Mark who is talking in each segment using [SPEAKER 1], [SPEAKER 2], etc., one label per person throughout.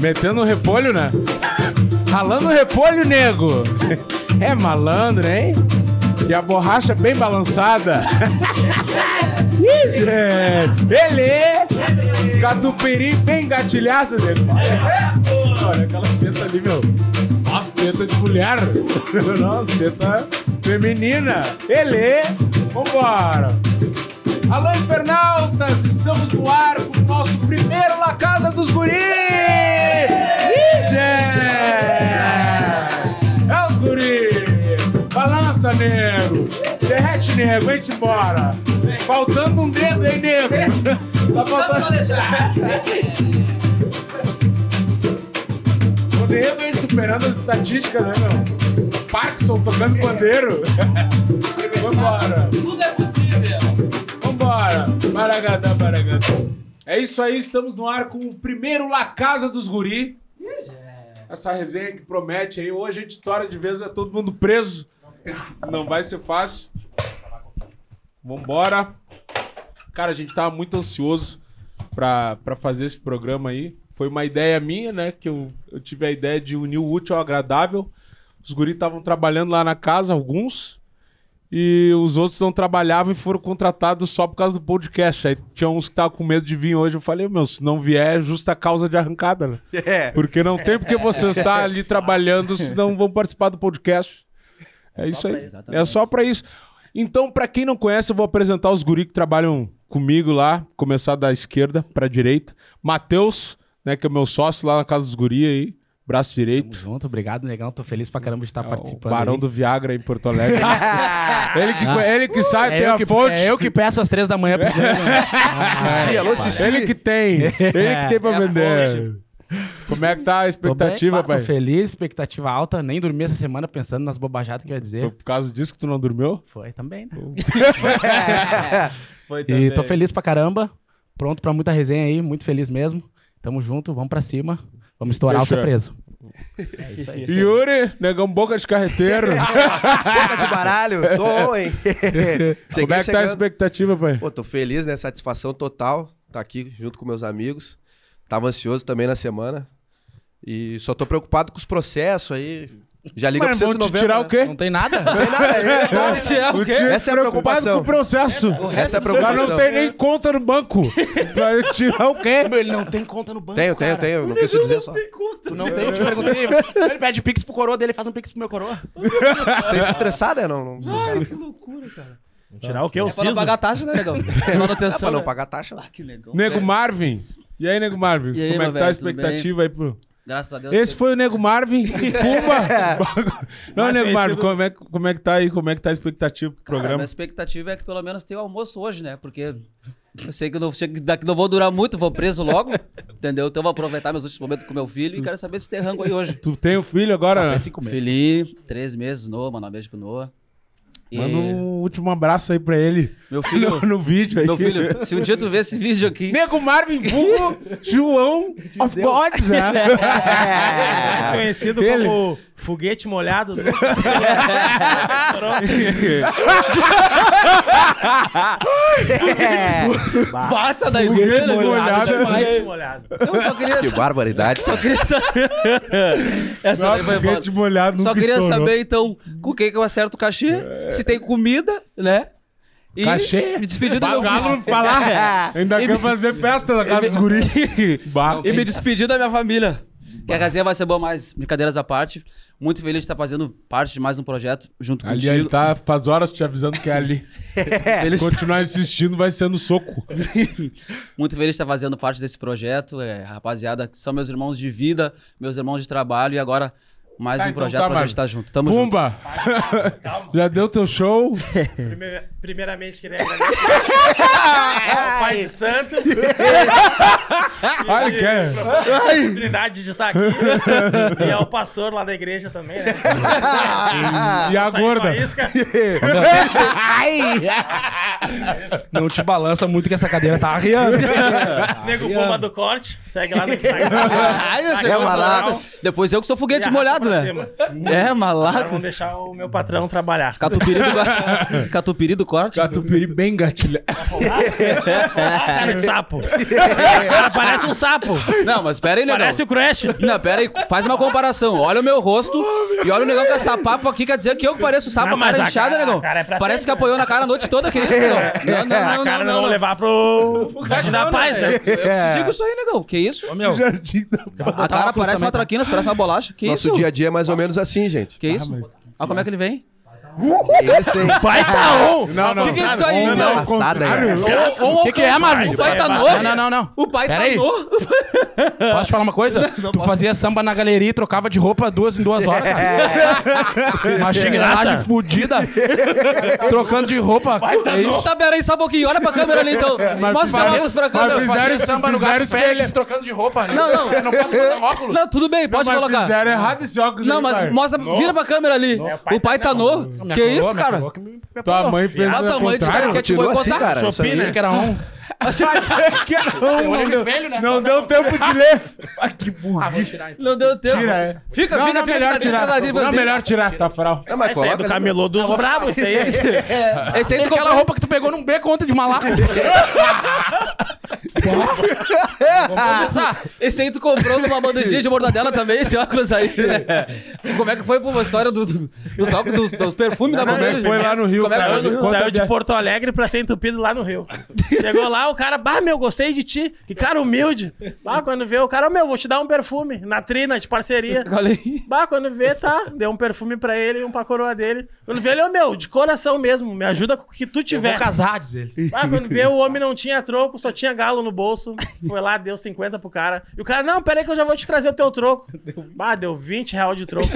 [SPEAKER 1] Metendo um repolho, né? Ralando o repolho, nego. É malandro, hein? E a borracha bem balançada. Ih, é, Ele! Os catupiry bem gatilhado, nego. Olha aquela teta ali, meu. Nossa, teta de mulher. Nossa, teta feminina. Ele! Vambora! Alô, Infernautas! Estamos no ar com o nosso primeiro La Casa dos Guris! Ih, gente! É os guris! Balança, nego! Derrete, nego! Vem-te embora! Faltando um dedo, hein, nego? Tá
[SPEAKER 2] é?
[SPEAKER 1] faltando... O nego aí superando as estatísticas, né, meu? Parkinson tocando pandeiro. Vambora!
[SPEAKER 2] Tudo é possível.
[SPEAKER 1] Vambora! Baragadá, baragadá. É isso aí, estamos no ar com o primeiro La Casa dos Guri. Essa resenha que promete aí. Hoje a gente estoura de vez, é todo mundo preso. Não vai ser fácil. Vambora. Cara, a gente tava muito ansioso pra, pra fazer esse programa aí. Foi uma ideia minha, né? Que eu, eu tive a ideia de unir o útil ao agradável. Os guris estavam trabalhando lá na casa, alguns e os outros não trabalhavam e foram contratados só por causa do podcast. Aí tinha uns que estavam com medo de vir hoje. Eu falei, meu, se não vier, é justa causa de arrancada, né?
[SPEAKER 3] É.
[SPEAKER 1] Porque não tem porque você estar ali trabalhando se não vão participar do podcast. É, isso aí. é só pra isso. Então, pra quem não conhece, eu vou apresentar os guri que trabalham comigo lá. Começar da esquerda pra direita. Matheus, né, que é meu sócio lá na casa dos guri aí. Braço
[SPEAKER 4] Tamo
[SPEAKER 1] direito.
[SPEAKER 4] junto, obrigado, negão. Tô feliz pra caramba de estar
[SPEAKER 1] É
[SPEAKER 4] tá participando.
[SPEAKER 1] O Barão
[SPEAKER 4] aí.
[SPEAKER 1] do Viagra em Porto Alegre. né? ele que, ele que sai,
[SPEAKER 4] É
[SPEAKER 1] Ah, tem
[SPEAKER 4] eu,
[SPEAKER 1] a
[SPEAKER 4] que,
[SPEAKER 1] fonte.
[SPEAKER 4] é eu que peço às três da manhã né? pro
[SPEAKER 3] Cici,
[SPEAKER 4] Ah,
[SPEAKER 3] alô, Cici.
[SPEAKER 1] Ele que tem. Ele que tem pra
[SPEAKER 4] É a
[SPEAKER 1] vender. Como é que tá a expectativa,
[SPEAKER 4] Tô bem, pá,
[SPEAKER 1] pai?
[SPEAKER 4] Tô feliz, expectativa alta. Nem dormi essa semana pensando nas bobajadas que eu ia
[SPEAKER 1] Foi
[SPEAKER 4] dizer.
[SPEAKER 1] por causa disso que tu não dormiu?
[SPEAKER 4] Foi também, né?
[SPEAKER 3] Foi
[SPEAKER 4] E
[SPEAKER 3] também.
[SPEAKER 4] tô feliz pra caramba. Pronto pra muita resenha aí, muito feliz mesmo. Tamo junto, vamos pra cima. Vamos estourar o
[SPEAKER 1] Fechou.
[SPEAKER 4] ser preso. É isso aí.
[SPEAKER 1] Yuri, negão boca de carreteiro.
[SPEAKER 3] Boca de baralho? Tô, hein? Cheguei
[SPEAKER 1] Como é que tá a
[SPEAKER 3] chegando.
[SPEAKER 1] expectativa, pai?
[SPEAKER 3] Pô, tô feliz, né? Satisfação total tá aqui junto com meus amigos. Tava ansioso também na semana. E só tô preocupado com os processos aí. Já liga
[SPEAKER 1] Mas
[SPEAKER 3] pro
[SPEAKER 1] vão te
[SPEAKER 3] 190,
[SPEAKER 1] tirar
[SPEAKER 3] né?
[SPEAKER 1] o quê?
[SPEAKER 4] Não tem nada? né?
[SPEAKER 3] Tem nada aí, tá?
[SPEAKER 1] O tio
[SPEAKER 3] Essa é a
[SPEAKER 1] preocupado
[SPEAKER 3] preocupação.
[SPEAKER 1] com o processo.
[SPEAKER 3] Essa é a
[SPEAKER 1] Mas não
[SPEAKER 3] preocupação.
[SPEAKER 1] tem nem conta no banco. Pra tirar o quê?
[SPEAKER 4] Ele não tem conta no banco.
[SPEAKER 3] Tenho, tenho, tenho. Não preciso dizer só.
[SPEAKER 4] Tu não tem, eu te perguntei. Ele pede pix pro coroa dele, faz um pix pro meu coroa.
[SPEAKER 3] Vocês se estressaram, né? Não, não, não,
[SPEAKER 2] Cara, que loucura, cara.
[SPEAKER 5] Tirar o que? O
[SPEAKER 2] É pra não
[SPEAKER 5] siso?
[SPEAKER 2] pagar taxa, né, negão? De
[SPEAKER 3] dá pra
[SPEAKER 2] manutenção.
[SPEAKER 3] não
[SPEAKER 2] né?
[SPEAKER 3] pagar taxa.
[SPEAKER 2] Ah, que legal.
[SPEAKER 1] Nego Marvin. E aí, Nego Marvin?
[SPEAKER 2] E aí,
[SPEAKER 1] Como é
[SPEAKER 2] meu
[SPEAKER 1] que tá a
[SPEAKER 2] velho, tudo
[SPEAKER 1] expectativa aí pro...
[SPEAKER 2] Graças a Deus.
[SPEAKER 1] Esse foi o Nego Marvin em Cuba. Não,
[SPEAKER 5] Mais
[SPEAKER 1] Nego Marvin,
[SPEAKER 5] conhecido-
[SPEAKER 1] como é, que- como é que tá aí? Como é que tá a expectativa pro
[SPEAKER 2] Cara,
[SPEAKER 1] programa?
[SPEAKER 2] Minha expectativa é que pelo menos tenha o almoço hoje, né? Porque eu sei que eu não, sei que daqui não vou durar muito, vou preso logo, entendeu? Então eu vou aproveitar meus últimos momentos com meu filho e quero saber se tem rango aí hoje.
[SPEAKER 1] Tu tem um filho agora? né?
[SPEAKER 4] Pensa em comer.
[SPEAKER 2] Filhinho, três meses, Noah, manda um beijo pro Noah. E
[SPEAKER 1] Manda um último abraço aí pra ele.
[SPEAKER 2] Meu filho,
[SPEAKER 1] No, no vídeo aí.
[SPEAKER 2] meu filho, se um dia tu vê esse vídeo aqui,
[SPEAKER 1] Nego Marvin vulgo João of God, né?
[SPEAKER 4] É
[SPEAKER 2] É.
[SPEAKER 5] Mais conhecido
[SPEAKER 1] Ele.
[SPEAKER 5] como foguete molhado. né?
[SPEAKER 2] passa da igreja,
[SPEAKER 1] Foguete molhado.
[SPEAKER 5] foguete molhado.
[SPEAKER 2] Eu só queria,
[SPEAKER 3] Que barbaridade.
[SPEAKER 2] só queria saber. Essa daí foi
[SPEAKER 1] Foguete molhado,
[SPEAKER 2] Só
[SPEAKER 1] nunca
[SPEAKER 2] queria
[SPEAKER 1] estourou. É.
[SPEAKER 2] saber, então, com quem que eu acerto o cachê, se tem comida, né? E
[SPEAKER 1] Cachê?
[SPEAKER 2] me despedir do
[SPEAKER 1] Bah,
[SPEAKER 2] meu
[SPEAKER 1] O galo
[SPEAKER 2] filho.
[SPEAKER 1] não falar. Ainda
[SPEAKER 2] E
[SPEAKER 1] quer
[SPEAKER 2] me-
[SPEAKER 1] fazer festa na casa dos guris. Bah.
[SPEAKER 2] E me despedir da minha família. Que a resenha vai ser boa, mas brincadeiras à parte. Muito feliz de estar fazendo parte de mais um projeto junto
[SPEAKER 1] Ali
[SPEAKER 2] contigo.
[SPEAKER 1] ele tá faz horas te avisando que é ali.
[SPEAKER 2] Feliz-
[SPEAKER 1] Continuar insistindo vai ser no soco.
[SPEAKER 2] Muito feliz de estar fazendo parte desse projeto. É, rapaziada, que são meus irmãos de vida, meus irmãos de trabalho e agora mais
[SPEAKER 1] Tá,
[SPEAKER 2] um
[SPEAKER 1] então
[SPEAKER 2] projeto
[SPEAKER 1] tá,
[SPEAKER 2] pra
[SPEAKER 1] Marvin.
[SPEAKER 2] gente estar junto. Tamo junto.
[SPEAKER 1] Pumba! Já deu teu show?
[SPEAKER 5] Primeira- Primeiramente, queria agradecer ao Pai de Santo
[SPEAKER 1] Olha que é.
[SPEAKER 5] pela oportunidade de estar aqui. né? E ao pastor lá da igreja também, né?
[SPEAKER 1] E a
[SPEAKER 5] Saiu
[SPEAKER 2] Tá
[SPEAKER 1] gorda?
[SPEAKER 5] faísca.
[SPEAKER 4] Ai! Não te balança muito que essa cadeira tá arriando.
[SPEAKER 5] Nego bomba do corte, segue lá no Instagram.
[SPEAKER 2] Caralho,
[SPEAKER 5] chegou
[SPEAKER 2] chegou
[SPEAKER 5] os
[SPEAKER 2] malaco.
[SPEAKER 5] dois.
[SPEAKER 2] Depois eu que sou foguete
[SPEAKER 5] E arrasta
[SPEAKER 2] Tá molhado,
[SPEAKER 5] pra
[SPEAKER 2] né?
[SPEAKER 5] cima.
[SPEAKER 2] É,
[SPEAKER 5] Agora
[SPEAKER 2] malaco.
[SPEAKER 5] vamos deixar o meu patrão trabalhar.
[SPEAKER 2] Catupiri do, Catupiri do corte.
[SPEAKER 1] Catupiry bem gatilhado.
[SPEAKER 2] É.
[SPEAKER 5] Ah, cara de sapo. Cara, parece um sapo.
[SPEAKER 2] Não, mas pera aí, negão.
[SPEAKER 5] Parece o Crash.
[SPEAKER 2] Não, pera aí, faz uma comparação. Olha o meu rosto e olha o negão com essa papo aqui, quer dizer que eu que pareço sapo,
[SPEAKER 5] Não,
[SPEAKER 2] com a
[SPEAKER 5] mas
[SPEAKER 2] cara
[SPEAKER 5] a
[SPEAKER 2] inchada,
[SPEAKER 5] cara-
[SPEAKER 2] negão.
[SPEAKER 5] a cara é pra
[SPEAKER 2] Parece
[SPEAKER 5] sempre, É,
[SPEAKER 2] que apoiou na cara a noite toda, que isso, negão. Não,
[SPEAKER 5] a
[SPEAKER 2] não, não,
[SPEAKER 5] cara
[SPEAKER 2] não,
[SPEAKER 5] nós
[SPEAKER 2] não,
[SPEAKER 5] vamos
[SPEAKER 2] não.
[SPEAKER 5] levar pro. pro Jardim da Paz, né?
[SPEAKER 2] Eu eu te digo isso aí, negão. Que isso?
[SPEAKER 6] Ô, meu,
[SPEAKER 2] A cara parece uma traquinas, parece uma bolacha. Que
[SPEAKER 3] Nosso
[SPEAKER 2] isso?
[SPEAKER 3] dia a dia é mais ou menos assim, gente.
[SPEAKER 2] Que isso? Olha como é que ele vem.
[SPEAKER 3] Esse, hein?
[SPEAKER 5] Pai tá
[SPEAKER 3] Ah,
[SPEAKER 5] on!
[SPEAKER 1] Não, não.
[SPEAKER 2] Que que é isso aí,
[SPEAKER 1] não,
[SPEAKER 2] meu?
[SPEAKER 1] não,
[SPEAKER 3] Assada, hein,
[SPEAKER 1] contrário.
[SPEAKER 2] O
[SPEAKER 4] que que é, Marvin?
[SPEAKER 2] O pai tá
[SPEAKER 5] Não,
[SPEAKER 2] novo.
[SPEAKER 4] Não, não, não, não.
[SPEAKER 2] O pai tá
[SPEAKER 4] Pera aí.
[SPEAKER 2] novo.
[SPEAKER 4] Posso te falar uma coisa? tu fazia samba na galeria e trocava de roupa duas em duas horas, cara. Uma chinelagem fudida. trocando de roupa. é isso.
[SPEAKER 2] Tá, pera aí, só um pouquinho. Olha pra câmera ali, então. Mostra os óculos pra
[SPEAKER 4] Mas
[SPEAKER 2] câmera.
[SPEAKER 4] fizeram samba no
[SPEAKER 1] fizeram
[SPEAKER 4] gato Félix trocando de roupa. né?
[SPEAKER 2] Não, não.
[SPEAKER 4] Eu não posso botar óculos.
[SPEAKER 2] Não, tudo bem, pode
[SPEAKER 1] Mas
[SPEAKER 2] colocar.
[SPEAKER 1] fizeram errado esse óculos
[SPEAKER 2] Não,
[SPEAKER 1] aí,
[SPEAKER 2] mas
[SPEAKER 1] pai.
[SPEAKER 2] mostra, vira pra câmera ali.
[SPEAKER 5] É, o
[SPEAKER 2] o
[SPEAKER 5] pai
[SPEAKER 2] pai tá
[SPEAKER 5] tá
[SPEAKER 2] novo.
[SPEAKER 4] Minha
[SPEAKER 2] Que
[SPEAKER 4] coroa,
[SPEAKER 2] isso,
[SPEAKER 4] minha
[SPEAKER 2] cara?
[SPEAKER 4] coroa que me- me
[SPEAKER 1] Tua
[SPEAKER 4] apoiou.
[SPEAKER 1] mãe fez
[SPEAKER 2] Ah, tua mãe
[SPEAKER 1] contrário.
[SPEAKER 2] tá quer te
[SPEAKER 3] Tirou assim,
[SPEAKER 2] boicotar.
[SPEAKER 3] cara. Isso aí.
[SPEAKER 4] Que era um.
[SPEAKER 1] Não,
[SPEAKER 4] olho no
[SPEAKER 1] deu-
[SPEAKER 4] espelho, né?
[SPEAKER 1] Não deu tempo de ler. Ai, que burrice.
[SPEAKER 2] Não deu tempo.
[SPEAKER 1] Tira, é.
[SPEAKER 2] Fica,
[SPEAKER 1] Não,
[SPEAKER 2] fica,
[SPEAKER 1] não,
[SPEAKER 2] fica.
[SPEAKER 1] melhor
[SPEAKER 2] tá dentro
[SPEAKER 1] tirar.
[SPEAKER 2] da dívida
[SPEAKER 1] Não,
[SPEAKER 2] dele.
[SPEAKER 1] melhor tirar, tá fral.
[SPEAKER 3] Não, mas
[SPEAKER 5] Esse aí é
[SPEAKER 3] coloca.
[SPEAKER 5] do camelô dos brabos, isso aí. é
[SPEAKER 2] Esse aí tu
[SPEAKER 4] Aquela
[SPEAKER 2] comprou.
[SPEAKER 4] roupa que tu pegou num beco ontem de malaco.
[SPEAKER 2] Ah, esse aí tu comprou numa bandejinha de mortadela também, esse óculos aí. né? Como é que foi pô, a história do, do- dos, óculos, dos, dos perfumes da
[SPEAKER 1] Como é
[SPEAKER 2] bandeja?
[SPEAKER 1] que foi lá no Rio?
[SPEAKER 2] Como é que
[SPEAKER 1] cara?
[SPEAKER 2] foi no Rio?
[SPEAKER 1] Conta
[SPEAKER 5] Saiu
[SPEAKER 1] a
[SPEAKER 5] de Porto Alegre pra ser entupido lá no Rio. Chegou lá, o cara, bah, meu, gostei de ti. Que cara humilde. Bah, quando vê, o cara, "Ô, meu, vou te dar um perfume na trina de parceria.
[SPEAKER 2] Olha aí.
[SPEAKER 5] Bah, quando vê, tá. Deu um perfume pra ele e um pra coroa dele. Quando vê, ele, ô meu, de coração mesmo, me ajuda com o que tu tiver.
[SPEAKER 4] casar, diz ele.
[SPEAKER 5] Bah, quando vê, o homem não tinha troco, só tinha galo no bolso. Foi lá, deu 50 pro cara. E o cara, não, pera aí que eu já vou te trazer o teu troco. Bah, deu 20 reais de troco.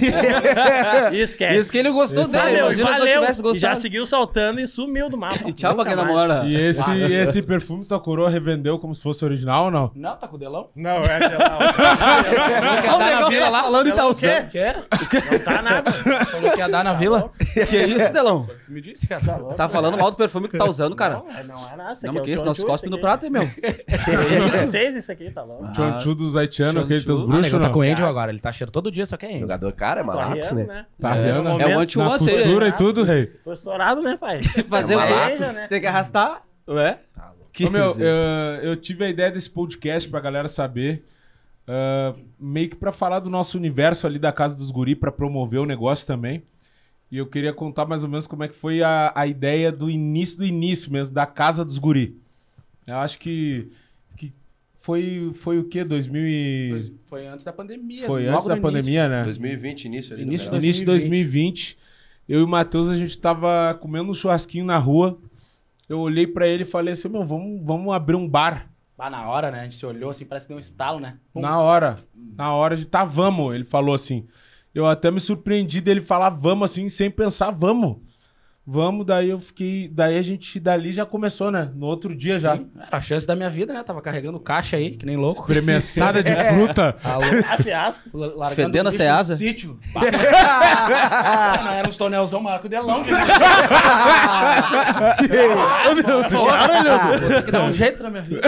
[SPEAKER 5] e esquece.
[SPEAKER 2] Isso que ele gostou
[SPEAKER 5] Ah,
[SPEAKER 2] dele.
[SPEAKER 5] meu, e
[SPEAKER 2] Imagina se não
[SPEAKER 5] valeu.
[SPEAKER 2] tivesse
[SPEAKER 5] E já
[SPEAKER 2] gostado.
[SPEAKER 5] seguiu saltando e sumiu do mapa.
[SPEAKER 2] E tchau pra quem
[SPEAKER 5] Nunca mais.
[SPEAKER 2] namora.
[SPEAKER 1] E esse, esse perfume tua coroa revendeu como se fosse original ou não?
[SPEAKER 4] Não, tá com o delão.
[SPEAKER 5] Não, é, sei lá,
[SPEAKER 2] Olha o negócio tá lá falando e tá usando.
[SPEAKER 5] não tá nada.
[SPEAKER 4] Falou que ia dar na vila.
[SPEAKER 2] Que isso, Delão?
[SPEAKER 4] Me disse, cara.
[SPEAKER 2] Tá falando mal do perfume que tá usando, cara.
[SPEAKER 5] É, Não é nada. Isso
[SPEAKER 2] Não,
[SPEAKER 5] aqui
[SPEAKER 2] mas
[SPEAKER 5] é
[SPEAKER 2] que isso,
[SPEAKER 5] o
[SPEAKER 2] nós
[SPEAKER 5] Tchonchu,
[SPEAKER 2] cospe
[SPEAKER 5] isso
[SPEAKER 2] no
[SPEAKER 5] aqui.
[SPEAKER 2] prato, hein, meu?
[SPEAKER 5] É Seis isso aqui, tá louco.
[SPEAKER 1] Tchonchu dos haitianos,
[SPEAKER 2] Tchonchu.
[SPEAKER 1] aqueles teus
[SPEAKER 2] Ah,
[SPEAKER 4] O
[SPEAKER 1] bruxos,
[SPEAKER 4] negão tá
[SPEAKER 1] não?
[SPEAKER 4] com Angel agora. Ele tá cheiro todo dia, só que é Angel.
[SPEAKER 3] Jogador, cara, é
[SPEAKER 5] Tô
[SPEAKER 3] malaco,
[SPEAKER 5] arriando,
[SPEAKER 3] né?
[SPEAKER 5] né?
[SPEAKER 1] Tá vendo? É
[SPEAKER 5] no
[SPEAKER 2] É
[SPEAKER 1] o
[SPEAKER 2] o
[SPEAKER 5] momento,
[SPEAKER 1] Na
[SPEAKER 2] anti-once
[SPEAKER 1] costura
[SPEAKER 2] aí.
[SPEAKER 1] e tudo, rei.
[SPEAKER 5] Tô estourado, né, pai?
[SPEAKER 2] Fazer o
[SPEAKER 5] Malacos.
[SPEAKER 2] quê? Tem que arrastar?
[SPEAKER 5] Né?
[SPEAKER 1] Ô, meu, eu, eu tive a ideia desse podcast pra galera saber. ah, meio que pra falar do nosso universo ali da Casa dos Guri, pra promover o negócio também. E eu queria contar mais ou menos como é que foi a, a ideia do início do início mesmo, da Casa dos Guri. Eu acho que, que foi, foi o quê? 2000 e...
[SPEAKER 4] Foi antes da pandemia.
[SPEAKER 1] Foi
[SPEAKER 4] logo
[SPEAKER 1] antes da
[SPEAKER 4] no início.
[SPEAKER 1] pandemia, né?
[SPEAKER 3] 2020, início ali. do
[SPEAKER 4] Início
[SPEAKER 3] verão.
[SPEAKER 1] No início de 2020, eu e o Matheus, a gente tava comendo um churrasquinho na rua. Eu olhei pra ele e falei assim, meu, vamos, vamos abrir um bar.
[SPEAKER 4] Lá na hora, né? A gente se olhou assim, parece que deu um estalo, né? Pum.
[SPEAKER 1] Na hora. Na hora de tá, vamos. Ele falou assim. Eu até me surpreendi dele falar vamos assim, sem pensar, vamos. Vamos, daí eu fiquei. Daí a gente dali já começou, né? No outro dia já.
[SPEAKER 4] Era a chance da minha vida, né? Tava carregando caixa aí, que nem louco.
[SPEAKER 1] Premessada de fruta.
[SPEAKER 4] Alô,
[SPEAKER 5] A fiasco.
[SPEAKER 4] largando
[SPEAKER 2] Fedendo a
[SPEAKER 4] lixo no
[SPEAKER 2] Ceasa.
[SPEAKER 4] Sítio. Não, era uns tonelzão maior que o Delão. Que... tá
[SPEAKER 1] né,
[SPEAKER 4] Tem que dar um jeito na minha vida.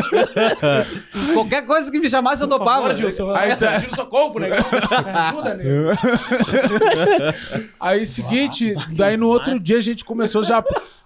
[SPEAKER 2] Qualquer coisa que me chamasse, eu topava.
[SPEAKER 1] Aí tá-
[SPEAKER 4] Pedindo socorro pro negão. um Me ajuda, né?
[SPEAKER 1] Aí seguinte, daí no outro dia a gente começou já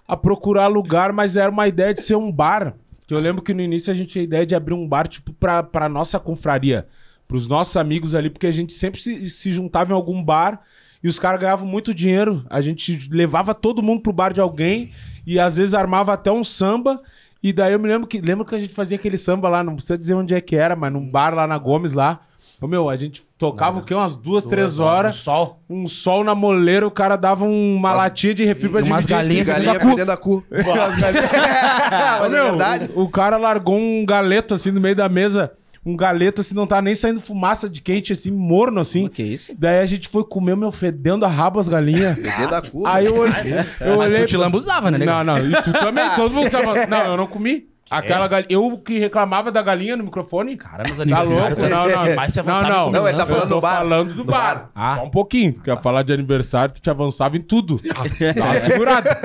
[SPEAKER 1] a procurar lugar, mas era uma ideia de ser um bar. Que eu lembro que no início a gente tinha a ideia de abrir um bar, tipo, pra, pra nossa confraria, pros nossos amigos ali, porque a gente sempre se, se juntava em algum bar e os caras ganhavam muito dinheiro. A gente levava todo mundo pro bar de alguém e às vezes armava até um samba. E daí eu me lembro que lembro que a gente fazia aquele samba lá, não precisa dizer onde é que era, mas num bar lá na Gomes lá. Ô, meu, a gente tocava o quê? Umas duas, três horas
[SPEAKER 4] No Sol.
[SPEAKER 1] um sol na moleira, o cara dava uma latinha de refil pra
[SPEAKER 4] e umas
[SPEAKER 1] dividir.
[SPEAKER 4] galinhas
[SPEAKER 2] é
[SPEAKER 1] Umas
[SPEAKER 3] Galinha
[SPEAKER 1] galinhas.
[SPEAKER 3] perdendo a cu.
[SPEAKER 1] Ô,
[SPEAKER 3] assim Mas é
[SPEAKER 1] meu,
[SPEAKER 3] verdade.
[SPEAKER 1] O cara largou um galeto assim no meio da mesa. Um galeto assim, não tá nem saindo fumaça de quente, assim, morno assim.
[SPEAKER 4] é
[SPEAKER 2] Que isso?
[SPEAKER 1] Daí a gente foi comer, meu, fedendo a rabo as galinhas.
[SPEAKER 3] Perdendo a cu.
[SPEAKER 1] Aí eu olhei. Eu
[SPEAKER 4] Ah, Mas
[SPEAKER 1] olhei
[SPEAKER 4] tu te lambuzava, né, negão?
[SPEAKER 1] não, não, e tu também, todo mundo sabe. Não, eu não comi. Aquela galinha. Eu que reclamava da galinha no microfone?
[SPEAKER 4] Cara, meus
[SPEAKER 1] Tá
[SPEAKER 4] aniversários.
[SPEAKER 1] louco? Não, não.
[SPEAKER 4] Mas se
[SPEAKER 1] não,
[SPEAKER 4] avançar
[SPEAKER 1] não.
[SPEAKER 4] no
[SPEAKER 3] Não, ele tá
[SPEAKER 1] Eu
[SPEAKER 3] falando
[SPEAKER 1] tô
[SPEAKER 3] do bar.
[SPEAKER 1] falando do bar.
[SPEAKER 4] Ah.
[SPEAKER 1] Só um pouquinho. Quer falar de aniversário, tu te avançava em tudo. Dá uma segurada.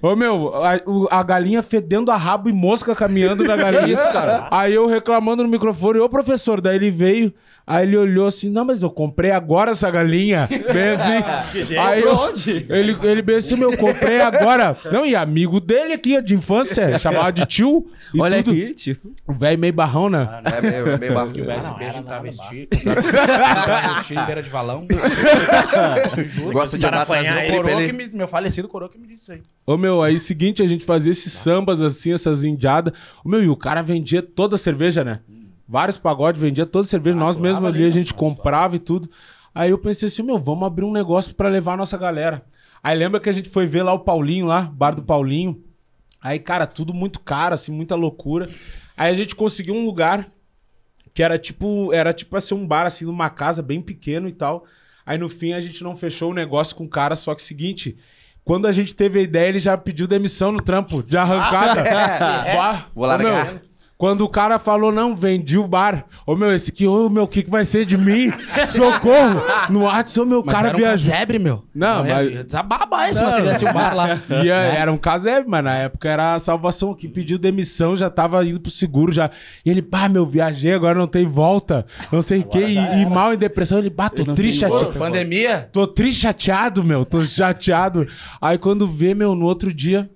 [SPEAKER 1] Ô, meu, a, o- a galinha fedendo a rabo e mosca caminhando na galinha. Isso, cara. Aí eu reclamando no microfone. Ô, professor, daí ele veio... Aí ele olhou assim, não, mas eu comprei agora essa galinha. Bem assim.
[SPEAKER 5] De que jeito?
[SPEAKER 2] É,
[SPEAKER 1] Aí eu, ele, ele bem assim, meu, comprei agora. Não, e amigo dele aqui, ó, de infância, chamava de tio. E
[SPEAKER 2] Olha
[SPEAKER 1] tudo.
[SPEAKER 2] aqui, tio.
[SPEAKER 1] Um velho meio barrão, né?
[SPEAKER 3] É meio, é meio básico.
[SPEAKER 4] Se
[SPEAKER 5] não,
[SPEAKER 4] beija
[SPEAKER 5] era
[SPEAKER 4] em
[SPEAKER 5] nada,
[SPEAKER 4] travesti. Travesti em beira de valão.
[SPEAKER 3] Gosta de
[SPEAKER 5] Para
[SPEAKER 3] andar atrás
[SPEAKER 5] apanhar
[SPEAKER 3] dos
[SPEAKER 5] ele,
[SPEAKER 4] Coroa que
[SPEAKER 3] pele.
[SPEAKER 4] me- meu falecido coroa que me disse isso aí.
[SPEAKER 1] Ô meu, aí é seguinte, a gente fazia esses sambas assim, essas indiadas. Ô meu, e o cara vendia toda a cerveja, né? Vários pagodes, vendia toda a cerveja. Nós mesmos ali, a gente comprava e tudo. Aí eu pensei assim, meu, vamos abrir um negócio pra levar a nossa galera. Aí lembra que a gente foi ver lá o Paulinho lá, bar do Paulinho. Aí, cara, tudo muito caro, assim, muita loucura. Aí a gente conseguiu um lugar que era tipo, era tipo assim, um bar assim, numa casa bem pequeno e tal. Aí no fim a gente não fechou o negócio com o cara, só que seguinte, quando a gente teve a ideia, ele já pediu demissão no trampo, de arrancada. Bah,
[SPEAKER 3] Vou largar.
[SPEAKER 1] ô, meu, quando o cara falou, não, vendi o bar. Ô meu, esse aqui, ô meu, o que, que vai ser de mim? Socorro! No WhatsApp, ô meu, o
[SPEAKER 4] Mas
[SPEAKER 1] cara
[SPEAKER 4] era um
[SPEAKER 1] viajou.
[SPEAKER 4] casebre, meu.
[SPEAKER 1] Não,
[SPEAKER 4] é,
[SPEAKER 1] mas-
[SPEAKER 4] ia Desababa aí se nós fizéssemos um bar lá.
[SPEAKER 1] E é, era um casebre, mas na época era a salvação. que pediu demissão já tava indo pro seguro já. E ele, pá, meu, viajei, agora não tem volta. Não sei o quê. E, e mal em depressão. Ele, pá, tô triste,
[SPEAKER 4] Pô,
[SPEAKER 1] chateado.
[SPEAKER 4] pandemia.
[SPEAKER 1] Tô triste, chateado, meu. Tô chateado. Aí quando vê, meu, no outro dia,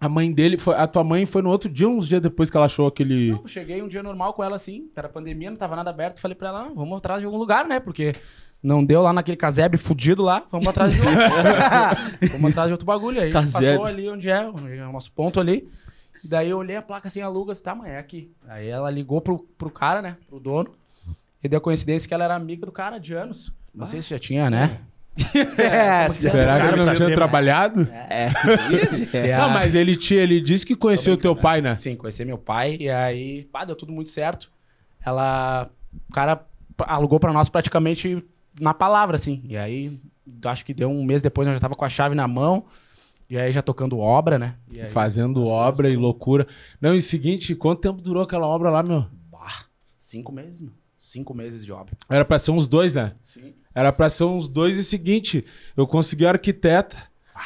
[SPEAKER 1] a mãe dele, foi, a tua mãe foi no outro dia, uns dias depois que ela achou aquele.
[SPEAKER 5] É,
[SPEAKER 4] Eu cheguei um dia normal com ela assim, era pandemia, não tava nada aberto. Falei pra ela, "Ah, vamos atrás de algum lugar, né? Porque não deu lá naquele casebre fudido lá, vamos atrás de outro. vamos atrás de outro bagulho aí.
[SPEAKER 2] Casebre.
[SPEAKER 4] Passou ali onde é, onde é o nosso ponto ali. E daí eu olhei a placa assim, aluga, assim, tá, mãe, é aqui. Aí ela ligou pro, pro cara, né? Pro dono. E deu a coincidência que ela era amiga do cara de anos. Não sei se já tinha, né?
[SPEAKER 3] É, se já-
[SPEAKER 1] Será que ele
[SPEAKER 5] Cara,
[SPEAKER 1] não
[SPEAKER 5] tinha É.
[SPEAKER 1] tinha
[SPEAKER 5] sempre-
[SPEAKER 1] trabalhado? Não,
[SPEAKER 2] É,
[SPEAKER 4] Ah,
[SPEAKER 5] é.
[SPEAKER 1] mas ele, tinha, ele disse que conheceu o teu pai, né?
[SPEAKER 4] Sim, conheci meu pai. E aí, pá, deu tudo muito certo. Ela. O cara alugou pra nós praticamente na palavra, assim. E aí, acho que deu um mês depois, nós já tava com a chave na mão. E aí já tocando obra, né? E aí,
[SPEAKER 1] Fazendo obra e loucura. Não, e seguinte, quanto tempo durou aquela obra lá, meu?
[SPEAKER 4] bah, cinco meses, meu. Cinco meses de obra.
[SPEAKER 1] Era pra ser uns dois, né?
[SPEAKER 4] Sim.
[SPEAKER 1] Era pra ser uns dois e seguinte, eu consegui a arquiteta.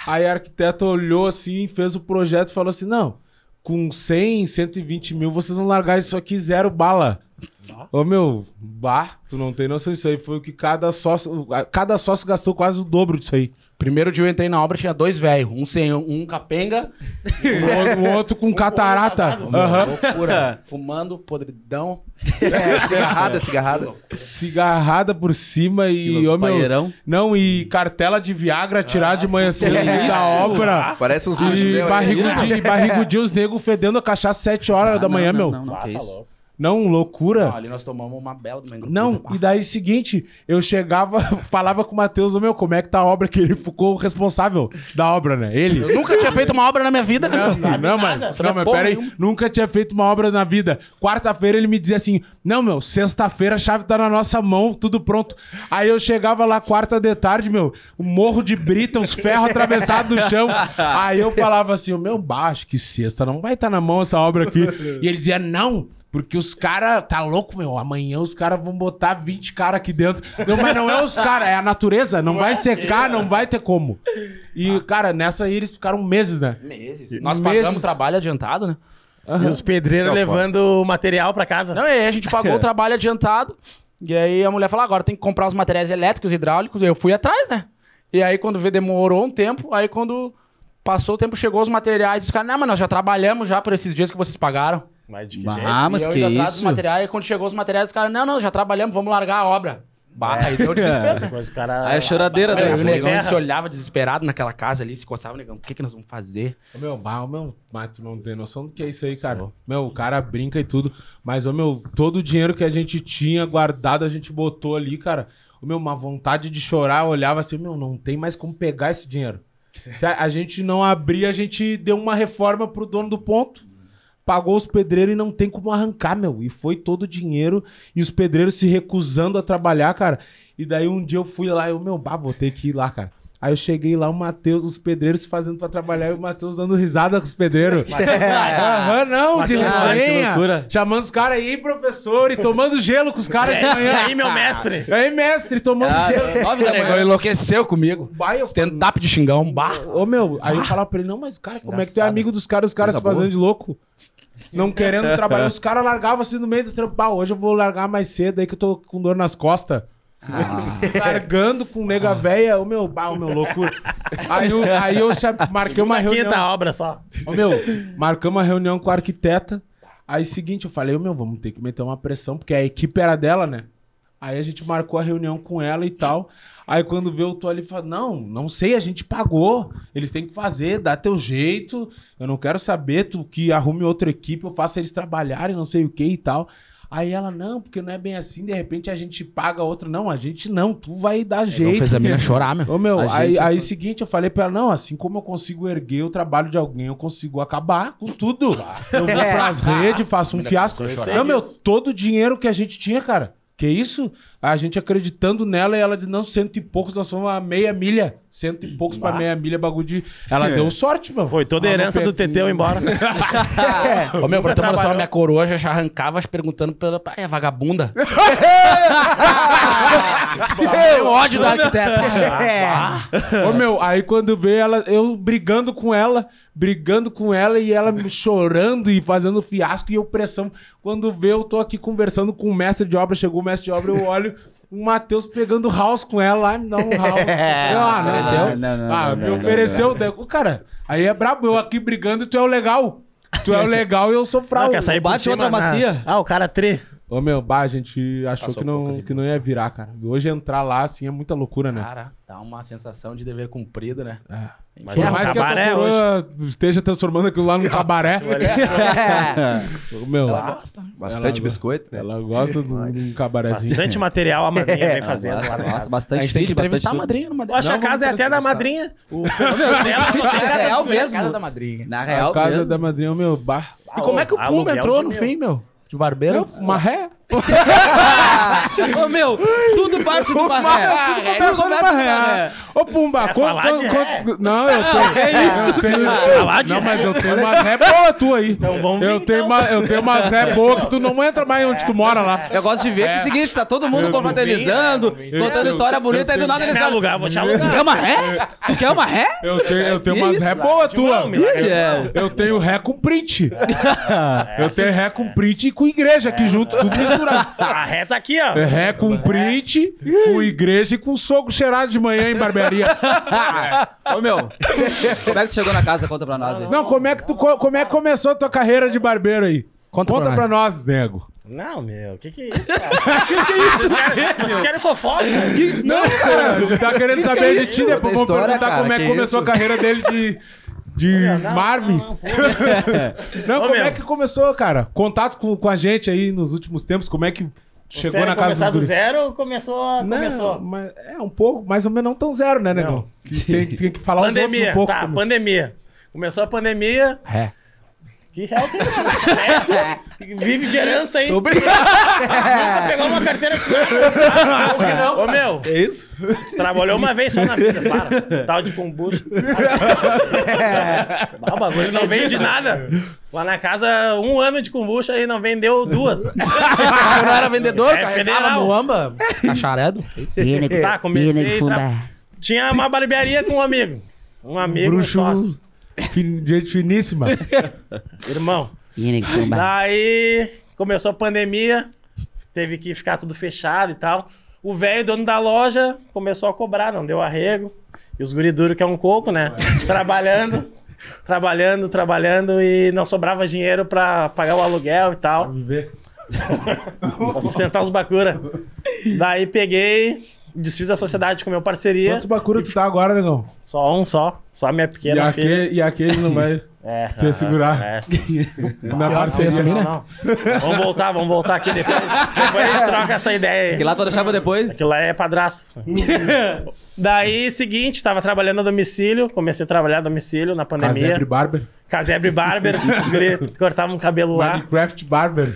[SPEAKER 1] Aí a arquiteta olhou assim, fez o projeto e falou assim: não, com 100, 120 mil vocês vão largar isso aqui zero bala. Ô meu, bah, tu não tem noção disso aí. Foi o que cada sócio, cada sócio gastou quase o dobro disso aí.
[SPEAKER 4] Primeiro dia eu entrei na obra, tinha dois velhos. Um sem um capenga.
[SPEAKER 1] O Um outro, o outro com catarata.
[SPEAKER 4] Um Meu,
[SPEAKER 1] Aham.
[SPEAKER 4] Loucura. Fumando, podridão.
[SPEAKER 3] é, cigarrada, cigarrada.
[SPEAKER 1] Cigarrada por cima e, ô meu.
[SPEAKER 2] Banheirão.
[SPEAKER 1] Não, e cartela de Viagra tirada de manhã cedo
[SPEAKER 4] É
[SPEAKER 1] no meio da obra.
[SPEAKER 4] Ah,
[SPEAKER 3] Parece
[SPEAKER 2] Ah,
[SPEAKER 3] uns bichos né?
[SPEAKER 1] E
[SPEAKER 2] é
[SPEAKER 3] meus.
[SPEAKER 1] barrigudinho, e barrigudinho, os negros fedendo a cachaça 7 horas da
[SPEAKER 2] Ah,
[SPEAKER 1] manhã,
[SPEAKER 2] não,
[SPEAKER 1] meu.
[SPEAKER 2] Não, não, não, que
[SPEAKER 5] tá
[SPEAKER 2] isso.
[SPEAKER 1] Não,
[SPEAKER 4] Não,
[SPEAKER 1] loucura.
[SPEAKER 4] ali nós tomamos uma bela do mango.
[SPEAKER 1] Não, e daí seguinte, eu chegava, falava com o Matheus, ô, meu, como é que tá a obra que ele ficou responsável da obra, né? Ele.
[SPEAKER 4] Eu nunca tinha feito uma obra na minha vida, né?
[SPEAKER 1] Não, não, mas,
[SPEAKER 4] nada,
[SPEAKER 1] não, é
[SPEAKER 4] sabe
[SPEAKER 1] mas
[SPEAKER 4] porra
[SPEAKER 1] peraí,
[SPEAKER 4] nenhuma.
[SPEAKER 1] nunca tinha feito uma obra na vida. Quarta-feira ele me dizia assim: Não, meu, sexta-feira a chave tá na nossa mão, tudo pronto. Aí eu chegava lá quarta de tarde, meu, o morro de brita, os ferros atravessados no chão. Aí eu falava assim: O meu baixo, que sexta, não vai estar tá na mão essa obra aqui. E ele dizia: Não, porque os caras, tá louco, meu, amanhã os caras vão botar 20 caras aqui dentro. Não, mas não é os caras, é a natureza, não vai secar, não vai ter como. E, cara, nessa aí eles ficaram meses, né?
[SPEAKER 4] Meses. Nós
[SPEAKER 1] Meses.
[SPEAKER 4] pagamos trabalho adiantado, né?
[SPEAKER 5] E os pedreiros
[SPEAKER 3] Isso que é o foda.
[SPEAKER 5] levando o material pra casa.
[SPEAKER 4] Não, e aí a gente pagou o trabalho adiantado. E aí a mulher falou: agora tem que comprar os materiais elétricos, hidráulicos. Eu fui atrás, né? E aí quando vê, demorou um tempo. Aí quando passou o tempo, chegou os materiais. Os caras, não, mas nós já trabalhamos já por esses dias que vocês pagaram.
[SPEAKER 5] Mas de que jeito?
[SPEAKER 2] Ah, mas
[SPEAKER 4] e eu
[SPEAKER 2] que
[SPEAKER 4] indo atrás
[SPEAKER 2] isso.
[SPEAKER 4] dos materiais. E quando chegou os materiais, os caras, não, não, já trabalhamos, vamos largar a obra. Bah, aí deu desespero, né?
[SPEAKER 5] Mas o cara...
[SPEAKER 2] Aí a choradeira
[SPEAKER 5] Olha,
[SPEAKER 4] Aí
[SPEAKER 2] da
[SPEAKER 4] o negão
[SPEAKER 5] terra.
[SPEAKER 4] se olhava desesperado naquela casa ali, se coçava, negão, o que, que nós vamos fazer?
[SPEAKER 1] Ô, Meu, bah, ô, meu, mas tu não tem noção do que é isso aí, cara. Meu, o cara brinca e tudo. Mas, ô, meu, todo o dinheiro que a gente tinha guardado, a gente botou ali, cara. Ô, meu, uma vontade de chorar, eu olhava assim, meu, não tem mais como pegar esse dinheiro. Se a, a gente não abrir, a gente deu uma reforma pro dono do ponto. Pagou os pedreiros e não tem como arrancar, meu. E foi todo o dinheiro e os pedreiros se recusando a trabalhar, cara. E daí um dia eu fui lá e eu, meu, bah, vou ter que ir lá, cara. Aí eu cheguei lá, o Matheus, os pedreiros se fazendo pra trabalhar e o Matheus dando risada com os pedreiros. Aham, não, de
[SPEAKER 5] Matheus Duarte, que
[SPEAKER 1] resenha.
[SPEAKER 5] loucura.
[SPEAKER 1] Chamando os caras aí, professor, e tomando gelo com os caras de
[SPEAKER 5] E
[SPEAKER 1] manhã.
[SPEAKER 5] aí, meu mestre?
[SPEAKER 1] E aí, mestre, tomando
[SPEAKER 5] Ah,
[SPEAKER 1] gelo.
[SPEAKER 2] Nove da
[SPEAKER 4] Negão
[SPEAKER 2] manhã.
[SPEAKER 4] enlouqueceu comigo.
[SPEAKER 1] Vai, eu
[SPEAKER 4] Stand-up de xingão, bah.
[SPEAKER 1] Ô, meu, aí eu falava pra ele, não, mas, cara, como é que tu é
[SPEAKER 4] Engraçado.
[SPEAKER 1] amigo dos caras, os caras
[SPEAKER 3] Coisa
[SPEAKER 1] se fazendo
[SPEAKER 3] boa.
[SPEAKER 1] de louco? Não querendo trabalhar, os caras largavam assim no meio do trampo. "Bah, hoje eu vou largar mais cedo aí que eu tô com dor nas costas. Largando com nega véia, ô meu, bah, ô meu, loucura. Aí eu, aí eu cha- marquei uma
[SPEAKER 5] Uma
[SPEAKER 1] reunião.
[SPEAKER 5] quinta obra só.
[SPEAKER 1] Ô, meu, marcamos uma reunião com a arquiteta. Aí, seguinte, eu falei, ô, meu, vamos ter que meter uma pressão, porque a equipe era dela, né? Aí a gente marcou a reunião com ela e tal. Aí quando vê, eu tô ali e falo, não, não sei, a gente pagou. Eles têm que fazer, dá teu jeito. Eu não quero saber, tu que arrume outra equipe, eu faço eles trabalharem, não sei o que e tal. Aí ela, não, porque não é bem assim, de repente a gente paga outra. Não, a gente não, tu vai dar
[SPEAKER 4] Então
[SPEAKER 1] jeito.
[SPEAKER 4] fez a mina chorar, meu.
[SPEAKER 1] Ô, meu,
[SPEAKER 4] A
[SPEAKER 1] aí,
[SPEAKER 4] gente- é
[SPEAKER 1] aí seguinte, eu falei pra ela, não, assim como eu consigo erguer o trabalho de alguém, eu consigo acabar com tudo. Eu vou pras
[SPEAKER 4] É.
[SPEAKER 1] redes, faço um fiasco.
[SPEAKER 5] chorar.
[SPEAKER 1] Não, meu,
[SPEAKER 5] Isso.
[SPEAKER 1] todo o dinheiro que a gente tinha, cara, que isso? A gente acreditando nela e ela diz, não, cento e poucos, nós fomos a meia milha. Cento e poucos pra meia milha, bagulho de...
[SPEAKER 4] É.
[SPEAKER 1] Ela deu sorte, mano.
[SPEAKER 5] Foi toda a
[SPEAKER 1] Ela não
[SPEAKER 5] herança
[SPEAKER 1] pegou-
[SPEAKER 5] do Teteu embora.
[SPEAKER 4] Ô, meu, pra ter uma noção,
[SPEAKER 5] trabalhou.
[SPEAKER 4] a minha coroa já já arrancava já perguntando pela. Ah, é vagabunda? Eu ódio da arquiteta. Ah,
[SPEAKER 1] Ô, meu, aí quando vê ela, eu brigando com ela, brigando com ela e ela me chorando e fazendo fiasco e eu pressão. Quando vê, eu tô aqui conversando com o mestre de obra, chegou o mestre de obra, eu olho. O Matheus pegando house com ela lá, me dá um house. Eu, ah, não,
[SPEAKER 2] Ofereceu?
[SPEAKER 1] não,
[SPEAKER 2] Não, não,
[SPEAKER 1] ah,
[SPEAKER 2] não,
[SPEAKER 1] me
[SPEAKER 2] não,
[SPEAKER 1] ofereceu. daí, o Cara, aí é brabo, eu aqui brigando e tu é o legal. Tu é o legal e eu sou
[SPEAKER 5] Ah,
[SPEAKER 1] fraco.
[SPEAKER 5] quer sair por
[SPEAKER 2] Bate
[SPEAKER 5] cima
[SPEAKER 2] outra
[SPEAKER 5] na-
[SPEAKER 2] macia. um
[SPEAKER 5] Ah, o cara tri.
[SPEAKER 1] Ô, meu, bah, a gente achou que
[SPEAKER 2] assim,
[SPEAKER 1] não, que não ia virar, cara. E Hoje entrar lá, assim, é muita loucura,
[SPEAKER 2] Ah,
[SPEAKER 1] né?
[SPEAKER 4] Cara, dá uma sensação de dever cumprido, né?
[SPEAKER 5] Mas
[SPEAKER 1] Por
[SPEAKER 5] é um
[SPEAKER 1] mais que a
[SPEAKER 5] cabaré
[SPEAKER 1] procura esteja transformando aquilo lá num cabaré. Ô, Meu, ela gosta.
[SPEAKER 3] Bastante biscoito, né?
[SPEAKER 1] Ela gosta de um de um cabarézinho.
[SPEAKER 5] Bastante material a madrinha vem fazendo lá.
[SPEAKER 2] Nossa,
[SPEAKER 5] na casa.
[SPEAKER 2] nossa, bastante
[SPEAKER 4] a gente tem que
[SPEAKER 2] tudo, bastante tá
[SPEAKER 4] entrevistar a
[SPEAKER 2] tudo.
[SPEAKER 4] madrinha numa
[SPEAKER 5] Eu acho
[SPEAKER 4] Não, É,
[SPEAKER 5] a casa é até da madrinha. O Ela só tem
[SPEAKER 2] Na
[SPEAKER 5] cara
[SPEAKER 2] real
[SPEAKER 5] de-
[SPEAKER 2] mesmo.
[SPEAKER 4] Casa da madrinha.
[SPEAKER 2] Na
[SPEAKER 1] A
[SPEAKER 2] real
[SPEAKER 1] casa
[SPEAKER 2] mesmo.
[SPEAKER 1] da madrinha, ô, meu bar.
[SPEAKER 4] E como é que o
[SPEAKER 5] Aluguel
[SPEAKER 4] Pumba entrou
[SPEAKER 5] de
[SPEAKER 4] no
[SPEAKER 5] mil.
[SPEAKER 4] fim, meu? De barbeiro?
[SPEAKER 1] Uma ré?
[SPEAKER 2] Ô, meu, tudo parte do
[SPEAKER 5] É,
[SPEAKER 2] maré. É,
[SPEAKER 1] Tá falando
[SPEAKER 2] Tudo começa
[SPEAKER 1] uma
[SPEAKER 2] do maré.
[SPEAKER 1] ré. Ô, Pumba, quanto,
[SPEAKER 5] né? falar
[SPEAKER 1] quanto,
[SPEAKER 5] de ré? Ah, é
[SPEAKER 1] quanto- Não, eu tenho. Eu tenho...
[SPEAKER 5] Falar de
[SPEAKER 1] Não, mas eu tenho uma ré boa tua aí.
[SPEAKER 5] Então vamos
[SPEAKER 1] eu,
[SPEAKER 5] vir,
[SPEAKER 1] tenho
[SPEAKER 5] então.
[SPEAKER 1] uma, eu tenho umas ré boas que tu não entra mais onde tu mora lá.
[SPEAKER 2] Eu gosto de ver que é o seguinte, tá todo mundo confraternizando, contando história bonita, aí do nada
[SPEAKER 5] Quer
[SPEAKER 2] eles
[SPEAKER 5] me
[SPEAKER 2] falam,
[SPEAKER 5] alugar, vou te
[SPEAKER 2] tu
[SPEAKER 5] alugar.
[SPEAKER 2] quer uma ré? Tu quer uma ré?
[SPEAKER 1] Eu tenho, eu tenho umas
[SPEAKER 2] isso,
[SPEAKER 1] ré boas tua.
[SPEAKER 5] Não, milagre.
[SPEAKER 2] É.
[SPEAKER 1] Eu tenho ré com print. Eu tenho ré com print e com igreja aqui junto, tudo misturado.
[SPEAKER 5] A ré tá aqui, ó.
[SPEAKER 1] É Ré com print, com igreja e com soco cheirado de manhã em barbearia.
[SPEAKER 2] Ô, meu, como é que tu chegou na casa? Conta pra nós aí.
[SPEAKER 1] Não, como é que tu co- como é que começou a tua carreira de barbeiro aí?
[SPEAKER 4] Conta pra
[SPEAKER 1] pra nós, nego.
[SPEAKER 5] Não, meu, o que que é isso, cara? que que é isso? Vocês querem, vocês querem fofoca?
[SPEAKER 1] Não, cara, tá querendo saber de ti,
[SPEAKER 3] isso?
[SPEAKER 1] depois vamos
[SPEAKER 3] Outra história,
[SPEAKER 1] perguntar
[SPEAKER 3] cara,
[SPEAKER 1] como é que
[SPEAKER 3] que
[SPEAKER 1] começou a
[SPEAKER 3] isso?
[SPEAKER 1] carreira dele de de Marvin. Não, como
[SPEAKER 5] meu.
[SPEAKER 1] é que começou, cara? Contato com, com a gente aí nos últimos tempos, como é que chegou
[SPEAKER 5] Sério,
[SPEAKER 1] na casa
[SPEAKER 5] começar
[SPEAKER 1] dos guri?
[SPEAKER 5] do zero ou começou?
[SPEAKER 1] Não,
[SPEAKER 5] começou?
[SPEAKER 1] mas é um pouco, mais ou menos não tão zero, né, negão? Que Tem, tem que falar os outros
[SPEAKER 5] Pandemia,
[SPEAKER 1] um pouco.
[SPEAKER 5] tá,
[SPEAKER 1] também.
[SPEAKER 5] pandemia. Começou a pandemia.
[SPEAKER 4] Ré.
[SPEAKER 5] Que real que é? Vive de herança, hein? Nunca pegou uma carteira de cidadão. Como que não? Ô, meu,
[SPEAKER 3] É isso?
[SPEAKER 5] trabalhou uma vez só na vida, para. Tal de kombucha. Ah, o bagulho não veio de nada. Lá na casa, um ano de kombucha e não vendeu duas.
[SPEAKER 4] Eu não era vendedor,
[SPEAKER 5] É
[SPEAKER 4] carregava
[SPEAKER 5] federal.
[SPEAKER 4] no Amba. Cacharedo.
[SPEAKER 5] Tá, comecei. Tra... Tinha uma barbearia com um amigo. Um amigo um
[SPEAKER 1] Bruxo
[SPEAKER 5] sócio.
[SPEAKER 1] fin- gente finíssima.
[SPEAKER 5] Irmão. Daí começou a pandemia, teve que ficar tudo fechado e tal. O velho dono da loja começou a cobrar, não deu arrego. E os guri duro que é um coco, né? Trabalhando, trabalhando, trabalhando e não sobrava dinheiro pra pagar o aluguel e tal. Pra sustentar os bacura. Daí peguei, desfiz a sociedade com meu parceria.
[SPEAKER 1] Quantos bacura tu tá agora, negão?
[SPEAKER 5] Só um só, só a minha pequena
[SPEAKER 1] E
[SPEAKER 5] filha.
[SPEAKER 1] aquele, e aquele não vai
[SPEAKER 5] É,
[SPEAKER 1] te
[SPEAKER 5] aham,
[SPEAKER 1] segurar.
[SPEAKER 5] é.
[SPEAKER 1] na
[SPEAKER 5] Não,
[SPEAKER 1] parceria.
[SPEAKER 5] não, não, não. Vamos voltar, vamos voltar aqui depois. Depois a gente troca essa ideia
[SPEAKER 2] Que
[SPEAKER 5] aí.
[SPEAKER 2] lá tu deixava depois.
[SPEAKER 5] Aquilo lá é padraço. Daí, seguinte, tava trabalhando a domicílio, comecei a trabalhar a domicílio na pandemia.
[SPEAKER 1] Casebre
[SPEAKER 5] Casebre,
[SPEAKER 1] Barber.
[SPEAKER 5] Barber, os guri cortavam o cabelo lá.
[SPEAKER 1] Minecraft Barber.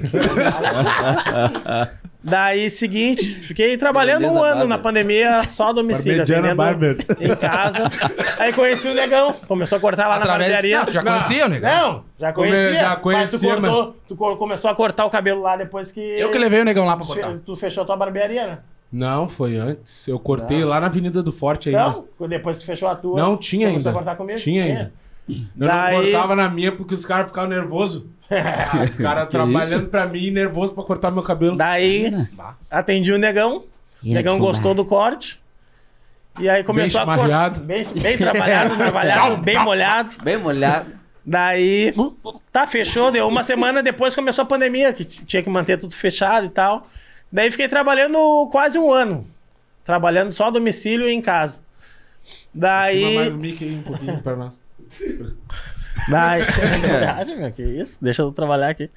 [SPEAKER 5] Daí, seguinte, fiquei trabalhando um
[SPEAKER 2] Beleza,
[SPEAKER 5] ano na
[SPEAKER 2] Barber.
[SPEAKER 5] pandemia, só a domicílio,
[SPEAKER 6] Parmegiana
[SPEAKER 5] atendendo
[SPEAKER 6] Barber.
[SPEAKER 5] em casa. Aí conheci o negão, começou a cortar lá na barbearia.
[SPEAKER 4] Não, já conhecia, né?
[SPEAKER 5] Não, É. já
[SPEAKER 1] Come-
[SPEAKER 5] conhecia.
[SPEAKER 1] já conhecia,
[SPEAKER 5] mas tu, cortou, tu co- começou a cortar o cabelo lá depois que...
[SPEAKER 4] Eu que levei o negão lá pra
[SPEAKER 5] Fe-
[SPEAKER 4] cortar.
[SPEAKER 5] Tu fechou a tua barbearia, né?
[SPEAKER 1] Não, foi antes. Eu cortei lá na Avenida do Forte ainda.
[SPEAKER 5] Não, depois que fechou a tua.
[SPEAKER 1] Não, tinha
[SPEAKER 5] começou
[SPEAKER 1] ainda.
[SPEAKER 5] a cortar comigo?
[SPEAKER 1] Tinha ainda. Eu
[SPEAKER 5] Daí-
[SPEAKER 1] não cortava na minha porque os caras ficavam nervosos. os caras trabalhando pra mim e nervoso pra cortar meu cabelo.
[SPEAKER 5] Daí, atendi o negão. O negão gostou do corte. E aí começou a
[SPEAKER 1] chamarreado.
[SPEAKER 5] Bem, bem trabalhado, trabalhado, bem molhado.
[SPEAKER 2] Bem molhado.
[SPEAKER 5] Daí, tá, fechou. Deu uma semana depois começou a pandemia, que t- tinha que manter tudo fechado e tal. Daí fiquei trabalhando quase um ano. Trabalhando só a domicílio e em casa.
[SPEAKER 1] Cima
[SPEAKER 5] Daí.
[SPEAKER 1] mais um mic aí um pouquinho pra nós.
[SPEAKER 5] Daí, é verdade, meu, que isso? Deixa eu trabalhar aqui.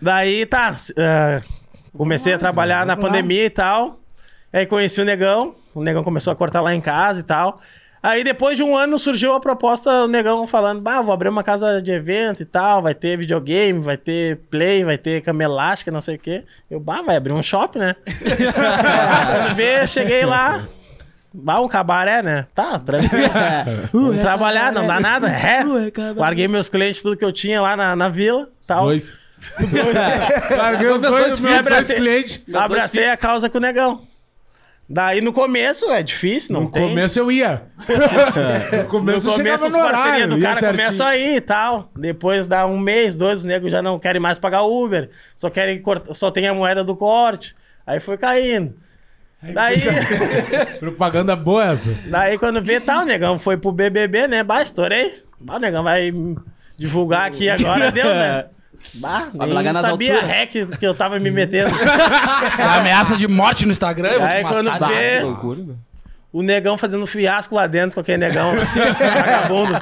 [SPEAKER 5] Daí, tá. s- ah, comecei a trabalhar na pandemia e tal. Aí conheci o Negão. O Negão começou a cortar lá em casa e tal. Aí depois de um ano surgiu a proposta do Negão falando: Bah, vou abrir uma casa de evento e tal, vai ter videogame, vai ter play, vai ter cama elástica, não sei o quê. Eu, bah, vai abrir um shopping, né? Quando vê, cheguei lá. Bah, um cabaré, né? Tá, tranquilo. Vamos trabalhar, não dá nada. É. Larguei meus clientes, tudo que eu tinha lá na, na vila. Tal.
[SPEAKER 1] Dois. Larguei os
[SPEAKER 2] Meus
[SPEAKER 1] dois,
[SPEAKER 2] dois
[SPEAKER 1] meus
[SPEAKER 5] filhos.
[SPEAKER 1] dois clientes.
[SPEAKER 5] Abracei a causa com o negão. Daí no começo é difícil, não
[SPEAKER 1] No
[SPEAKER 5] tem.
[SPEAKER 1] começo eu ia. No
[SPEAKER 5] no
[SPEAKER 1] começo, eu
[SPEAKER 5] começo
[SPEAKER 1] chegava
[SPEAKER 5] as
[SPEAKER 1] no horário.
[SPEAKER 5] parcerias do
[SPEAKER 1] ia
[SPEAKER 5] cara
[SPEAKER 1] certinho.
[SPEAKER 5] começam aí e tal. Depois dá um mês, dois, os negros já não querem mais pagar Uber. Só querem cortar, só tem a moeda do corte. Aí foi caindo. Daí,
[SPEAKER 1] Propaganda boa essa.
[SPEAKER 5] daí quando vê, tá, o negão foi pro BBB, né? Bah, estourei. Bah, o negão vai divulgar aqui agora, deu, né?
[SPEAKER 1] É.
[SPEAKER 5] Bah, nem
[SPEAKER 2] largar nas
[SPEAKER 5] sabia a
[SPEAKER 2] alturas.
[SPEAKER 5] hack que eu tava me metendo.
[SPEAKER 4] A ameaça de morte no Instagram, eu vou
[SPEAKER 5] Aí
[SPEAKER 4] te matar.
[SPEAKER 5] quando vê, o negão fazendo fiasco lá dentro com aquele negão vagabundo.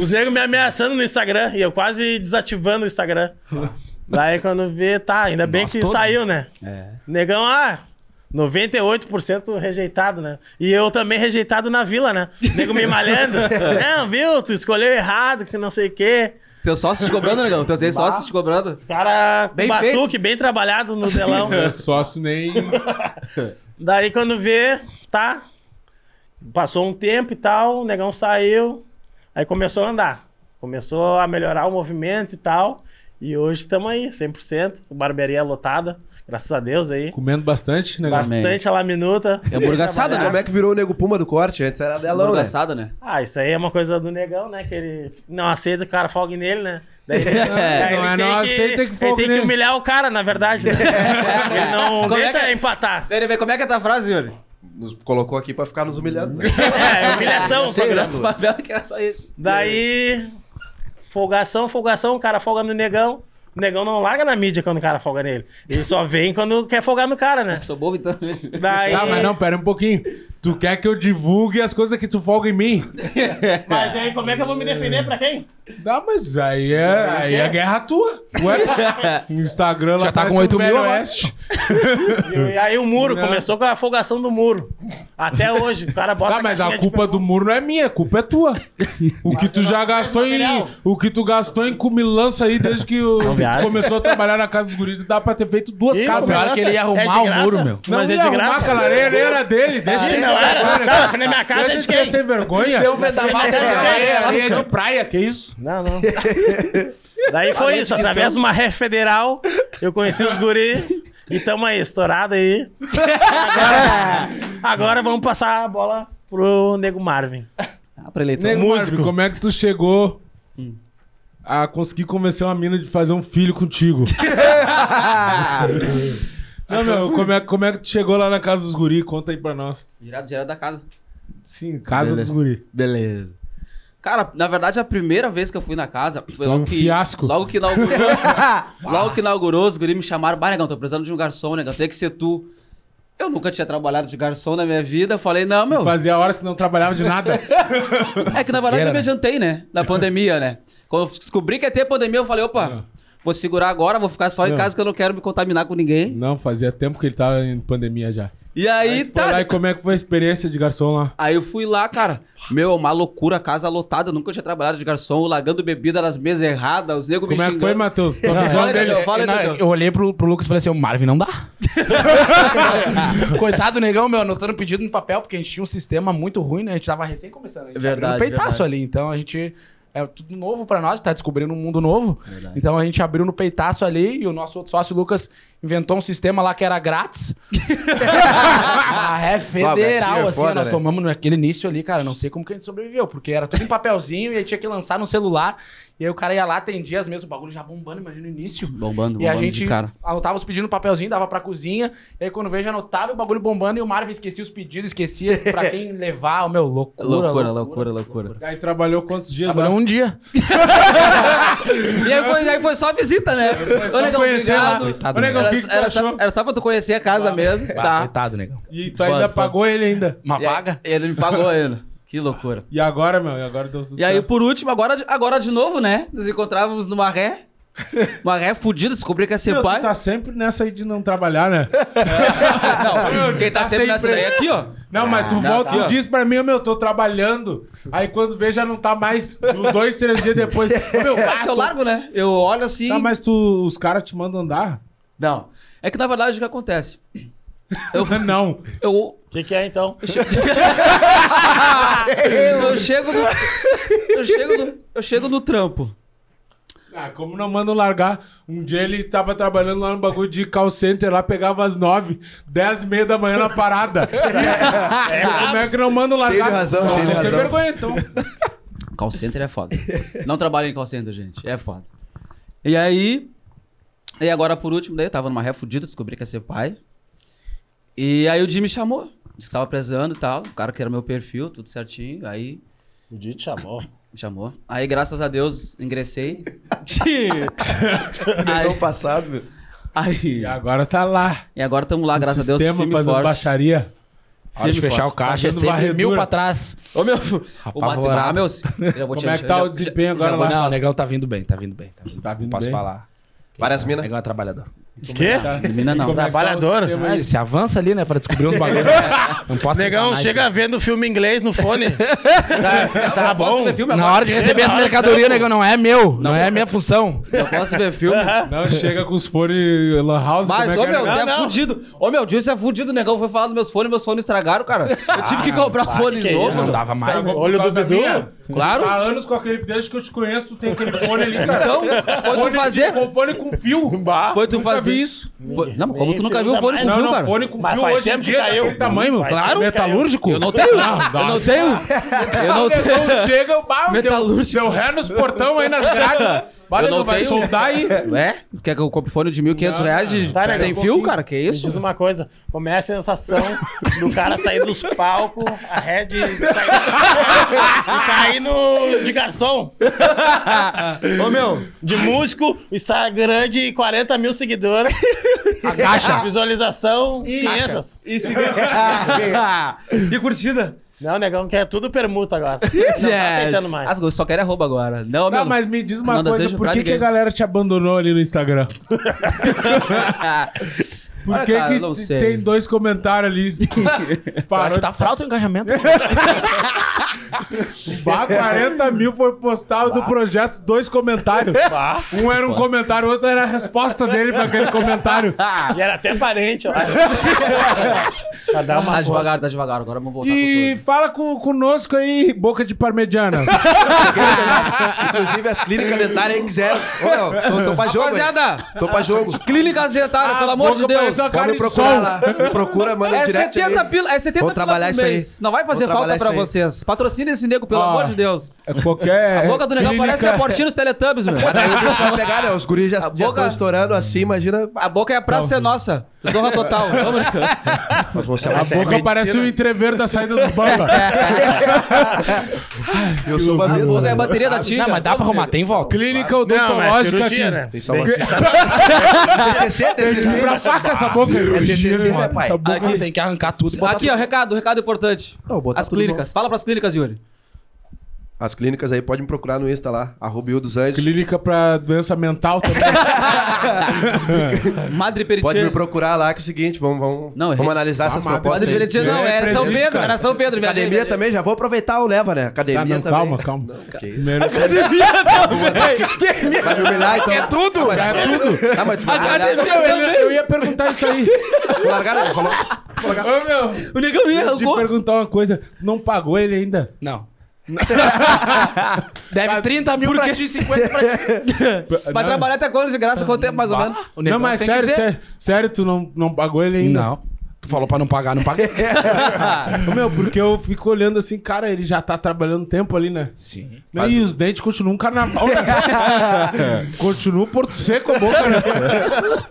[SPEAKER 5] Os negros me ameaçando no Instagram e eu quase desativando o Instagram. Daí quando vê, tá, ainda bem que saiu, né?
[SPEAKER 4] É.
[SPEAKER 5] Negão, ah, 98% rejeitado, né? E eu também rejeitado na vila, né? Nego me malhando. Não, viu? Tu escolheu errado, que não sei o quê.
[SPEAKER 2] Teus sócios te cobrando, negão. Teus ex-sócios te cobrando.
[SPEAKER 5] Cara, com
[SPEAKER 2] Bem
[SPEAKER 5] batuque,
[SPEAKER 2] feito.
[SPEAKER 5] bem trabalhado no telão.
[SPEAKER 1] Meu sócio nem.
[SPEAKER 5] Daí quando vê, tá. Passou um tempo e tal, o negão saiu. Aí começou a andar. Começou a melhorar o movimento e tal. E hoje estamos aí, 100%. Barbearia lotada, graças a Deus aí.
[SPEAKER 1] Comendo bastante, né?
[SPEAKER 2] Bastante.
[SPEAKER 5] Bastante a laminuta.
[SPEAKER 2] É hamburgaçada,
[SPEAKER 5] Trabalhar.
[SPEAKER 3] Como é que virou o Nego Puma do corte? Antes era delão, né?
[SPEAKER 2] Hamburgaçada, né?
[SPEAKER 5] Ah, isso aí é uma coisa do negão, né? Que ele não aceita que o cara folgue nele, né? Daí ele,
[SPEAKER 1] não é,
[SPEAKER 5] ele tem
[SPEAKER 1] não aceita que folgue
[SPEAKER 5] Ele tem
[SPEAKER 1] nele.
[SPEAKER 5] que humilhar o cara, na verdade. Né? ele não
[SPEAKER 2] Como é
[SPEAKER 5] deixa
[SPEAKER 2] que é?
[SPEAKER 5] empatar.
[SPEAKER 2] Vem, vem, como é que é a tua frase, Yuri?
[SPEAKER 3] Nos colocou aqui pra ficar nos humilhando. Né?
[SPEAKER 5] É, humilhação. o
[SPEAKER 3] Sei,
[SPEAKER 5] programa.
[SPEAKER 3] né?
[SPEAKER 2] Esse papel que é só esse.
[SPEAKER 5] Daí, folgação, folgação, o cara folga no negão. O negão não larga na mídia quando o cara folga nele. Ele só vem quando quer folgar no cara, né?
[SPEAKER 2] Sou bobo, então.
[SPEAKER 5] Daí,
[SPEAKER 1] Tá, mas
[SPEAKER 5] mas,
[SPEAKER 1] não, pera um pouquinho. Tu quer que eu divulgue as coisas que tu folga em mim?
[SPEAKER 5] aí como é que eu vou me defender pra quem?
[SPEAKER 1] Dá, mas aí é, aí é guerra tua. Ué, no Instagram lá
[SPEAKER 4] Já tá
[SPEAKER 1] parece
[SPEAKER 4] com
[SPEAKER 1] um
[SPEAKER 4] 8 mil
[SPEAKER 1] Velho
[SPEAKER 5] é?
[SPEAKER 4] agora.
[SPEAKER 1] Oeste.
[SPEAKER 5] E, e aí o muro,
[SPEAKER 1] Não.
[SPEAKER 5] começou com a folgação do muro. Até hoje, o cara bota
[SPEAKER 1] Tá, mas a
[SPEAKER 5] caixinha de
[SPEAKER 1] culpa do muro não é minha, a culpa é tua. O que tu já gastou em.
[SPEAKER 5] material.
[SPEAKER 1] O que tu gastou em cumilança aí desde que o,
[SPEAKER 5] viaja.
[SPEAKER 1] tu começou a trabalhar na casa dos guris, dá pra ter feito duas
[SPEAKER 5] Ih,
[SPEAKER 1] casas.
[SPEAKER 5] graça,
[SPEAKER 4] Claro que ele ia
[SPEAKER 5] é de
[SPEAKER 4] arrumar o
[SPEAKER 5] graça.
[SPEAKER 4] muro, meu.
[SPEAKER 5] Mas
[SPEAKER 1] Não
[SPEAKER 5] é
[SPEAKER 1] ia
[SPEAKER 5] de
[SPEAKER 1] arrumar
[SPEAKER 5] graça.
[SPEAKER 1] aquela areia, ele era dele, deixa
[SPEAKER 5] Ah,
[SPEAKER 1] ele
[SPEAKER 5] não era.
[SPEAKER 1] trabalhar,
[SPEAKER 5] Não, na
[SPEAKER 1] cara.
[SPEAKER 5] frente da minha casa
[SPEAKER 1] Deixa
[SPEAKER 5] é de
[SPEAKER 1] ele ser
[SPEAKER 5] quem?
[SPEAKER 1] sem vergonha.
[SPEAKER 4] Deu um vendaval
[SPEAKER 5] Mas é de
[SPEAKER 4] na
[SPEAKER 5] graça.
[SPEAKER 1] Areia,
[SPEAKER 4] areia.
[SPEAKER 1] areia de praia, que isso?
[SPEAKER 5] Não, não. Daí foi isso, através de uma ré federal, eu conheci os guri e tamo aí, estourado aí. Agora, agora vamos passar a bola pro Nego Marvin.
[SPEAKER 2] Ah, pra eleitor.
[SPEAKER 1] Nego Marvin, como é que tu chegou
[SPEAKER 2] Hum.
[SPEAKER 1] a conseguir convencer uma mina de fazer um filho contigo? Não, meu, como é, como é que tu chegou lá na casa dos guri? Conta aí pra nós.
[SPEAKER 2] Gerado, gerado da casa.
[SPEAKER 1] Sim, casa
[SPEAKER 2] Beleza.
[SPEAKER 1] dos guri.
[SPEAKER 2] Beleza. Cara, na verdade, a primeira vez que eu fui na casa foi logo
[SPEAKER 1] um
[SPEAKER 2] que.
[SPEAKER 1] fiasco.
[SPEAKER 2] Logo que inaugurou. logo que inaugurou, os guris me chamaram. Bah, negão, tô precisando de um garçom, negão. Tem que ser tu. Eu nunca tinha trabalhado de garçom na minha vida. Eu falei, não, meu.
[SPEAKER 1] Fazia horas que não trabalhava de nada.
[SPEAKER 2] né. É que na verdade eu me adiantei, né? Na pandemia, né? Quando eu descobri que ia ter pandemia, eu falei, opa, Vou segurar agora, vou ficar só em
[SPEAKER 1] Não.
[SPEAKER 2] casa que eu não quero me contaminar com ninguém.
[SPEAKER 1] Não, fazia tempo que ele tava em pandemia já.
[SPEAKER 2] E aí,
[SPEAKER 1] Foi lá
[SPEAKER 2] tá.
[SPEAKER 1] e como é que foi a experiência de garçom lá?
[SPEAKER 2] Aí eu fui lá, cara. Meu, uma loucura, casa lotada, nunca tinha trabalhado de garçom, largando bebida nas mesas erradas, os negros
[SPEAKER 1] Como é que foi, Matheus? Tua
[SPEAKER 2] Não,
[SPEAKER 1] visão
[SPEAKER 2] olha,
[SPEAKER 1] dele?
[SPEAKER 2] Dedeu, fala aí,
[SPEAKER 4] Não,
[SPEAKER 2] Dedeu.
[SPEAKER 4] eu olhei pro, pro Lucas e falei assim, o Marvin não dá. Coitado do negão, meu, anotando pedido no papel, porque a gente tinha um sistema muito ruim, né? A gente tava recém começando. A gente
[SPEAKER 2] É verdade,
[SPEAKER 4] abriu um peitaço
[SPEAKER 2] verdade.
[SPEAKER 4] ali, então a gente... É tudo novo pra nós, tá descobrindo um mundo novo. Então a gente abriu no peitaço ali e o nosso outro sócio, Lucas, inventou um sistema lá que era grátis. ah, é
[SPEAKER 3] Ah,
[SPEAKER 4] federal,
[SPEAKER 3] o gatinho é
[SPEAKER 4] assim,
[SPEAKER 3] foda,
[SPEAKER 4] nós
[SPEAKER 3] né?
[SPEAKER 4] tomamos naquele início ali, cara, não sei como que a gente sobreviveu, porque era tudo em papelzinho e aí tinha que lançar no celular. E aí o cara ia lá, atendia as mesmas, o bagulho já bombando, imagina o início.
[SPEAKER 2] Bombando, bombando
[SPEAKER 4] E a gente
[SPEAKER 2] de cara.
[SPEAKER 4] anotava os pedidos no papelzinho, dava pra cozinha. E aí quando veio, já anotava o bagulho bombando e o Marvin esquecia os pedidos, esquecia pra quem levar. O meu, loucura.
[SPEAKER 2] É Loucura, loucura, loucura.
[SPEAKER 1] Aí trabalhou quantos dias lá?
[SPEAKER 4] Trabalhou um dia.
[SPEAKER 2] E aí foi, aí foi só visita, né? Ô,
[SPEAKER 1] só conhecer lá.
[SPEAKER 4] Coitado,
[SPEAKER 1] Ô, negão,
[SPEAKER 2] Era,
[SPEAKER 1] o que que tu
[SPEAKER 2] era só,
[SPEAKER 1] achou?
[SPEAKER 2] era só pra tu conhecer a casa mesmo.
[SPEAKER 4] Tá.
[SPEAKER 2] Tá.
[SPEAKER 4] Coitado, negão.
[SPEAKER 1] E tu ainda
[SPEAKER 2] Foi, foi.
[SPEAKER 1] pagou ele ainda.
[SPEAKER 4] Uma
[SPEAKER 2] E aí-
[SPEAKER 4] paga.
[SPEAKER 2] Ele me pagou ainda. Que loucura.
[SPEAKER 1] E agora, meu? E agora deu tudo
[SPEAKER 2] E aí,
[SPEAKER 1] certo.
[SPEAKER 2] por último, agora, agora de novo, né? Nos encontrávamos numa ré. Uma ré fudida, descobri que ia ser
[SPEAKER 1] Meu,
[SPEAKER 2] pai.
[SPEAKER 1] tu tá sempre nessa aí de não trabalhar, né?
[SPEAKER 2] Não, quem tá,
[SPEAKER 1] tá
[SPEAKER 2] sempre nessa
[SPEAKER 1] sempre-
[SPEAKER 2] daí é aqui, ó.
[SPEAKER 1] Não, mas
[SPEAKER 3] Ah,
[SPEAKER 1] tu
[SPEAKER 2] não,
[SPEAKER 1] volta
[SPEAKER 2] tá.
[SPEAKER 1] e diz pra mim, meu, tô trabalhando. Aí quando vê, já não tá mais. Dois, três dias depois. Ô, meu,
[SPEAKER 2] É que eu largo, né? Eu olho assim.
[SPEAKER 1] tá, mas tu, os caras te mandam andar?
[SPEAKER 2] Não. É que na verdade o que acontece?
[SPEAKER 1] Não.
[SPEAKER 2] Eu.
[SPEAKER 5] O que, que é então?
[SPEAKER 2] Eu chego no. Eu chego no, eu chego no trampo.
[SPEAKER 1] Ah, como não manda largar? Um dia ele tava trabalhando lá no bagulho de call center, lá pegava às nove, dez e meia da manhã na parada. como é que não manda largar?
[SPEAKER 3] Cheio de razão,
[SPEAKER 1] Não,
[SPEAKER 3] cheio de
[SPEAKER 1] sou sem
[SPEAKER 3] razão.
[SPEAKER 1] vergonha, então.
[SPEAKER 2] Call center é foda. Não trabalho em call center, gente. É foda. E aí. E agora, por último, daí eu tava numa ré fudida, descobri que ia ser pai. E aí o Jimmy chamou. Disse que tava prezando e tal. O cara que era meu perfil, tudo certinho. Aí
[SPEAKER 5] O Dito chamou.
[SPEAKER 2] me chamou. Aí, graças a Deus, ingressei. Tchê.
[SPEAKER 3] Negão
[SPEAKER 2] aí,
[SPEAKER 3] passado, meu.
[SPEAKER 2] aí-
[SPEAKER 1] E agora tá lá.
[SPEAKER 2] E agora estamos lá, Ah, graças a Deus,
[SPEAKER 1] Sistema
[SPEAKER 2] firme e
[SPEAKER 1] fazendo
[SPEAKER 2] forte.
[SPEAKER 1] baixaria.
[SPEAKER 4] Hora de
[SPEAKER 2] Firme
[SPEAKER 4] fechar
[SPEAKER 2] forte.
[SPEAKER 4] o caixa, é
[SPEAKER 1] Fazendo
[SPEAKER 4] sempre mil
[SPEAKER 1] varredura.
[SPEAKER 4] pra trás.
[SPEAKER 2] Ô, meu... o Matheus...
[SPEAKER 4] Apavorado.
[SPEAKER 2] Ah, meu... já vou
[SPEAKER 1] Como
[SPEAKER 2] te-
[SPEAKER 1] é que tá
[SPEAKER 2] já-
[SPEAKER 1] o desempenho
[SPEAKER 2] já-
[SPEAKER 1] agora
[SPEAKER 2] já
[SPEAKER 1] lá?
[SPEAKER 2] vou te
[SPEAKER 4] Não, o
[SPEAKER 2] falar.
[SPEAKER 4] negão tá vindo bem, tá vindo bem. Tá vindo,
[SPEAKER 1] Tá vindo
[SPEAKER 4] Posso
[SPEAKER 1] bem.
[SPEAKER 4] falar.
[SPEAKER 3] Várias
[SPEAKER 4] O
[SPEAKER 3] minas.
[SPEAKER 4] negão é trabalhador.
[SPEAKER 5] Quê?
[SPEAKER 2] Menina não.
[SPEAKER 1] Como é que tá o
[SPEAKER 5] Trabalhadora.
[SPEAKER 1] sistema
[SPEAKER 4] Ah,
[SPEAKER 1] aí?
[SPEAKER 4] ele se avança ali, né, pra descobrir uns bagulhos. Não posso
[SPEAKER 5] Negão,
[SPEAKER 4] enganar,
[SPEAKER 5] chega vendo filme em inglês no fone. tá tá
[SPEAKER 2] Posso
[SPEAKER 5] bom?
[SPEAKER 2] ver filme
[SPEAKER 4] Na
[SPEAKER 2] agora?
[SPEAKER 4] hora de receber as mercadorias, negão, não é meu. Não, é minha função.
[SPEAKER 2] Eu posso ver filme?
[SPEAKER 1] Não, chega com os fones Lan House.
[SPEAKER 2] Mas,
[SPEAKER 1] como
[SPEAKER 2] ô
[SPEAKER 1] é que
[SPEAKER 2] meu,
[SPEAKER 1] é?
[SPEAKER 2] tu é
[SPEAKER 5] não.
[SPEAKER 2] fudido. Ô meu, Dilson é fudido, o negão foi falar dos meus fones, meus fones estragaram, cara. Eu
[SPEAKER 1] Ah,
[SPEAKER 2] tive que comprar
[SPEAKER 1] tá,
[SPEAKER 2] fone
[SPEAKER 5] que é
[SPEAKER 2] novo.
[SPEAKER 5] isso,
[SPEAKER 4] Não
[SPEAKER 5] meu?
[SPEAKER 4] dava mais.
[SPEAKER 1] Estragou por
[SPEAKER 5] Olho do
[SPEAKER 1] causa
[SPEAKER 5] Bidu?
[SPEAKER 1] minha?
[SPEAKER 2] Claro.
[SPEAKER 1] Há anos com aquele. Desde que eu te conheço, tu tem aquele fone ali, cara.
[SPEAKER 2] Então, foi tu
[SPEAKER 1] Fone
[SPEAKER 2] fazer.
[SPEAKER 1] de- Com fone com fio.
[SPEAKER 2] Foi tu
[SPEAKER 1] Nunca
[SPEAKER 2] fazer.
[SPEAKER 1] vi isso.
[SPEAKER 2] Foi- Não, mas como
[SPEAKER 5] Nem
[SPEAKER 2] tu
[SPEAKER 5] se
[SPEAKER 2] nunca viu
[SPEAKER 5] usa
[SPEAKER 2] fone
[SPEAKER 5] mais.
[SPEAKER 2] com
[SPEAKER 1] Não,
[SPEAKER 2] fio,
[SPEAKER 1] não,
[SPEAKER 2] cara?
[SPEAKER 1] fone com
[SPEAKER 5] Mas
[SPEAKER 1] fio
[SPEAKER 5] faz
[SPEAKER 1] hoje em
[SPEAKER 5] tempo que
[SPEAKER 1] dia
[SPEAKER 5] caiu.
[SPEAKER 1] daquele tamanho, meu.
[SPEAKER 5] Faz tempo que caiu.
[SPEAKER 1] metalúrgico.
[SPEAKER 2] Eu não tenho.
[SPEAKER 1] dá.
[SPEAKER 2] Eu não tenho. Eu não tenho. Tá
[SPEAKER 1] Então chega, bah, deu,
[SPEAKER 2] Metalúrgico.
[SPEAKER 1] deu ré nos portão aí nas grades. Olha,
[SPEAKER 2] Eu não
[SPEAKER 1] não vai
[SPEAKER 2] tenho.
[SPEAKER 1] soldar aí.
[SPEAKER 2] É? Quer que eu compre fone de 1.500 reais de-
[SPEAKER 5] Tá, né,
[SPEAKER 2] sem
[SPEAKER 5] um
[SPEAKER 2] fio,
[SPEAKER 5] pouquinho.
[SPEAKER 2] cara? Que
[SPEAKER 5] Me
[SPEAKER 2] isso?
[SPEAKER 5] Diz uma coisa, como é a sensação do cara sair dos palcos, a Red sair e cair no, de garçom,
[SPEAKER 2] Ô meu,
[SPEAKER 5] de músico, Instagram de 40 mil seguidores,
[SPEAKER 4] A caixa.
[SPEAKER 5] visualização 500.
[SPEAKER 2] e seguinte.
[SPEAKER 1] tá
[SPEAKER 2] e curtida.
[SPEAKER 5] Não, negão, quer tudo permuta agora. Não tá aceitando mais.
[SPEAKER 2] As só quero é roubo agora. Não,
[SPEAKER 1] Tá,
[SPEAKER 2] meu.
[SPEAKER 1] mas me diz uma
[SPEAKER 2] Não
[SPEAKER 1] coisa,
[SPEAKER 2] desejo
[SPEAKER 1] por
[SPEAKER 2] pra
[SPEAKER 1] que, que a
[SPEAKER 2] ninguém.
[SPEAKER 1] galera te abandonou ali no Instagram? Por
[SPEAKER 2] Olha,
[SPEAKER 1] que,
[SPEAKER 2] Ah, cara,
[SPEAKER 1] que
[SPEAKER 2] eu não
[SPEAKER 1] te-
[SPEAKER 2] sei.
[SPEAKER 1] tem dois comentários ali?
[SPEAKER 4] Será
[SPEAKER 1] Parou
[SPEAKER 4] que tá fraude o engajamento?
[SPEAKER 1] de bar, 40 mil foi postado do projeto, dois comentários.
[SPEAKER 5] Bah.
[SPEAKER 1] Um era um comentário, o outro era a resposta dele pra aquele comentário.
[SPEAKER 2] Ah,
[SPEAKER 5] E era até parente, ó. pra dar uma
[SPEAKER 2] Tá
[SPEAKER 5] força.
[SPEAKER 2] devagar, tá devagar. Agora vamos voltar com
[SPEAKER 1] E
[SPEAKER 2] tudo.
[SPEAKER 1] fala com, conosco aí, boca de parmegiana.
[SPEAKER 3] Inclusive, as clínicas dentárias aí quiseram. Ô, meu, tô, tô pra jogo. hein?
[SPEAKER 2] Rapaziada,
[SPEAKER 3] Tô pra jogo.
[SPEAKER 2] clínica dentária, pelo amor de
[SPEAKER 1] boca
[SPEAKER 2] Deus.
[SPEAKER 1] parece uma
[SPEAKER 3] Pode
[SPEAKER 1] cara
[SPEAKER 3] me
[SPEAKER 1] de
[SPEAKER 3] procurar
[SPEAKER 1] sol.
[SPEAKER 3] lá. Me procura, manda um
[SPEAKER 2] É
[SPEAKER 3] direct.
[SPEAKER 2] 70
[SPEAKER 3] ali.
[SPEAKER 2] pila, é 70
[SPEAKER 3] Vou
[SPEAKER 2] pila
[SPEAKER 3] trabalhar isso
[SPEAKER 2] por
[SPEAKER 3] aí.
[SPEAKER 2] mês. Não vai fazer
[SPEAKER 3] Vou
[SPEAKER 2] falta pra
[SPEAKER 3] trabalhar isso aí.
[SPEAKER 2] vocês. Patrocina esse nego, pelo
[SPEAKER 1] Ó.
[SPEAKER 2] amor de Deus.
[SPEAKER 1] É qualquer.
[SPEAKER 2] A boca do negão
[SPEAKER 1] clínica-
[SPEAKER 2] parece que é a portinha dos Teletubbies, meu.
[SPEAKER 3] Mas daí o bicho vai pegar, né? Os guris já
[SPEAKER 2] A
[SPEAKER 3] já
[SPEAKER 2] boca-
[SPEAKER 3] estão estourando assim, imagina.
[SPEAKER 2] A boca é a praça é nossa. Zorra total. Vamos.
[SPEAKER 3] Mas você é
[SPEAKER 1] A boca parece o entreveiro da saída do bamba.
[SPEAKER 3] Eu sou uma né?
[SPEAKER 2] A
[SPEAKER 3] mesma.
[SPEAKER 2] boca é a bateria da Tigre.
[SPEAKER 4] Não, mas dá pra arrumar, tem volta.
[SPEAKER 1] Clínica
[SPEAKER 5] Não, mas é
[SPEAKER 1] odontológica
[SPEAKER 5] cirurgia,
[SPEAKER 1] aqui.
[SPEAKER 5] né?
[SPEAKER 3] Tem salvação. TCC, TCC.
[SPEAKER 1] Pra faca essa boca.
[SPEAKER 3] É TCC, né, pai?
[SPEAKER 1] Essa boca.
[SPEAKER 4] Aqui tem que arrancar tudo.
[SPEAKER 2] Aqui, ó, recado, recado importante.
[SPEAKER 3] Não, botar
[SPEAKER 2] As
[SPEAKER 3] tudo
[SPEAKER 2] clínicas. Fala pras clínicas, Yuri.
[SPEAKER 3] As clínicas aí pode me procurar no Insta lá, arroba Yu dos Anjos.
[SPEAKER 1] Clínica pra doença mental também.
[SPEAKER 2] Madre
[SPEAKER 3] Pode me
[SPEAKER 2] Peritier.
[SPEAKER 3] procurar lá, que é o seguinte, vamos, vamos,
[SPEAKER 2] Não, é
[SPEAKER 3] vamos
[SPEAKER 2] re-
[SPEAKER 3] analisar essas
[SPEAKER 1] Amado.
[SPEAKER 3] propostas
[SPEAKER 2] Madre
[SPEAKER 3] aí.
[SPEAKER 2] Peritier não,
[SPEAKER 1] É,
[SPEAKER 2] era São
[SPEAKER 1] presente,
[SPEAKER 2] Pedro,
[SPEAKER 1] cara.
[SPEAKER 2] era São Pedro.
[SPEAKER 4] é.
[SPEAKER 2] viajei,
[SPEAKER 3] Academia
[SPEAKER 2] viajei.
[SPEAKER 3] também, já vou aproveitar o Leva, né? Academia
[SPEAKER 1] Tá, não,
[SPEAKER 3] também.
[SPEAKER 1] calma, calma.
[SPEAKER 3] que isso.
[SPEAKER 1] Primeiro,
[SPEAKER 3] Vai me humilhar, então? É tudo!
[SPEAKER 1] é tudo.
[SPEAKER 3] Ah, mas tu vai me humilhar.
[SPEAKER 1] Não, eu, ia, eu ia perguntar isso aí.
[SPEAKER 3] Vou largar, não, vou largar.
[SPEAKER 1] Ô, meu.
[SPEAKER 2] O negão me
[SPEAKER 1] Eu te
[SPEAKER 2] arrancou.
[SPEAKER 1] perguntar uma coisa. Não pagou ele ainda?
[SPEAKER 4] Não. Deve 30 mil pra ti, 50 pra ti.
[SPEAKER 2] Vai trabalhar até quando de graça? Quanto tempo mais ou menos?
[SPEAKER 4] O
[SPEAKER 1] Não,
[SPEAKER 4] negão
[SPEAKER 1] mas
[SPEAKER 4] tem que
[SPEAKER 1] sério,
[SPEAKER 4] ser.
[SPEAKER 1] sério, sério, tu não, não pagou ele ainda?
[SPEAKER 4] Não. Tu falou pra não pagar, não paguei.
[SPEAKER 1] Ô, Meu, porque eu fico olhando assim, cara, ele já tá trabalhando tempo ali, né?
[SPEAKER 4] Sim.
[SPEAKER 1] Meu, E os dentes continuam um carnaval, né? Continua o Porto Seco, a boca, né?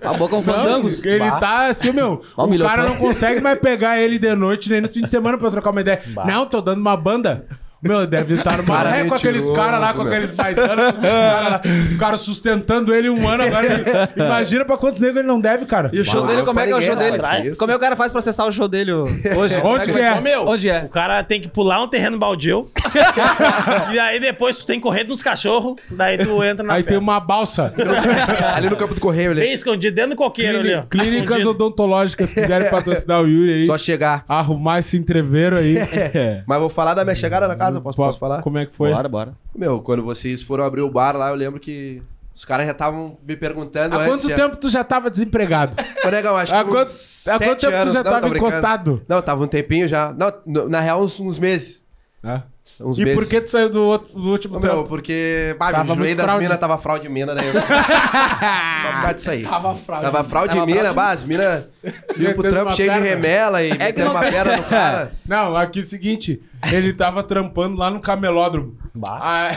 [SPEAKER 2] A boca é um
[SPEAKER 1] Não,
[SPEAKER 2] fandangos.
[SPEAKER 1] ele tá assim, meu.
[SPEAKER 2] Ó,
[SPEAKER 1] o
[SPEAKER 2] milhão.
[SPEAKER 1] cara não consegue mais pegar ele de noite nem no fim de semana pra eu trocar uma ideia. Não, tô dando uma banda. Meu, deve estar numa
[SPEAKER 3] Cara
[SPEAKER 1] ré com
[SPEAKER 3] mentiroso,
[SPEAKER 1] aqueles caras lá, com
[SPEAKER 3] meu.
[SPEAKER 1] aqueles baitanos, com os caras lá. O cara sustentando ele um ano agora. ele- imagina pra quantos negros ele não deve, cara.
[SPEAKER 2] E o show
[SPEAKER 3] Bah,
[SPEAKER 2] dele,
[SPEAKER 3] não
[SPEAKER 2] como é que é o
[SPEAKER 3] pra
[SPEAKER 2] show
[SPEAKER 3] ninguém,
[SPEAKER 2] dele?
[SPEAKER 5] rapaz, isso.
[SPEAKER 2] Como é que o cara faz pra acessar o show dele hoje? Como
[SPEAKER 1] Onde
[SPEAKER 2] vai
[SPEAKER 1] que é?
[SPEAKER 2] ser?
[SPEAKER 5] Meu,
[SPEAKER 2] Onde é?
[SPEAKER 5] O cara tem que pular um terreno baldio. e aí depois tu tem que correr nos cachorros. Daí tu entra tá na
[SPEAKER 1] Aí
[SPEAKER 5] festa.
[SPEAKER 1] tem uma balsa.
[SPEAKER 3] Ali no campo do correio, né? ali.
[SPEAKER 5] Bem escondido, dentro do coqueiro ali, ó.
[SPEAKER 1] Clíni- Clínicas
[SPEAKER 5] Escondido.
[SPEAKER 1] odontológicas quiserem patrocinar o Yuri aí.
[SPEAKER 3] Só chegar.
[SPEAKER 1] Arrumar esse entreveiro aí.
[SPEAKER 3] Mas vou falar da minha chegada na casa, posso, posso falar?
[SPEAKER 1] Como é que foi?
[SPEAKER 2] Bora, bora.
[SPEAKER 3] Meu, quando vocês foram abrir o bar lá, eu lembro que os caras já estavam me perguntando
[SPEAKER 1] Há
[SPEAKER 3] antes.
[SPEAKER 1] quanto
[SPEAKER 3] já-
[SPEAKER 1] tempo tu já tava desempregado?
[SPEAKER 3] Ô, negão, acho que
[SPEAKER 1] Há
[SPEAKER 3] uns
[SPEAKER 1] quanto- há
[SPEAKER 3] sete
[SPEAKER 1] quanto tempo tu
[SPEAKER 3] anos.
[SPEAKER 1] já
[SPEAKER 3] Não,
[SPEAKER 1] tava
[SPEAKER 3] tô brincando.
[SPEAKER 1] encostado?
[SPEAKER 3] Não, tava um tempinho já. Não, no- na real, uns, uns meses.
[SPEAKER 1] Hã?
[SPEAKER 3] Uns
[SPEAKER 1] e
[SPEAKER 3] meses.
[SPEAKER 1] por que tu saiu do, outro- do último
[SPEAKER 3] Ô,
[SPEAKER 1] trampo?
[SPEAKER 3] Meu, porque... Bah,
[SPEAKER 1] Tava
[SPEAKER 3] me enjoei
[SPEAKER 1] muito
[SPEAKER 3] das
[SPEAKER 1] fraude.
[SPEAKER 3] minas, tava fraude em mina, né? Só por causa disso aí.
[SPEAKER 4] Tava fraude.
[SPEAKER 3] Tava fraude em
[SPEAKER 2] Tava
[SPEAKER 3] mina,
[SPEAKER 2] fraude.
[SPEAKER 3] bah, as minas iam pro
[SPEAKER 1] Metendo
[SPEAKER 3] trampo
[SPEAKER 1] uma
[SPEAKER 3] cheio de
[SPEAKER 1] perna.
[SPEAKER 3] remela e
[SPEAKER 2] que
[SPEAKER 3] metendo
[SPEAKER 2] não-
[SPEAKER 3] uma perna no cara.
[SPEAKER 1] Não, aqui é o seguinte, ele tava trampando lá no camelódromo. Bah.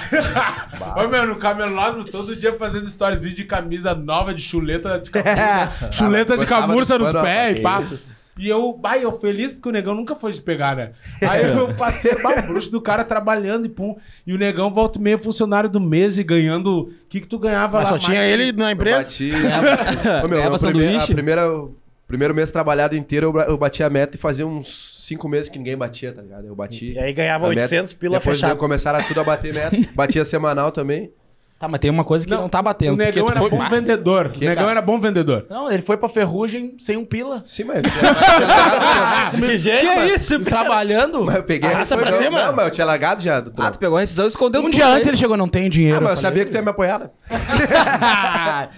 [SPEAKER 1] Ô, meu, no camelódromo, todo dia fazendo storyzinho de camisa nova, de chuleta de camurça, chuleta de
[SPEAKER 3] Gostava
[SPEAKER 1] camurça
[SPEAKER 3] do
[SPEAKER 1] nos
[SPEAKER 3] pano, é
[SPEAKER 1] pés
[SPEAKER 3] que
[SPEAKER 1] e passa. E eu, bah, eu feliz porque o negão nunca foi de pegar, né? Aí
[SPEAKER 3] É.
[SPEAKER 1] eu passei bah, o bruxo do cara trabalhando e pum. E o negão volta e meio funcionário do mês e ganhando. O que que tu ganhava
[SPEAKER 5] Mas
[SPEAKER 1] lá?
[SPEAKER 5] só tinha
[SPEAKER 1] mais?
[SPEAKER 5] ele na
[SPEAKER 3] Eu
[SPEAKER 5] empresa.
[SPEAKER 3] bati. né? Ô, meu,
[SPEAKER 2] Ganhava
[SPEAKER 3] meu primeiro, a
[SPEAKER 2] sanduíche?
[SPEAKER 3] primeira, o primeiro mês trabalhado inteiro eu, ba- eu bati a meta e fazia uns cinco meses que ninguém batia, tá ligado? Eu bati.
[SPEAKER 5] E aí ganhava
[SPEAKER 3] a meta.
[SPEAKER 5] 800 pila
[SPEAKER 3] Depois
[SPEAKER 5] fechado.
[SPEAKER 3] eu- começaram tudo a bater meta. Batia semanal também.
[SPEAKER 4] Tá, mas tem uma coisa que não, tá batendo.
[SPEAKER 1] O
[SPEAKER 4] porque
[SPEAKER 1] negão
[SPEAKER 4] tu
[SPEAKER 1] era
[SPEAKER 4] foi-
[SPEAKER 1] bom vendedor. O negão
[SPEAKER 3] cara?
[SPEAKER 1] era bom vendedor.
[SPEAKER 4] Não, ele foi pra ferrugem sem um pila.
[SPEAKER 3] Sim, mas.
[SPEAKER 5] De que jeito,
[SPEAKER 2] Que
[SPEAKER 5] mano?
[SPEAKER 2] isso,
[SPEAKER 4] E trabalhando.
[SPEAKER 3] mas eu peguei. a
[SPEAKER 5] Arrasta pra
[SPEAKER 3] rescisão.
[SPEAKER 5] cima?
[SPEAKER 3] Não, mas eu tinha largado já do
[SPEAKER 2] Ah,
[SPEAKER 3] trampo.
[SPEAKER 2] tu pegou a rescisão e escondeu
[SPEAKER 4] Um
[SPEAKER 2] tudo né?
[SPEAKER 4] dia
[SPEAKER 2] aí.
[SPEAKER 4] antes ele chegou, não tem dinheiro.
[SPEAKER 3] Ah, mas eu
[SPEAKER 4] falei.
[SPEAKER 3] sabia que tu ia me apoiar, né?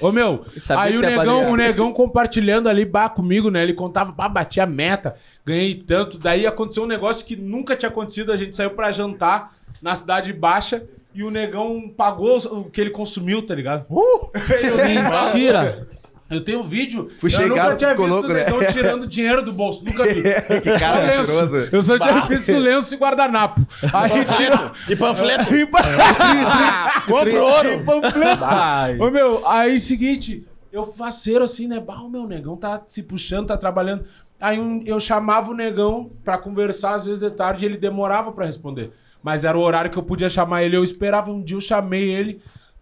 [SPEAKER 1] Ô meu,
[SPEAKER 2] Sabia
[SPEAKER 1] aí
[SPEAKER 2] que
[SPEAKER 1] o
[SPEAKER 2] tu ia
[SPEAKER 1] negão,
[SPEAKER 2] pagar.
[SPEAKER 1] o negão compartilhando ali bah, comigo, né? Ele contava, bah, bati a meta, ganhei tanto. Daí aconteceu um negócio que nunca tinha acontecido. A gente saiu pra jantar na Cidade Baixa e o negão pagou o que ele consumiu, tá ligado?
[SPEAKER 3] Uh!
[SPEAKER 1] Eu nem-
[SPEAKER 2] Mentira.
[SPEAKER 1] Eu tenho um vídeo.
[SPEAKER 3] Fui
[SPEAKER 1] eu
[SPEAKER 3] chegado,
[SPEAKER 1] nunca tinha
[SPEAKER 3] ficou
[SPEAKER 1] visto
[SPEAKER 3] louco,
[SPEAKER 1] o
[SPEAKER 3] né?
[SPEAKER 1] negão tirando dinheiro do bolso. Nunca vi.
[SPEAKER 3] Que cara
[SPEAKER 1] lenço.
[SPEAKER 3] mentiroso.
[SPEAKER 1] Eu só tinha visto lenço e guardanapo. Aí tirou.
[SPEAKER 5] E panfleto.
[SPEAKER 1] E
[SPEAKER 5] Compra ouro.
[SPEAKER 1] panfleto.
[SPEAKER 2] Ai.
[SPEAKER 1] Ô, meu, aí seguinte, eu faceiro assim, né? Bah, o meu negão tá se puxando, tá trabalhando. Aí um- eu chamava o negão pra conversar, às vezes de tarde, e ele demorava pra responder. Mas era o horário que eu podia chamar ele, eu esperava. Um dia eu chamei ele,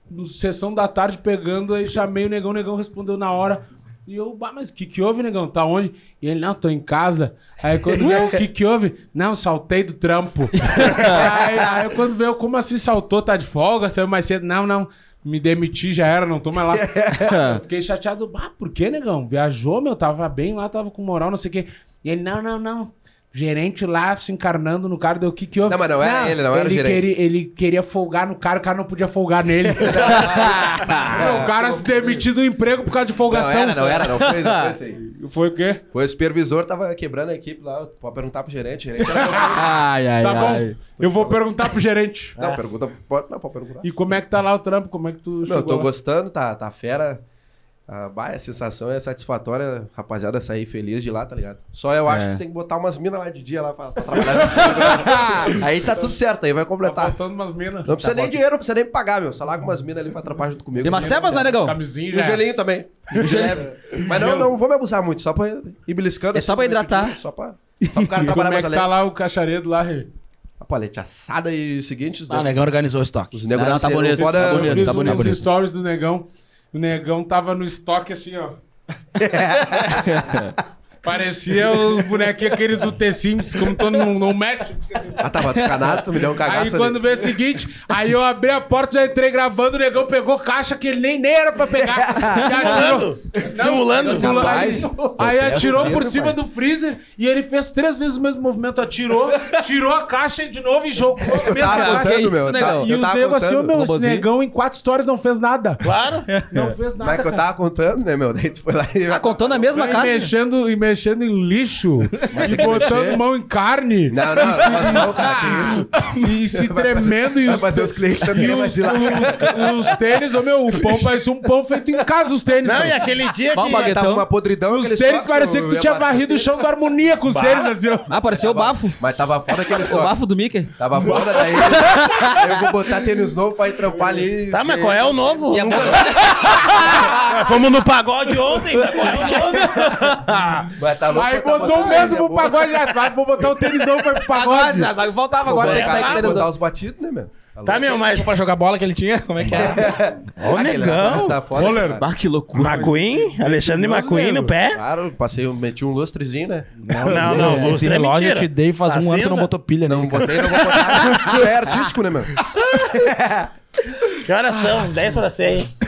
[SPEAKER 1] no sessão da tarde, pegando, aí chamei o negão, o negão respondeu na hora. E eu, bah, mas o que que houve, negão? Tá onde? E ele, não, tô em casa. Aí quando veio, o que que houve? Não, saltei do trampo. aí, aí quando veio, como assim saltou? Tá de folga? Saiu mais cedo? Não, não. Me demiti, já era, não tô mais lá.
[SPEAKER 4] Ah,
[SPEAKER 1] Eu fiquei chateado. Bah, por que, negão? Viajou, meu, tava bem lá, tava com moral, não sei o quê. E ele, não, não, não. Gerente lá se encarnando no cara, deu o que que houve?
[SPEAKER 3] Não, mas não era ele, não era o gerente.
[SPEAKER 1] Queria, ele queria folgar no cara, o cara não podia folgar nele. Não, o cara se demitiu do emprego por causa de
[SPEAKER 3] Não
[SPEAKER 1] folgação.
[SPEAKER 3] era, não era, não foi, não foi isso aí.
[SPEAKER 1] Foi o quê?
[SPEAKER 3] Foi o supervisor, tava quebrando a equipe lá. Pode perguntar pro gerente. gerente era-
[SPEAKER 2] Ai, ai,
[SPEAKER 1] Tá bom,
[SPEAKER 2] ai.
[SPEAKER 1] eu vou perguntar pro gerente.
[SPEAKER 3] não, pergunta. Pode, não, pode perguntar.
[SPEAKER 1] E como é que tá lá o trampo? Como é que tu
[SPEAKER 3] Não, eu tô
[SPEAKER 1] lá?
[SPEAKER 3] gostando, tá, tá fera. Ah, bah, a sensação é satisfatória, rapaziada, sair feliz de lá, tá ligado? Só eu acho
[SPEAKER 2] É.
[SPEAKER 3] que tem que botar umas minas lá de dia lá pra, pra
[SPEAKER 2] Ah,
[SPEAKER 3] trabalhar. aí tá tudo certo, aí vai
[SPEAKER 1] Tá
[SPEAKER 3] completar.
[SPEAKER 1] faltando umas minas. Tá
[SPEAKER 3] Não precisa nem dinheiro, não precisa nem me pagar, meu. Só larga umas minas ali pra atrapalhar junto comigo.
[SPEAKER 2] Tem umas cebas, né, negão?
[SPEAKER 1] Camisinha
[SPEAKER 3] E
[SPEAKER 1] já.
[SPEAKER 3] um
[SPEAKER 1] é.
[SPEAKER 3] gelinho também. É, Mas não, não vou me abusar muito, só pra ir beliscando.
[SPEAKER 2] É só
[SPEAKER 3] assim,
[SPEAKER 2] pra
[SPEAKER 3] meio
[SPEAKER 2] hidratar.
[SPEAKER 3] pequenininho, Só pra, só pro cara
[SPEAKER 1] E como
[SPEAKER 3] trabalhar
[SPEAKER 1] é
[SPEAKER 3] mais
[SPEAKER 1] que
[SPEAKER 3] além.
[SPEAKER 1] tá lá o cacharedo lá, Rê?
[SPEAKER 3] A palete assada e os seguintes, né?
[SPEAKER 4] Ah, o negão organizou o estoque.
[SPEAKER 3] Os negócios
[SPEAKER 2] né? Não, não, tá bonito,
[SPEAKER 3] fora...
[SPEAKER 2] tá
[SPEAKER 1] Eu
[SPEAKER 2] bonito.
[SPEAKER 1] fiz
[SPEAKER 2] tá
[SPEAKER 1] um dos
[SPEAKER 2] bonito.
[SPEAKER 1] stories do negão. O negão tava no estoque assim, ó. Parecia os bonequinhos aqueles do T-Sims, como todo mundo não mexe.
[SPEAKER 3] Ah, tava canato, tu me deu um
[SPEAKER 1] Aí
[SPEAKER 3] cagaço ali.
[SPEAKER 1] quando veio o seguinte, aí eu abri a porta, já entrei gravando, o negão pegou caixa que ele nem, nem era pra pegar. Já atirou.
[SPEAKER 5] Simulando? Simulando?
[SPEAKER 1] Simulando.
[SPEAKER 3] Rapaz,
[SPEAKER 1] Aí
[SPEAKER 3] eu
[SPEAKER 1] atirou
[SPEAKER 3] pego
[SPEAKER 1] por
[SPEAKER 3] medo,
[SPEAKER 1] cima
[SPEAKER 3] pai.
[SPEAKER 1] do freezer e ele fez três vezes o mesmo movimento. Atirou, tirou a caixa de novo e jogou a mesma
[SPEAKER 3] Tava
[SPEAKER 1] caixa.
[SPEAKER 2] que é
[SPEAKER 3] contando, meu. tá,
[SPEAKER 2] isso,
[SPEAKER 3] eu tava-
[SPEAKER 2] negão?
[SPEAKER 1] E
[SPEAKER 3] eu
[SPEAKER 1] os
[SPEAKER 3] tava
[SPEAKER 1] negros assim, ô
[SPEAKER 3] contando. um
[SPEAKER 1] meu, esse
[SPEAKER 2] Robozinho.
[SPEAKER 1] negão em quatro stories não fez nada.
[SPEAKER 5] Claro.
[SPEAKER 1] Não fez
[SPEAKER 3] Como é
[SPEAKER 1] nada,
[SPEAKER 3] que eu
[SPEAKER 1] cara.
[SPEAKER 3] tava contando, né, meu? Daí tu foi lá e...
[SPEAKER 2] Tá contando a mesma
[SPEAKER 1] E
[SPEAKER 2] caixa?
[SPEAKER 1] mexendo, e mexendo em lixo, e botando
[SPEAKER 3] mexer.
[SPEAKER 1] mão em carne,
[SPEAKER 3] Não, não, não, não, cara, que isso.
[SPEAKER 1] e se tremendo, e
[SPEAKER 3] Vai
[SPEAKER 1] os,
[SPEAKER 3] fazer os clientes
[SPEAKER 1] e
[SPEAKER 3] também, vai
[SPEAKER 1] os,
[SPEAKER 3] se lá.
[SPEAKER 1] os- os tênis, ô meu, o pão parecia um pão feito em casa, os tênis.
[SPEAKER 5] Não,
[SPEAKER 1] cara.
[SPEAKER 5] e aquele dia
[SPEAKER 2] Mal
[SPEAKER 5] que...
[SPEAKER 2] baguete.
[SPEAKER 3] Tava
[SPEAKER 2] Então,
[SPEAKER 3] uma podridão.
[SPEAKER 1] Os
[SPEAKER 3] aqueles é
[SPEAKER 1] tênis
[SPEAKER 3] toques,
[SPEAKER 1] parecia que tu
[SPEAKER 3] eu
[SPEAKER 1] tinha
[SPEAKER 3] ia bater.
[SPEAKER 1] varrido o chão da harmonia com os tênis, assim, ó.
[SPEAKER 2] Ah, pareceu o bafo.
[SPEAKER 3] Mas tava foda aquele
[SPEAKER 2] O
[SPEAKER 3] estoque.
[SPEAKER 2] bafo do Mickey.
[SPEAKER 3] Tava foda, daí daí eu vou botar tênis novo pra ir trampar ali.
[SPEAKER 5] Tá, mas qual é o novo?
[SPEAKER 2] E
[SPEAKER 5] Nunca-
[SPEAKER 2] agora?
[SPEAKER 5] Fomos no pagode ontem, mas qual é o novo?
[SPEAKER 3] Mas tá louco
[SPEAKER 1] Aí
[SPEAKER 3] pra
[SPEAKER 1] botou o
[SPEAKER 3] tá
[SPEAKER 1] mesmo
[SPEAKER 3] botando tênis,
[SPEAKER 1] pro
[SPEAKER 3] né, boa.
[SPEAKER 1] pagode atrás, vou botar o tênis novo pra ir pro
[SPEAKER 2] Agora,
[SPEAKER 1] pagode.
[SPEAKER 2] Zazago, faltava agora. Tem que sair com o
[SPEAKER 3] Botar-
[SPEAKER 2] tênis
[SPEAKER 3] Botar
[SPEAKER 2] do-
[SPEAKER 3] os batidos, né, meu?
[SPEAKER 5] Tá, meu, mas...
[SPEAKER 4] Pra jogar bola que ele tinha? Como é que era?
[SPEAKER 3] Ô,
[SPEAKER 5] negão.
[SPEAKER 3] Tá foda,
[SPEAKER 1] Goleiro.
[SPEAKER 3] cara.
[SPEAKER 2] Ah, que
[SPEAKER 5] é
[SPEAKER 2] loucura.
[SPEAKER 5] McQueen? Alexandre McQueen no pé?
[SPEAKER 3] Claro, passei, um- meti um lustrezinho, né?
[SPEAKER 5] Não, não, é não.
[SPEAKER 4] É, Esse relógio eu te dei
[SPEAKER 5] Tá
[SPEAKER 4] faz um ano que não botou pilha,
[SPEAKER 3] Não
[SPEAKER 4] né?
[SPEAKER 3] botei, não vou botar. Tu é artístico, né, meu?
[SPEAKER 5] Que horas são? 10 para 6.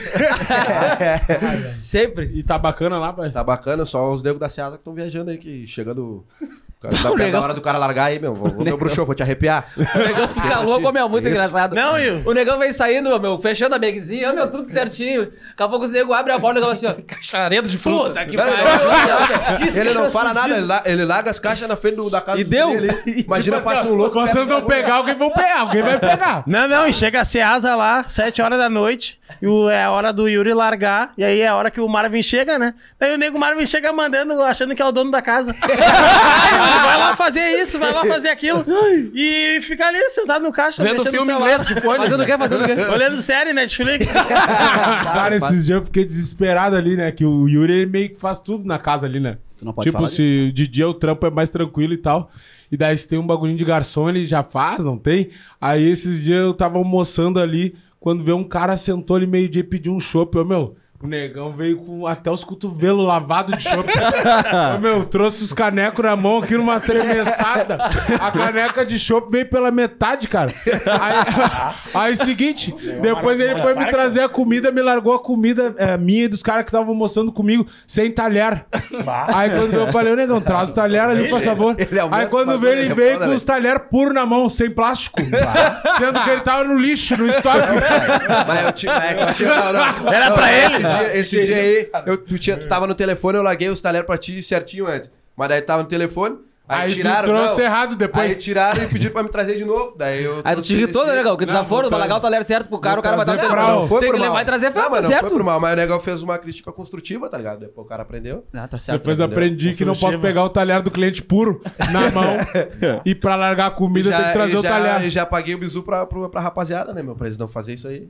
[SPEAKER 2] Sempre.
[SPEAKER 1] E tá bacana lá, pai?
[SPEAKER 3] Tá bacana, só os negros da Seasa que estão viajando aí, que chegando. Cara,
[SPEAKER 2] O
[SPEAKER 3] Da,
[SPEAKER 2] negão-
[SPEAKER 3] da hora do cara largar aí, meu. Vou, meu bruxão, vou te arrepiar.
[SPEAKER 2] O negão fica louco, meu, muito
[SPEAKER 3] Isso.
[SPEAKER 2] engraçado.
[SPEAKER 5] Não, e o-
[SPEAKER 2] O negão vem saindo, meu, fechando a bagzinha, meu, tudo certinho. Daqui a pouco os negros abrem a porta e negão assim, ó.
[SPEAKER 4] Cacharedo de fruta.
[SPEAKER 2] Que
[SPEAKER 3] Não, ele,
[SPEAKER 2] pariu,
[SPEAKER 3] não fala
[SPEAKER 2] meu.
[SPEAKER 3] nada.
[SPEAKER 2] Isso
[SPEAKER 3] Ele
[SPEAKER 2] que
[SPEAKER 3] não
[SPEAKER 2] tá
[SPEAKER 3] fala
[SPEAKER 2] fudido.
[SPEAKER 3] nada, ele la- ele larga as caixas na frente do- da casa
[SPEAKER 2] E
[SPEAKER 3] do
[SPEAKER 2] deu? Tipo assim,
[SPEAKER 3] guri ali. Imagina, passa um louco.
[SPEAKER 1] Tipo, Vocês não pegar, alguém vão pegar, alguém vai pegar.
[SPEAKER 5] Não, não, e chega a Seasa lá, 7 horas da noite, e o- é a hora do Yuri largar, e aí é a hora que o Marvin chega, né? Daí o nego Marvin chega mandando, achando que é o dono da casa. vai lá fazer isso, vai lá fazer aquilo. E fica ali sentado no caixa,
[SPEAKER 2] Vendo
[SPEAKER 5] mexendo no
[SPEAKER 2] filme
[SPEAKER 5] celular.
[SPEAKER 2] inglês que foi. Fazendo o quê? Fazendo o quê?
[SPEAKER 5] Olhando série Netflix.
[SPEAKER 1] Cara, esses dias eu fiquei desesperado ali, né? Que o Yuri ele meio que faz tudo na casa ali, né?
[SPEAKER 2] Tu não pode
[SPEAKER 1] tipo,
[SPEAKER 2] falar
[SPEAKER 1] se de dia o trampo é mais tranquilo e tal. E daí se tem um bagulhinho de garçom, ele já faz, não tem? Aí esses dias eu tava almoçando ali, quando veio um cara sentou ali meio-dia e pediu um chopp. Eu, meu, o negão veio com até os cotovelos lavados de chopp. Eu, meu, trouxe os canecos na mão aqui numa tremessada. A caneca de chopp veio pela metade, cara. Aí, aí seguinte, depois ele foi me trazer a comida, me largou a comida eh, minha e dos caras que estavam almoçando comigo, sem talher. Aí quando eu falei, ô negão, traz o talher ali, por favor.
[SPEAKER 3] ele almoça
[SPEAKER 1] Aí quando
[SPEAKER 3] esse
[SPEAKER 1] veio,
[SPEAKER 3] bagulho,
[SPEAKER 1] ele
[SPEAKER 3] ele é
[SPEAKER 1] veio
[SPEAKER 3] foda,
[SPEAKER 1] com os talher puro na mão, sem plástico. Sendo que ele tava no lixo, no estoque.
[SPEAKER 3] Mas eu te. Mas eu te não, não.
[SPEAKER 5] Era
[SPEAKER 3] Não,
[SPEAKER 5] pra
[SPEAKER 3] esse
[SPEAKER 5] ele.
[SPEAKER 3] dia- esse dia aí, eu, tu, tinha- tu tava no telefone, eu larguei os talheres pra ti certinho antes. Mas daí tava no telefone. Aí,
[SPEAKER 1] Aí tu
[SPEAKER 3] tiraram.
[SPEAKER 1] trouxe
[SPEAKER 3] não.
[SPEAKER 1] errado depois.
[SPEAKER 3] Aí tiraram e pediram pra me trazer de novo. Daí eu.
[SPEAKER 2] Aí tu te
[SPEAKER 3] trouxe
[SPEAKER 2] irritou, né,
[SPEAKER 3] esse-
[SPEAKER 2] negão? Que
[SPEAKER 1] Não,
[SPEAKER 2] desaforo,
[SPEAKER 1] vou
[SPEAKER 2] vai largar o talher tá certo pro cara, o cara vai dar
[SPEAKER 1] trazer
[SPEAKER 2] o
[SPEAKER 1] pra-
[SPEAKER 2] talher.
[SPEAKER 1] Não,
[SPEAKER 3] Não, foi
[SPEAKER 2] Tem
[SPEAKER 3] por
[SPEAKER 2] que
[SPEAKER 3] mal.
[SPEAKER 2] levar e trazer,
[SPEAKER 3] não,
[SPEAKER 2] tá
[SPEAKER 3] mas não foi por
[SPEAKER 2] certo?
[SPEAKER 3] mal, mas o Negão fez uma crítica construtiva, tá ligado? Depois o cara aprendeu.
[SPEAKER 2] Ah, tá certo.
[SPEAKER 1] Depois
[SPEAKER 2] né?
[SPEAKER 3] é
[SPEAKER 1] aprendi que não posso
[SPEAKER 5] Construtiva.
[SPEAKER 3] né?
[SPEAKER 1] pegar o talher do cliente puro na mão. e pra largar a
[SPEAKER 3] E
[SPEAKER 1] comida, tem que trazer
[SPEAKER 3] e
[SPEAKER 1] o talher.
[SPEAKER 3] e já paguei o bizu pra, pra, pra rapaziada, né, meu? Pra eles não fazer isso aí.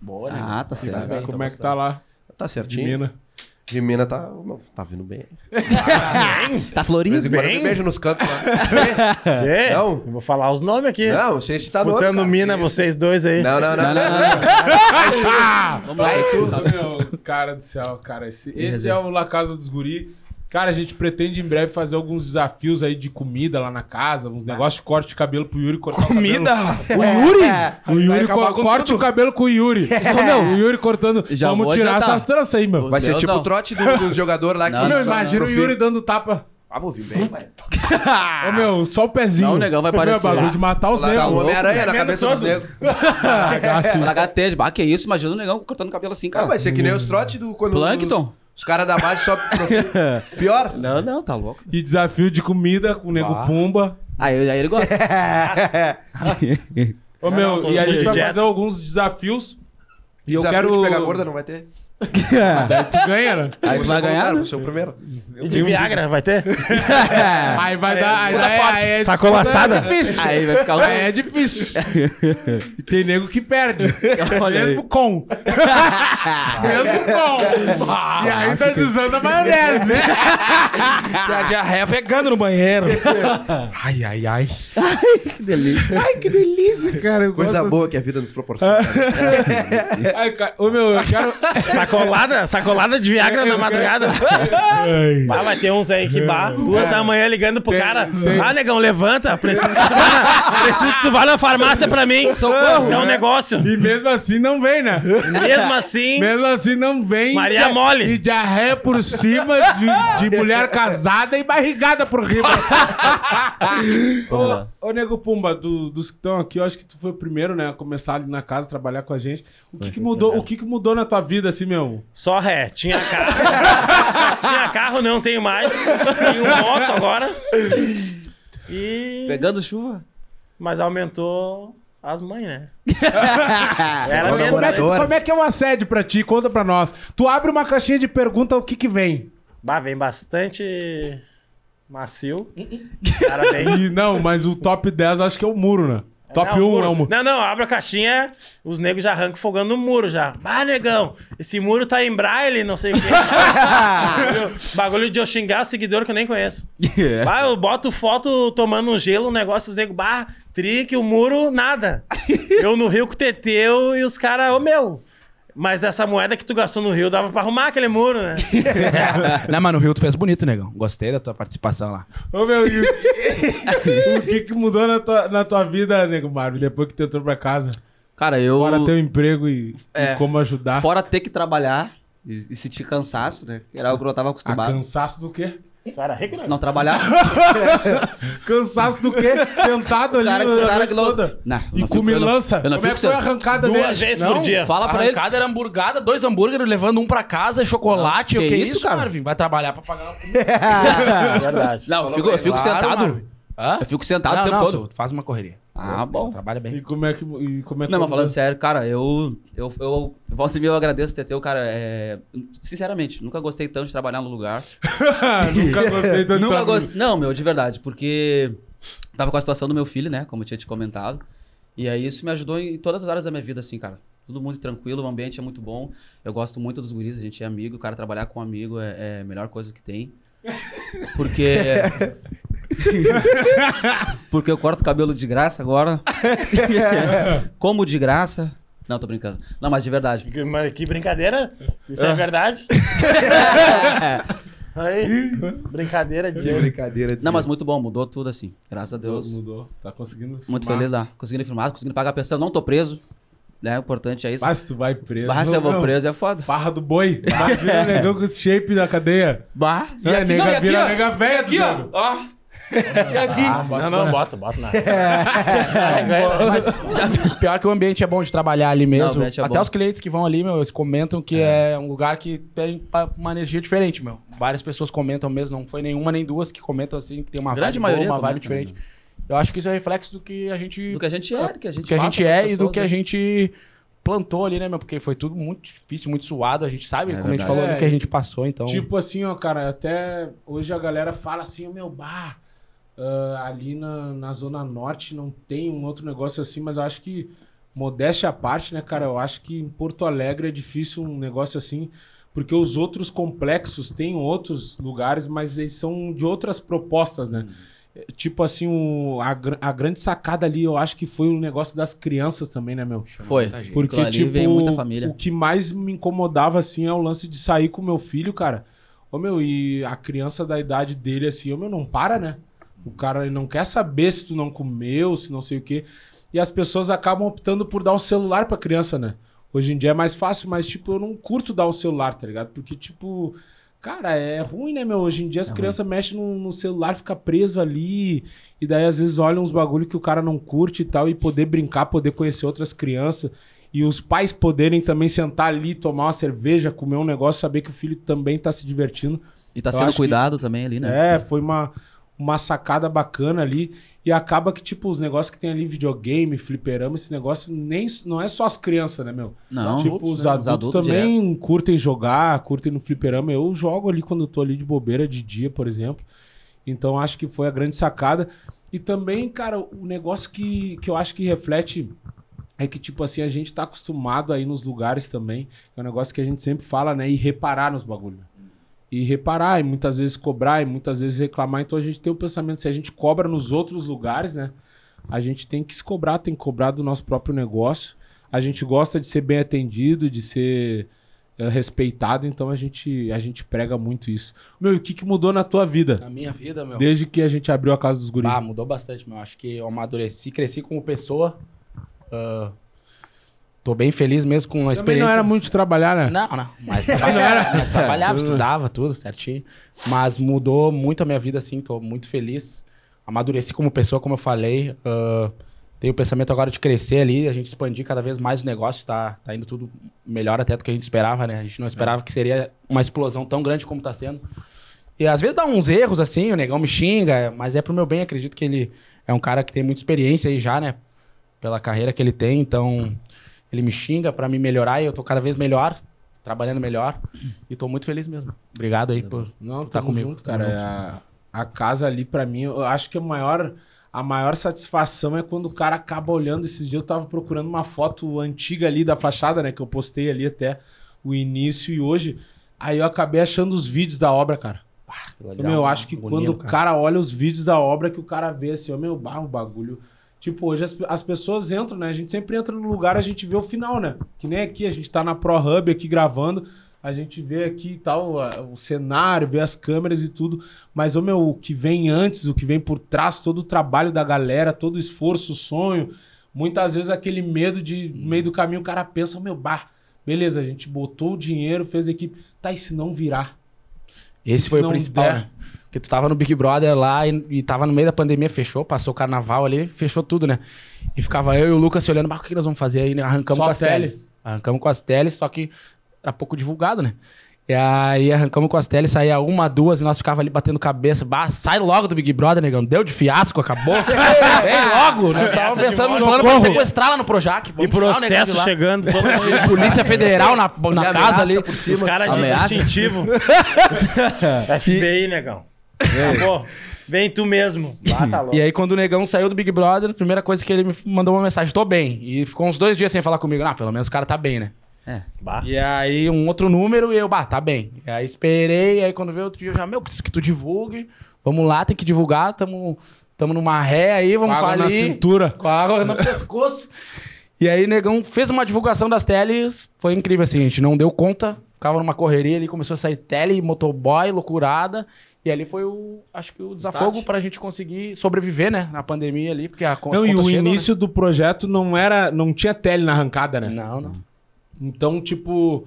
[SPEAKER 3] Boa, né?
[SPEAKER 2] Ah, tá certo.
[SPEAKER 3] Tá,
[SPEAKER 1] Como é que tá lá,
[SPEAKER 3] tá
[SPEAKER 1] de
[SPEAKER 3] certinho.
[SPEAKER 1] mina?
[SPEAKER 3] De mina tá, não, tá vindo bem.
[SPEAKER 2] Tá
[SPEAKER 3] De vez
[SPEAKER 2] florido.
[SPEAKER 3] em quando
[SPEAKER 5] Bem?
[SPEAKER 3] eu me beijo nos cantos lá.
[SPEAKER 5] Que?
[SPEAKER 3] Não.
[SPEAKER 5] Eu Vou falar os nomes aqui.
[SPEAKER 3] Não, sem citar nome.
[SPEAKER 5] Botando
[SPEAKER 3] cara.
[SPEAKER 5] mina, vocês dois aí.
[SPEAKER 3] Não, não, não.
[SPEAKER 2] Vamos lá.
[SPEAKER 1] Tá Meu, cara do céu, cara. Esse, esse é o La Casa dos Guri. Cara, a gente pretende em breve fazer alguns desafios aí de comida lá na casa, uns negócios de corte de cabelo pro Yuri cortar
[SPEAKER 4] Comida?
[SPEAKER 1] o cabelo. O Yuri? O Yuri
[SPEAKER 3] acabar
[SPEAKER 1] co-
[SPEAKER 3] com
[SPEAKER 1] corte o cabelo com o Yuri.
[SPEAKER 2] meu.
[SPEAKER 1] o Yuri cortando.
[SPEAKER 2] Já
[SPEAKER 1] Vamos
[SPEAKER 2] vou
[SPEAKER 1] tirar
[SPEAKER 2] adiantar.
[SPEAKER 1] essas tranças aí, meu.
[SPEAKER 3] Vai ser
[SPEAKER 2] Meu,
[SPEAKER 3] tipo
[SPEAKER 2] não.
[SPEAKER 3] o trote do- dos jogadores lá que.
[SPEAKER 2] Não,
[SPEAKER 1] Meu,
[SPEAKER 2] não,
[SPEAKER 1] imagina o
[SPEAKER 3] Pro fim.
[SPEAKER 1] Yuri dando tapa. Hum?
[SPEAKER 3] Ah, vou vir bem, pai.
[SPEAKER 1] Ô, meu, só o pezinho.
[SPEAKER 2] Não, o negão vai
[SPEAKER 1] Meu,
[SPEAKER 2] parecer.
[SPEAKER 1] bagulho de matar os
[SPEAKER 3] Lá dá um
[SPEAKER 1] negros.
[SPEAKER 3] Homem-Aranha na
[SPEAKER 1] Tremendo
[SPEAKER 3] cabeça dos
[SPEAKER 1] todo.
[SPEAKER 3] negros.
[SPEAKER 2] Vai largar tênis. Ah, que isso? Imagina o negão cortando o cabelo assim,
[SPEAKER 3] Não,
[SPEAKER 2] cara.
[SPEAKER 3] vai ser que nem os trote do. Quando
[SPEAKER 2] Plankton?
[SPEAKER 3] Os, os caras da base só. Pior?
[SPEAKER 2] Não, não, tá louco.
[SPEAKER 1] E desafio de comida com o nego Pumba.
[SPEAKER 2] Aí, aí ele gosta. É,
[SPEAKER 1] Ô, meu,
[SPEAKER 5] não,
[SPEAKER 1] e a
[SPEAKER 5] tô
[SPEAKER 1] gente
[SPEAKER 5] de
[SPEAKER 1] vai
[SPEAKER 5] dieta.
[SPEAKER 1] fazer alguns desafios. E eu
[SPEAKER 3] Desafio
[SPEAKER 1] quero.
[SPEAKER 3] de pegar gorda não vai ter?
[SPEAKER 1] Tu ganha, né?
[SPEAKER 3] Aí
[SPEAKER 2] vai ganhar, né?
[SPEAKER 3] Você é o primeiro.
[SPEAKER 5] E
[SPEAKER 3] um
[SPEAKER 5] de Viagra, vai ter?
[SPEAKER 3] É.
[SPEAKER 1] Aí vai dar. Aí, aí, aí, é
[SPEAKER 5] Sacou
[SPEAKER 1] disputa,
[SPEAKER 5] laçada?
[SPEAKER 1] É difícil.
[SPEAKER 2] Aí vai ficar né?
[SPEAKER 1] Aí é difícil. E tem nego que perde.
[SPEAKER 2] Olha aí.
[SPEAKER 1] é Mesmo com. Mesmo com. E aí tá desando a maionese.
[SPEAKER 4] A diarreia pegando no banheiro. Ai, ai, ai.
[SPEAKER 2] Que delícia.
[SPEAKER 1] Ai, que delícia, cara. Eu
[SPEAKER 3] Coisa
[SPEAKER 1] gosto- assim.
[SPEAKER 3] boa que a vida nos proporciona.
[SPEAKER 1] Ai, cara, ô, meu, eu quero.
[SPEAKER 5] Sacolada, sacolada de Viagra na madrugada. Bah, vai ter uns aí que
[SPEAKER 3] É.
[SPEAKER 5] bah, duas da manhã ligando pro cara. Ah, negão, levanta. Preciso que tu vá na, preciso que tu vá na farmácia pra mim.
[SPEAKER 2] Socorro.
[SPEAKER 5] Isso é um negócio.
[SPEAKER 1] E mesmo assim não vem, né?
[SPEAKER 5] Mesmo assim,
[SPEAKER 1] Mesmo assim não vem.
[SPEAKER 5] Maria
[SPEAKER 1] e,
[SPEAKER 5] Mole.
[SPEAKER 1] E diarreia por cima de, de mulher casada e barrigada por riba.
[SPEAKER 2] Porra.
[SPEAKER 1] Ô, Nego Pumba, do- dos que estão aqui, eu acho que tu foi o primeiro, né? A começar ali na casa, trabalhar com a gente. O que, que mudou? O que, que mudou na tua vida, assim, meu?
[SPEAKER 5] só ré. Tinha carro. Tinha carro, não tenho mais. Tenho um moto agora. E...
[SPEAKER 2] Pegando chuva?
[SPEAKER 5] Mas aumentou as mães, né? Era
[SPEAKER 3] Agora
[SPEAKER 5] menos. né?
[SPEAKER 3] namorador. Adoro.
[SPEAKER 1] Como é que é um assédio pra ti? Conta pra nós. Tu abre uma caixinha de pergunta, o que que vem?
[SPEAKER 5] Bah, vem bastante macio. Cara, vem.
[SPEAKER 1] E não, mas o top 10 acho que é o muro, né? Top
[SPEAKER 5] Não,
[SPEAKER 1] 1
[SPEAKER 5] muro.
[SPEAKER 1] é o muro.
[SPEAKER 5] Não, não, abre a caixinha, os negros já arrancam fogando no muro já. Bah, negão, esse muro tá em braille, não sei o quê. Entendeu? Bagulho de eu xingar seguidor que eu nem conheço.
[SPEAKER 1] É.
[SPEAKER 5] Bah, eu boto foto tomando um gelo, um negócio, os negros, bah, trique, o muro, nada. Eu no Rio com o Teteu e os caras, ô meu. Mas essa moeda que tu gastou no Rio dava pra arrumar aquele muro, né?
[SPEAKER 4] Não, mas no Rio tu fez bonito, negão. Gostei da tua participação lá.
[SPEAKER 1] Ô, meu, e o- o que que mudou na tua, na tua vida, Nego Mário, depois que tu entrou pra casa?
[SPEAKER 2] Cara, eu.
[SPEAKER 1] Fora teu um emprego e, e
[SPEAKER 2] É.
[SPEAKER 1] como ajudar.
[SPEAKER 2] Fora ter que trabalhar e, e sentir cansaço, né? Era algo que eu tava
[SPEAKER 1] Ah,
[SPEAKER 2] acostumado.
[SPEAKER 1] cansaço do quê?
[SPEAKER 5] Tu era rico, né?
[SPEAKER 2] Não trabalhar.
[SPEAKER 1] Cansaço do quê? Sentado
[SPEAKER 2] O
[SPEAKER 1] ali
[SPEAKER 2] cara,
[SPEAKER 1] na
[SPEAKER 2] o cara
[SPEAKER 1] noite
[SPEAKER 2] que não.
[SPEAKER 1] toda.
[SPEAKER 2] Não, eu
[SPEAKER 1] E com
[SPEAKER 2] não fico- eu não-
[SPEAKER 1] milança.
[SPEAKER 2] Eu não
[SPEAKER 1] Como é
[SPEAKER 2] fico
[SPEAKER 1] que foi a
[SPEAKER 2] sentado.
[SPEAKER 1] arrancada
[SPEAKER 5] Duas
[SPEAKER 1] dele?
[SPEAKER 5] vezes por dia.
[SPEAKER 2] Fala pra ele.
[SPEAKER 4] Arrancada era hamburgada, dois hambúrgueres, levando um pra casa, chocolate.
[SPEAKER 2] Ah,
[SPEAKER 4] eu,
[SPEAKER 2] que
[SPEAKER 4] que
[SPEAKER 2] isso,
[SPEAKER 4] isso,
[SPEAKER 2] cara?
[SPEAKER 4] Marvin? Vai trabalhar pra pagar...
[SPEAKER 5] Verdade.
[SPEAKER 2] Não, eu fico, eu fico
[SPEAKER 4] Claro,
[SPEAKER 2] sentado.
[SPEAKER 4] Marvin. Hã?
[SPEAKER 2] Eu fico sentado
[SPEAKER 4] não,
[SPEAKER 2] o tempo
[SPEAKER 4] não,
[SPEAKER 2] todo.
[SPEAKER 4] tu faz uma correria.
[SPEAKER 2] Ah, bom.
[SPEAKER 4] Trabalha bem.
[SPEAKER 1] E como é que. E como é que
[SPEAKER 2] Não,
[SPEAKER 1] foi
[SPEAKER 2] mas falando
[SPEAKER 1] mudando?
[SPEAKER 2] sério, cara, eu. Eu, eu volta e meia eu agradeço o Teteu, cara. é, sinceramente, nunca gostei tanto de trabalhar no lugar.
[SPEAKER 1] Ah, Nunca gostei tanto de
[SPEAKER 2] Nunca
[SPEAKER 1] trabalho.
[SPEAKER 2] gostei. Não, meu, de verdade, porque tava com a situação do meu filho, né? Como eu tinha te comentado. E aí isso me ajudou em todas as áreas da minha vida, assim, cara. Tudo muito tranquilo, o ambiente é muito bom. Eu gosto muito dos guris, a gente é amigo. Cara, trabalhar com amigo é, é a melhor coisa que tem. Porque. Porque eu corto cabelo de graça agora. Como de graça. Não, tô brincando. Não, mas de verdade.
[SPEAKER 5] Que- Mas que brincadeira? Isso
[SPEAKER 1] Ah.
[SPEAKER 5] é verdade? Aí, brincadeira de
[SPEAKER 3] Brincadeira de
[SPEAKER 2] Não, mas muito bom, mudou tudo assim. Graças a Deus.
[SPEAKER 1] Mudou. Tá conseguindo.
[SPEAKER 2] Muito
[SPEAKER 1] filmar.
[SPEAKER 2] feliz lá. Conseguindo firmar, conseguindo pagar a pensão. Não tô preso. Né? O importante é isso.
[SPEAKER 1] Bah, se tu vai preso.
[SPEAKER 2] Barra se eu vou
[SPEAKER 1] não.
[SPEAKER 2] preso é foda.
[SPEAKER 1] Farra do boi. Imagina o negão com esse shape da cadeia.
[SPEAKER 2] Bah.
[SPEAKER 1] Não, é nega vira nega velha do
[SPEAKER 2] aqui, ó.
[SPEAKER 1] jogo. Ah,
[SPEAKER 2] ó. E aqui.
[SPEAKER 5] Não, não, bota, bota nada.
[SPEAKER 4] Ah, Mas pior que o ambiente é bom de trabalhar ali
[SPEAKER 2] Não, o
[SPEAKER 4] mesmo.
[SPEAKER 2] ambiente é
[SPEAKER 4] Até
[SPEAKER 2] bom.
[SPEAKER 4] os clientes que vão ali, meu, eles comentam que é, um lugar que tem pa- uma energia diferente, meu. Várias pessoas comentam mesmo, não foi nenhuma nem duas que comentam assim, que tem uma
[SPEAKER 2] Grande
[SPEAKER 4] vibe
[SPEAKER 2] maioria
[SPEAKER 4] boa, uma vibe
[SPEAKER 2] comenta, né,
[SPEAKER 4] diferente. Eu acho que isso é reflexo do que a gente
[SPEAKER 2] Do que a gente é, do que a gente
[SPEAKER 4] do que a
[SPEAKER 2] passa
[SPEAKER 4] gente
[SPEAKER 2] pras
[SPEAKER 4] é e
[SPEAKER 2] pessoas,
[SPEAKER 4] do que a
[SPEAKER 2] né?
[SPEAKER 4] gente plantou ali, né, meu? Porque foi tudo muito difícil, muito suado. A gente sabe,
[SPEAKER 2] É
[SPEAKER 4] como a gente
[SPEAKER 2] verdade.
[SPEAKER 4] falou,
[SPEAKER 1] É,
[SPEAKER 4] do que a gente passou, então.
[SPEAKER 1] Tipo assim, ó, cara, até hoje a galera fala assim, meu bar, ah, ali na, na Zona Norte não tem um outro negócio assim, mas eu acho que, modéstia à parte, né, cara, eu acho que em Porto Alegre é difícil um negócio assim, porque os outros complexos têm outros lugares, mas eles são de outras propostas, né? É, Tipo assim, o- a, gr- a grande sacada ali, eu acho que foi o negócio das crianças também, né, meu?
[SPEAKER 2] Foi.
[SPEAKER 4] Muita gente.
[SPEAKER 1] Porque,
[SPEAKER 2] Claro, ali
[SPEAKER 1] tipo,
[SPEAKER 2] vem muita família.
[SPEAKER 1] o que mais me incomodava, assim, é o lance de sair com o meu filho, cara. Ô, meu, e a criança da idade dele, assim, ô, meu, não para, né? O cara ele não quer saber se tu não comeu, se não sei o quê. E as pessoas acabam optando por dar um celular pra criança, né? Hoje em dia é mais fácil, mas, tipo, eu não curto dar o celular, tá ligado? Porque, tipo, cara, é ruim, né, meu? Hoje em
[SPEAKER 2] É
[SPEAKER 1] dia as crianças mexem no, no celular, fica preso ali. E daí, às vezes, olham uns bagulho que o cara não curte e tal. E poder brincar, poder conhecer outras crianças. E os pais poderem também sentar ali, tomar uma cerveja, comer um negócio, saber que o filho também tá se divertindo.
[SPEAKER 2] E tá
[SPEAKER 1] Eu
[SPEAKER 2] sendo
[SPEAKER 1] acho que-
[SPEAKER 2] cuidado também ali, né?
[SPEAKER 1] É, foi uma, uma sacada bacana ali. E acaba que, tipo, os negócios que tem ali, videogame, fliperama, esse negócio, nem, não é só as crianças, né, meu?
[SPEAKER 2] Não.
[SPEAKER 1] tipo,
[SPEAKER 2] Adultos,
[SPEAKER 1] os
[SPEAKER 2] né?
[SPEAKER 1] adultos,
[SPEAKER 2] Os adultos
[SPEAKER 1] também curtem jogar, curtem no fliperama. Eu jogo ali quando eu tô ali de bobeira, de dia, por exemplo. Então, acho que foi a grande sacada. E também, cara, o negócio que, que eu acho que reflete é que, tipo assim, a gente tá acostumado aí nos lugares também. É um negócio que a gente sempre fala, né? E reparar nos bagulhos. E reparar, e muitas vezes cobrar, e muitas vezes reclamar. Então a gente tem o pensamento, se a gente cobra nos outros lugares, né? A gente tem que se cobrar, tem que cobrar do nosso próprio negócio. A gente gosta de ser bem atendido, de ser é, respeitado, então a gente, a gente prega muito isso. Meu, e o que, que mudou na tua vida
[SPEAKER 4] Na minha vida, meu.
[SPEAKER 1] desde que a gente abriu a casa dos guris?
[SPEAKER 4] Ah, mudou bastante, meu. Acho que eu amadureci, cresci como pessoa. Ah, tô bem feliz mesmo com a
[SPEAKER 1] Também
[SPEAKER 4] experiência.
[SPEAKER 1] não era muito de trabalhar, né?
[SPEAKER 4] Não, não. É. Mas trabalhava, mas trabalhava estudava, tudo certinho. Mas mudou muito a minha vida, assim. Tô muito feliz. Amadureci como pessoa, como eu falei. Ah, tenho o pensamento agora de crescer ali, a gente expandir cada vez mais o negócio. Tá, tá indo tudo melhor até do que a gente esperava, né? A gente não esperava que seria uma explosão tão grande como tá sendo. E às vezes dá uns erros, assim, o negão me xinga, mas é pro meu bem, acredito que ele é um cara que tem muita experiência aí já, né? Pela carreira que ele tem, então ele me xinga pra me melhorar e eu tô cada vez melhor, trabalhando melhor. E tô muito feliz mesmo. Obrigado aí por.
[SPEAKER 1] Não,
[SPEAKER 4] tá
[SPEAKER 1] tamo
[SPEAKER 4] comigo.
[SPEAKER 1] junto, cara. É A, a casa ali, pra mim, eu acho que a maior, a maior satisfação é quando o cara acaba olhando. Esses dias eu tava procurando uma foto antiga ali da fachada, né? Que eu postei ali até o início e hoje. Aí eu acabei achando os vídeos da obra, cara. Meu, eu acho que quando o cara olha os vídeos da obra, que o cara vê assim, ó, meu, bah, o bagulho. Tipo, hoje as, as pessoas entram, né? A gente sempre entra no lugar, a gente vê o final, né? Que nem aqui, a gente tá na ProHub aqui gravando, a gente vê aqui e tal, a- o cenário, vê as câmeras e tudo. Mas, ô meu, o que vem antes, o que vem por trás, todo o trabalho da galera, todo o esforço, o sonho. Muitas vezes aquele medo de, no meio do caminho, o cara pensa, meu, bah, beleza, a gente botou o dinheiro, fez a equipe. Tá, e se não virar?
[SPEAKER 4] Esse
[SPEAKER 1] Se
[SPEAKER 4] foi o
[SPEAKER 1] não
[SPEAKER 4] principal,
[SPEAKER 1] der.
[SPEAKER 4] né? Porque tu tava no Big Brother lá e, e tava no meio da pandemia, fechou, passou o carnaval ali, fechou tudo, né? E ficava eu e o Lucas se olhando, mas o que que nós vamos fazer aí? né? Arrancamos
[SPEAKER 1] Só
[SPEAKER 4] com as
[SPEAKER 1] tele.
[SPEAKER 4] teles. Arrancamos com as teles, só que era pouco divulgado, né? E aí arrancamos com as teles, saía uma, duas, e nós ficava ali batendo cabeça. Bah, sai logo do Big Brother, negão. Deu de fiasco, acabou. Vem logo. Nós tava
[SPEAKER 5] Essa
[SPEAKER 4] pensando
[SPEAKER 5] de
[SPEAKER 4] no plano pra
[SPEAKER 5] socorro.
[SPEAKER 4] sequestrar lá no Projac.
[SPEAKER 5] E
[SPEAKER 4] vamos tirar o negócio de
[SPEAKER 5] processo
[SPEAKER 4] lá.
[SPEAKER 5] chegando. todo mundo-
[SPEAKER 4] Polícia Federal na,
[SPEAKER 3] E
[SPEAKER 4] na
[SPEAKER 3] ameaça
[SPEAKER 4] casa ali.
[SPEAKER 3] Por
[SPEAKER 5] Os
[SPEAKER 3] cima. tá
[SPEAKER 5] caras de É
[SPEAKER 2] Ameaça?
[SPEAKER 5] distintivo. FBI, negão. Acabou. Vem tu mesmo. tá Bata logo.
[SPEAKER 4] E aí, quando o negão saiu do Big Brother, a primeira coisa que ele me mandou uma mensagem: tô bem. E ficou uns dois dias sem falar comigo. Ah, pelo menos o cara tá bem, né?
[SPEAKER 5] Bah.
[SPEAKER 4] E aí, um outro número e eu, bah, tá bem. E aí, esperei. E aí, quando veio outro dia, eu já, meu, preciso que tu divulgue. Vamos lá, tem que divulgar. Tamo, tamo numa ré aí, vamos
[SPEAKER 1] Com água
[SPEAKER 4] falar.
[SPEAKER 1] na cintura.
[SPEAKER 4] Com água no pescoço. E aí, negão fez uma divulgação das teles. Foi incrível, assim, a gente não deu conta. Ficava numa correria ali, começou a sair tele, motoboy, loucurada. E ali foi o, acho que o desafogo pra gente conseguir sobreviver, né? Na pandemia ali, porque a as
[SPEAKER 1] Não, e
[SPEAKER 4] contas
[SPEAKER 1] o
[SPEAKER 4] chegam, né?
[SPEAKER 1] início do projeto não era. Não tinha tele na arrancada, né?
[SPEAKER 4] Não, não.
[SPEAKER 1] Então, tipo,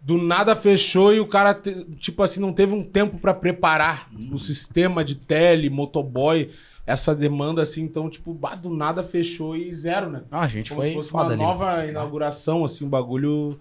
[SPEAKER 1] do nada fechou e o cara, te- tipo assim, não teve um tempo pra preparar o sistema de tele, motoboy, essa demanda assim. Então, tipo, bah, do nada fechou e zero, né?
[SPEAKER 4] Não, a gente
[SPEAKER 1] Como
[SPEAKER 4] foi
[SPEAKER 1] se fosse
[SPEAKER 4] foda
[SPEAKER 1] uma
[SPEAKER 4] ali. né?
[SPEAKER 1] nova inauguração, assim, um bagulho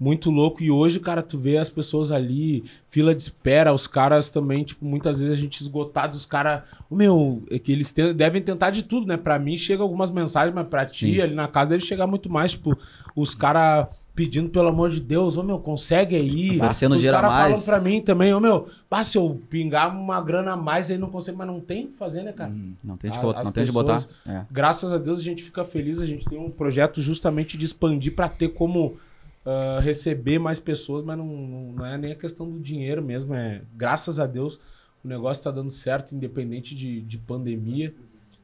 [SPEAKER 1] muito louco. E hoje, cara, tu vê as pessoas ali, fila de espera, os caras também, tipo, muitas vezes a gente esgotado, os caras. O meu, é que eles te- devem tentar de tudo, né? Pra mim chega algumas mensagens, mas pra ti
[SPEAKER 2] Sim.
[SPEAKER 1] ali na casa deve chegar muito mais, tipo, os caras pedindo, pelo amor de Deus, ô meu, consegue aí.
[SPEAKER 2] Oferecendo
[SPEAKER 1] os
[SPEAKER 2] dinheiro a
[SPEAKER 1] caras falam
[SPEAKER 2] mais.
[SPEAKER 1] pra mim também, ô meu, pá, se eu pingar uma grana a mais aí não consegue, mas não tem o que fazer, né, cara?
[SPEAKER 2] É. Não tem de
[SPEAKER 1] A-
[SPEAKER 2] botar.
[SPEAKER 1] as
[SPEAKER 2] Não tem de botar.
[SPEAKER 1] pessoas-
[SPEAKER 2] É.
[SPEAKER 1] graças a Deus a gente fica feliz, a gente tem um projeto justamente de expandir para ter como ah, receber mais pessoas, mas não, não- não é nem a questão do dinheiro mesmo, é graças a Deus o negócio está dando certo, independente de, de pandemia,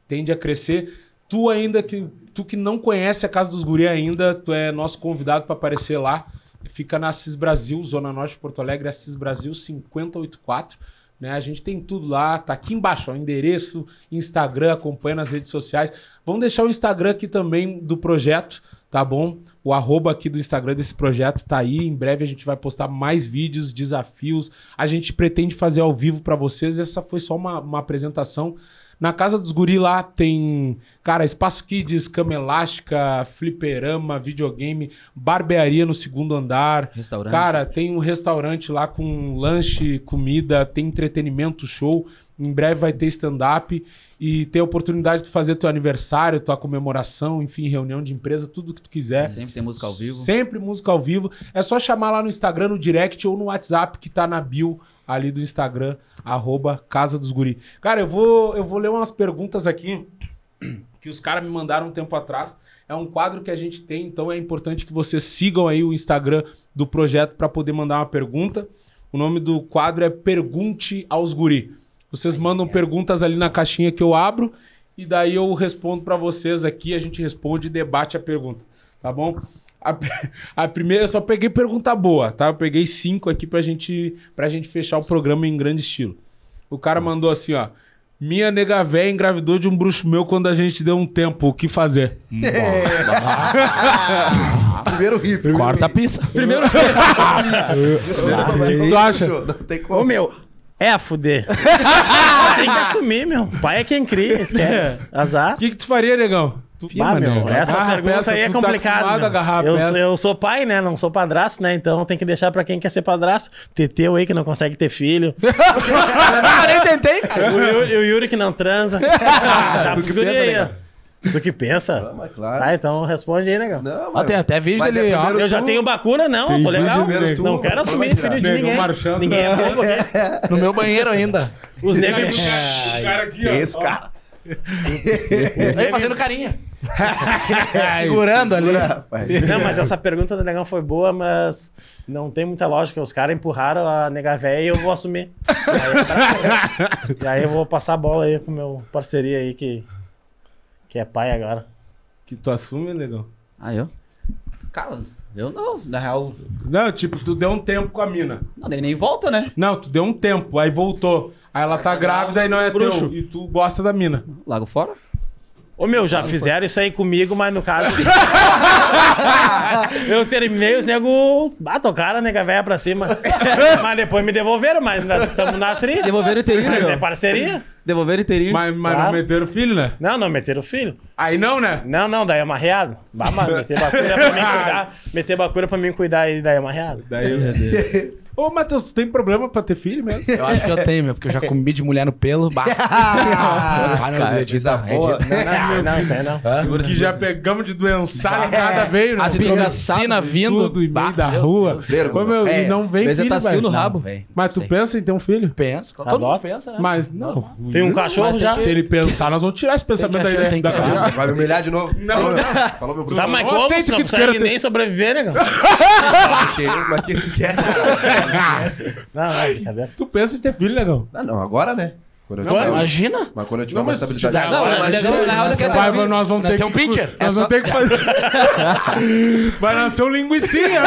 [SPEAKER 1] tende a crescer. Tu ainda que tu que não conhece a Casa dos Guri ainda, tu é nosso convidado para aparecer lá. Fica na Assis Brasil, Zona Norte de Porto Alegre, Assis Brasil 584. Né? A gente tem tudo lá, tá aqui embaixo, ó, endereço, Instagram, acompanha nas redes sociais. Vamos deixar o Instagram aqui também do projeto, tá bom? O arroba aqui do Instagram desse projeto tá aí. Em breve a gente vai postar mais vídeos, desafios. A gente pretende fazer ao vivo pra vocês. Essa foi só uma, uma apresentação. Na casa dos guri lá tem, cara, espaço kids, cama elástica, fliperama, videogame, barbearia no segundo andar.
[SPEAKER 2] Restaurante.
[SPEAKER 1] Cara, tem um restaurante lá com lanche, comida, tem entretenimento, show. Em breve vai ter stand-up e tem a oportunidade de tu fazer teu aniversário, tua comemoração, enfim, reunião de empresa, tudo que tu quiser.
[SPEAKER 2] Sempre tem música ao vivo.
[SPEAKER 1] Sempre música ao vivo. É só chamar lá no Instagram, no direct ou no WhatsApp que tá na bio ali do Instagram, arroba Casa dos Guri. Cara, eu vou, eu vou ler umas perguntas aqui que os caras me mandaram um tempo atrás. É um quadro que a gente tem, então é importante que vocês sigam aí o Instagram do projeto para poder mandar uma pergunta. O nome do quadro é Pergunte aos Guri. Vocês
[SPEAKER 5] é.
[SPEAKER 1] mandam perguntas ali na caixinha que eu abro e daí eu respondo para vocês aqui, a gente responde e debate a pergunta, tá bom? A, a primeira, eu só peguei pergunta boa, tá? Eu peguei cinco aqui pra gente, pra gente fechar o programa em grande estilo. O cara
[SPEAKER 5] Tá.
[SPEAKER 1] mandou assim, ó. Minha nega véia engravidou de um bruxo meu quando a gente deu um tempo. O que fazer?
[SPEAKER 3] Primeiro riff.
[SPEAKER 4] Corta a pista.
[SPEAKER 1] Primeiro,
[SPEAKER 3] Tu
[SPEAKER 1] Tu acha?
[SPEAKER 3] Não tem
[SPEAKER 5] Ô,
[SPEAKER 3] como.
[SPEAKER 5] meu, é a fuder. Tem que assumir, meu. Pai é quem cria, esquece. Azar.
[SPEAKER 1] o que, que tu faria, negão? Tu,
[SPEAKER 5] Bah, Ah, meu,
[SPEAKER 1] agarra
[SPEAKER 5] essa
[SPEAKER 1] a
[SPEAKER 5] pergunta
[SPEAKER 1] peça,
[SPEAKER 5] aí é
[SPEAKER 1] tu tá
[SPEAKER 5] complicada.
[SPEAKER 1] acostumado a
[SPEAKER 5] meu.
[SPEAKER 1] agarrar a
[SPEAKER 5] eu,
[SPEAKER 1] peça.
[SPEAKER 5] eu sou pai, né? Não sou padrasto, né? Então tem que deixar pra quem quer ser padrasto. Teteu aí que não consegue ter filho.
[SPEAKER 4] Ah, nem tentei, cara.
[SPEAKER 5] o, Yuri, o Yuri que não transa. Já
[SPEAKER 3] Tu
[SPEAKER 5] pros
[SPEAKER 3] que
[SPEAKER 5] guri
[SPEAKER 3] pensa,
[SPEAKER 5] aí,
[SPEAKER 3] negão.
[SPEAKER 5] ó. Tu que pensa?
[SPEAKER 3] Ah, mas claro.
[SPEAKER 5] Tá, então responde aí, negão.
[SPEAKER 3] Não,
[SPEAKER 4] Ó, tem até vídeo
[SPEAKER 3] Mas é
[SPEAKER 4] dele, ó.
[SPEAKER 3] primeiro
[SPEAKER 5] Eu já
[SPEAKER 3] tu-
[SPEAKER 5] tenho um bacura, não, tô legal.
[SPEAKER 3] primeiro tu,
[SPEAKER 5] Não
[SPEAKER 3] vai
[SPEAKER 5] quero assumir
[SPEAKER 3] tirar.
[SPEAKER 5] filho de
[SPEAKER 1] Negão
[SPEAKER 5] ninguém.
[SPEAKER 1] marchando.
[SPEAKER 5] Ninguém é bobo aqui.
[SPEAKER 4] No meu banheiro ainda.
[SPEAKER 5] Os negros.
[SPEAKER 1] O cara aqui, ó.
[SPEAKER 3] Esse cara.
[SPEAKER 4] Aí fazendo carinha. Segurando ali.
[SPEAKER 3] Segura, rapaz.
[SPEAKER 5] Não, mas essa pergunta do Negão foi boa, mas não tem muita lógica. Os caras empurraram a nega véia e eu vou assumir. E aí, é pra- e aí eu vou passar a bola aí pro meu parceria aí que, que é pai agora.
[SPEAKER 1] Que tu assume, negão?
[SPEAKER 2] Ah, eu? Cara, eu não. Na real,
[SPEAKER 1] Não, tipo, tu deu um tempo com a mina.
[SPEAKER 2] não dei nem volta, né?
[SPEAKER 1] Não, tu deu um tempo, aí voltou. Aí ela tá grávida e não é
[SPEAKER 5] Bruxo.
[SPEAKER 1] teu. E tu gosta da mina.
[SPEAKER 2] Lago fora.
[SPEAKER 5] Ô meu, já fizeram isso aí comigo, mas no caso. eu terminei os nego. Ah, tocaram a nega véia pra cima. mas depois me devolveram, mas estamos na trilha.
[SPEAKER 2] Devolveram inteirinho,
[SPEAKER 5] Mas é
[SPEAKER 2] Negão.
[SPEAKER 5] parceria?
[SPEAKER 2] Devolveram inteirinho.
[SPEAKER 1] Mas, mas não
[SPEAKER 5] Claro.
[SPEAKER 1] meteram filho, né?
[SPEAKER 5] Não, não, meteram o filho.
[SPEAKER 1] Aí não, né?
[SPEAKER 5] Não, não, daí é marreado. Bah, mano, meter bacura pra mim cuidar. Meter bacura pra mim cuidar e daí é marreado.
[SPEAKER 1] Daí eu... Ô, Matheus, tu tem problema pra ter filho mesmo?
[SPEAKER 4] Eu acho que eu tenho, meu, porque eu já comi de mulher no pelo. Bah. Ah, meu Deus,
[SPEAKER 3] Coisa
[SPEAKER 4] edita,
[SPEAKER 3] boa.
[SPEAKER 4] edita.
[SPEAKER 5] Não, isso aí Ah, não, isso aí não.
[SPEAKER 1] que já pegamos de doençada e nada veio, né?
[SPEAKER 4] Azitromicina vindo.
[SPEAKER 1] Tudo em
[SPEAKER 4] Bah,
[SPEAKER 1] meio da rua.
[SPEAKER 3] Deus.
[SPEAKER 1] Ô, meu, e
[SPEAKER 3] É.
[SPEAKER 1] não vem filho,
[SPEAKER 2] Bezetacil
[SPEAKER 1] velho.
[SPEAKER 2] no
[SPEAKER 1] Não.
[SPEAKER 2] rabo.
[SPEAKER 4] Véi,
[SPEAKER 1] Mas tu pensa em ter um filho?
[SPEAKER 4] pensa. Todo
[SPEAKER 5] Adoro.
[SPEAKER 4] mundo pensa, né?
[SPEAKER 1] Mas não.
[SPEAKER 5] Tem um cachorro já.
[SPEAKER 1] Se ele pensar, nós vamos tirar esse pensamento
[SPEAKER 4] Tem que achar,
[SPEAKER 1] daí, né?
[SPEAKER 4] tem
[SPEAKER 1] da
[SPEAKER 4] que
[SPEAKER 1] cabeça.
[SPEAKER 4] achar.
[SPEAKER 3] Vai me humilhar de novo?
[SPEAKER 1] Não,
[SPEAKER 3] falou, Meu, falou meu bruxo.
[SPEAKER 5] Tá, mas
[SPEAKER 1] Eu
[SPEAKER 5] como?
[SPEAKER 1] aceito
[SPEAKER 5] Tu não
[SPEAKER 1] que tu
[SPEAKER 5] consegue
[SPEAKER 1] queira ter-
[SPEAKER 5] nem sobreviver, negão.
[SPEAKER 3] Mas que é isso, mas que é? tu quer?
[SPEAKER 1] Ah.
[SPEAKER 3] cara? Esquece.
[SPEAKER 5] Não, não, brincadeira.
[SPEAKER 1] Tu pensa em ter filho, negão.
[SPEAKER 3] Ah, não, agora né? Quando eu
[SPEAKER 5] Quando?
[SPEAKER 3] tiver-
[SPEAKER 4] Imagina.
[SPEAKER 3] Mas quando eu tiver
[SPEAKER 1] Não,
[SPEAKER 3] uma
[SPEAKER 1] mas né? tu
[SPEAKER 3] estabilidade.
[SPEAKER 1] quiser
[SPEAKER 3] agora,
[SPEAKER 2] agora,
[SPEAKER 3] imagina.
[SPEAKER 2] deve- na real, não quer ter
[SPEAKER 1] Vai,
[SPEAKER 2] filho.
[SPEAKER 1] nós vamos ter
[SPEAKER 4] Nasceu um
[SPEAKER 1] que... É
[SPEAKER 4] pitcher.
[SPEAKER 1] Nós vamos ter que fazer... Vai nascer um linguicinha.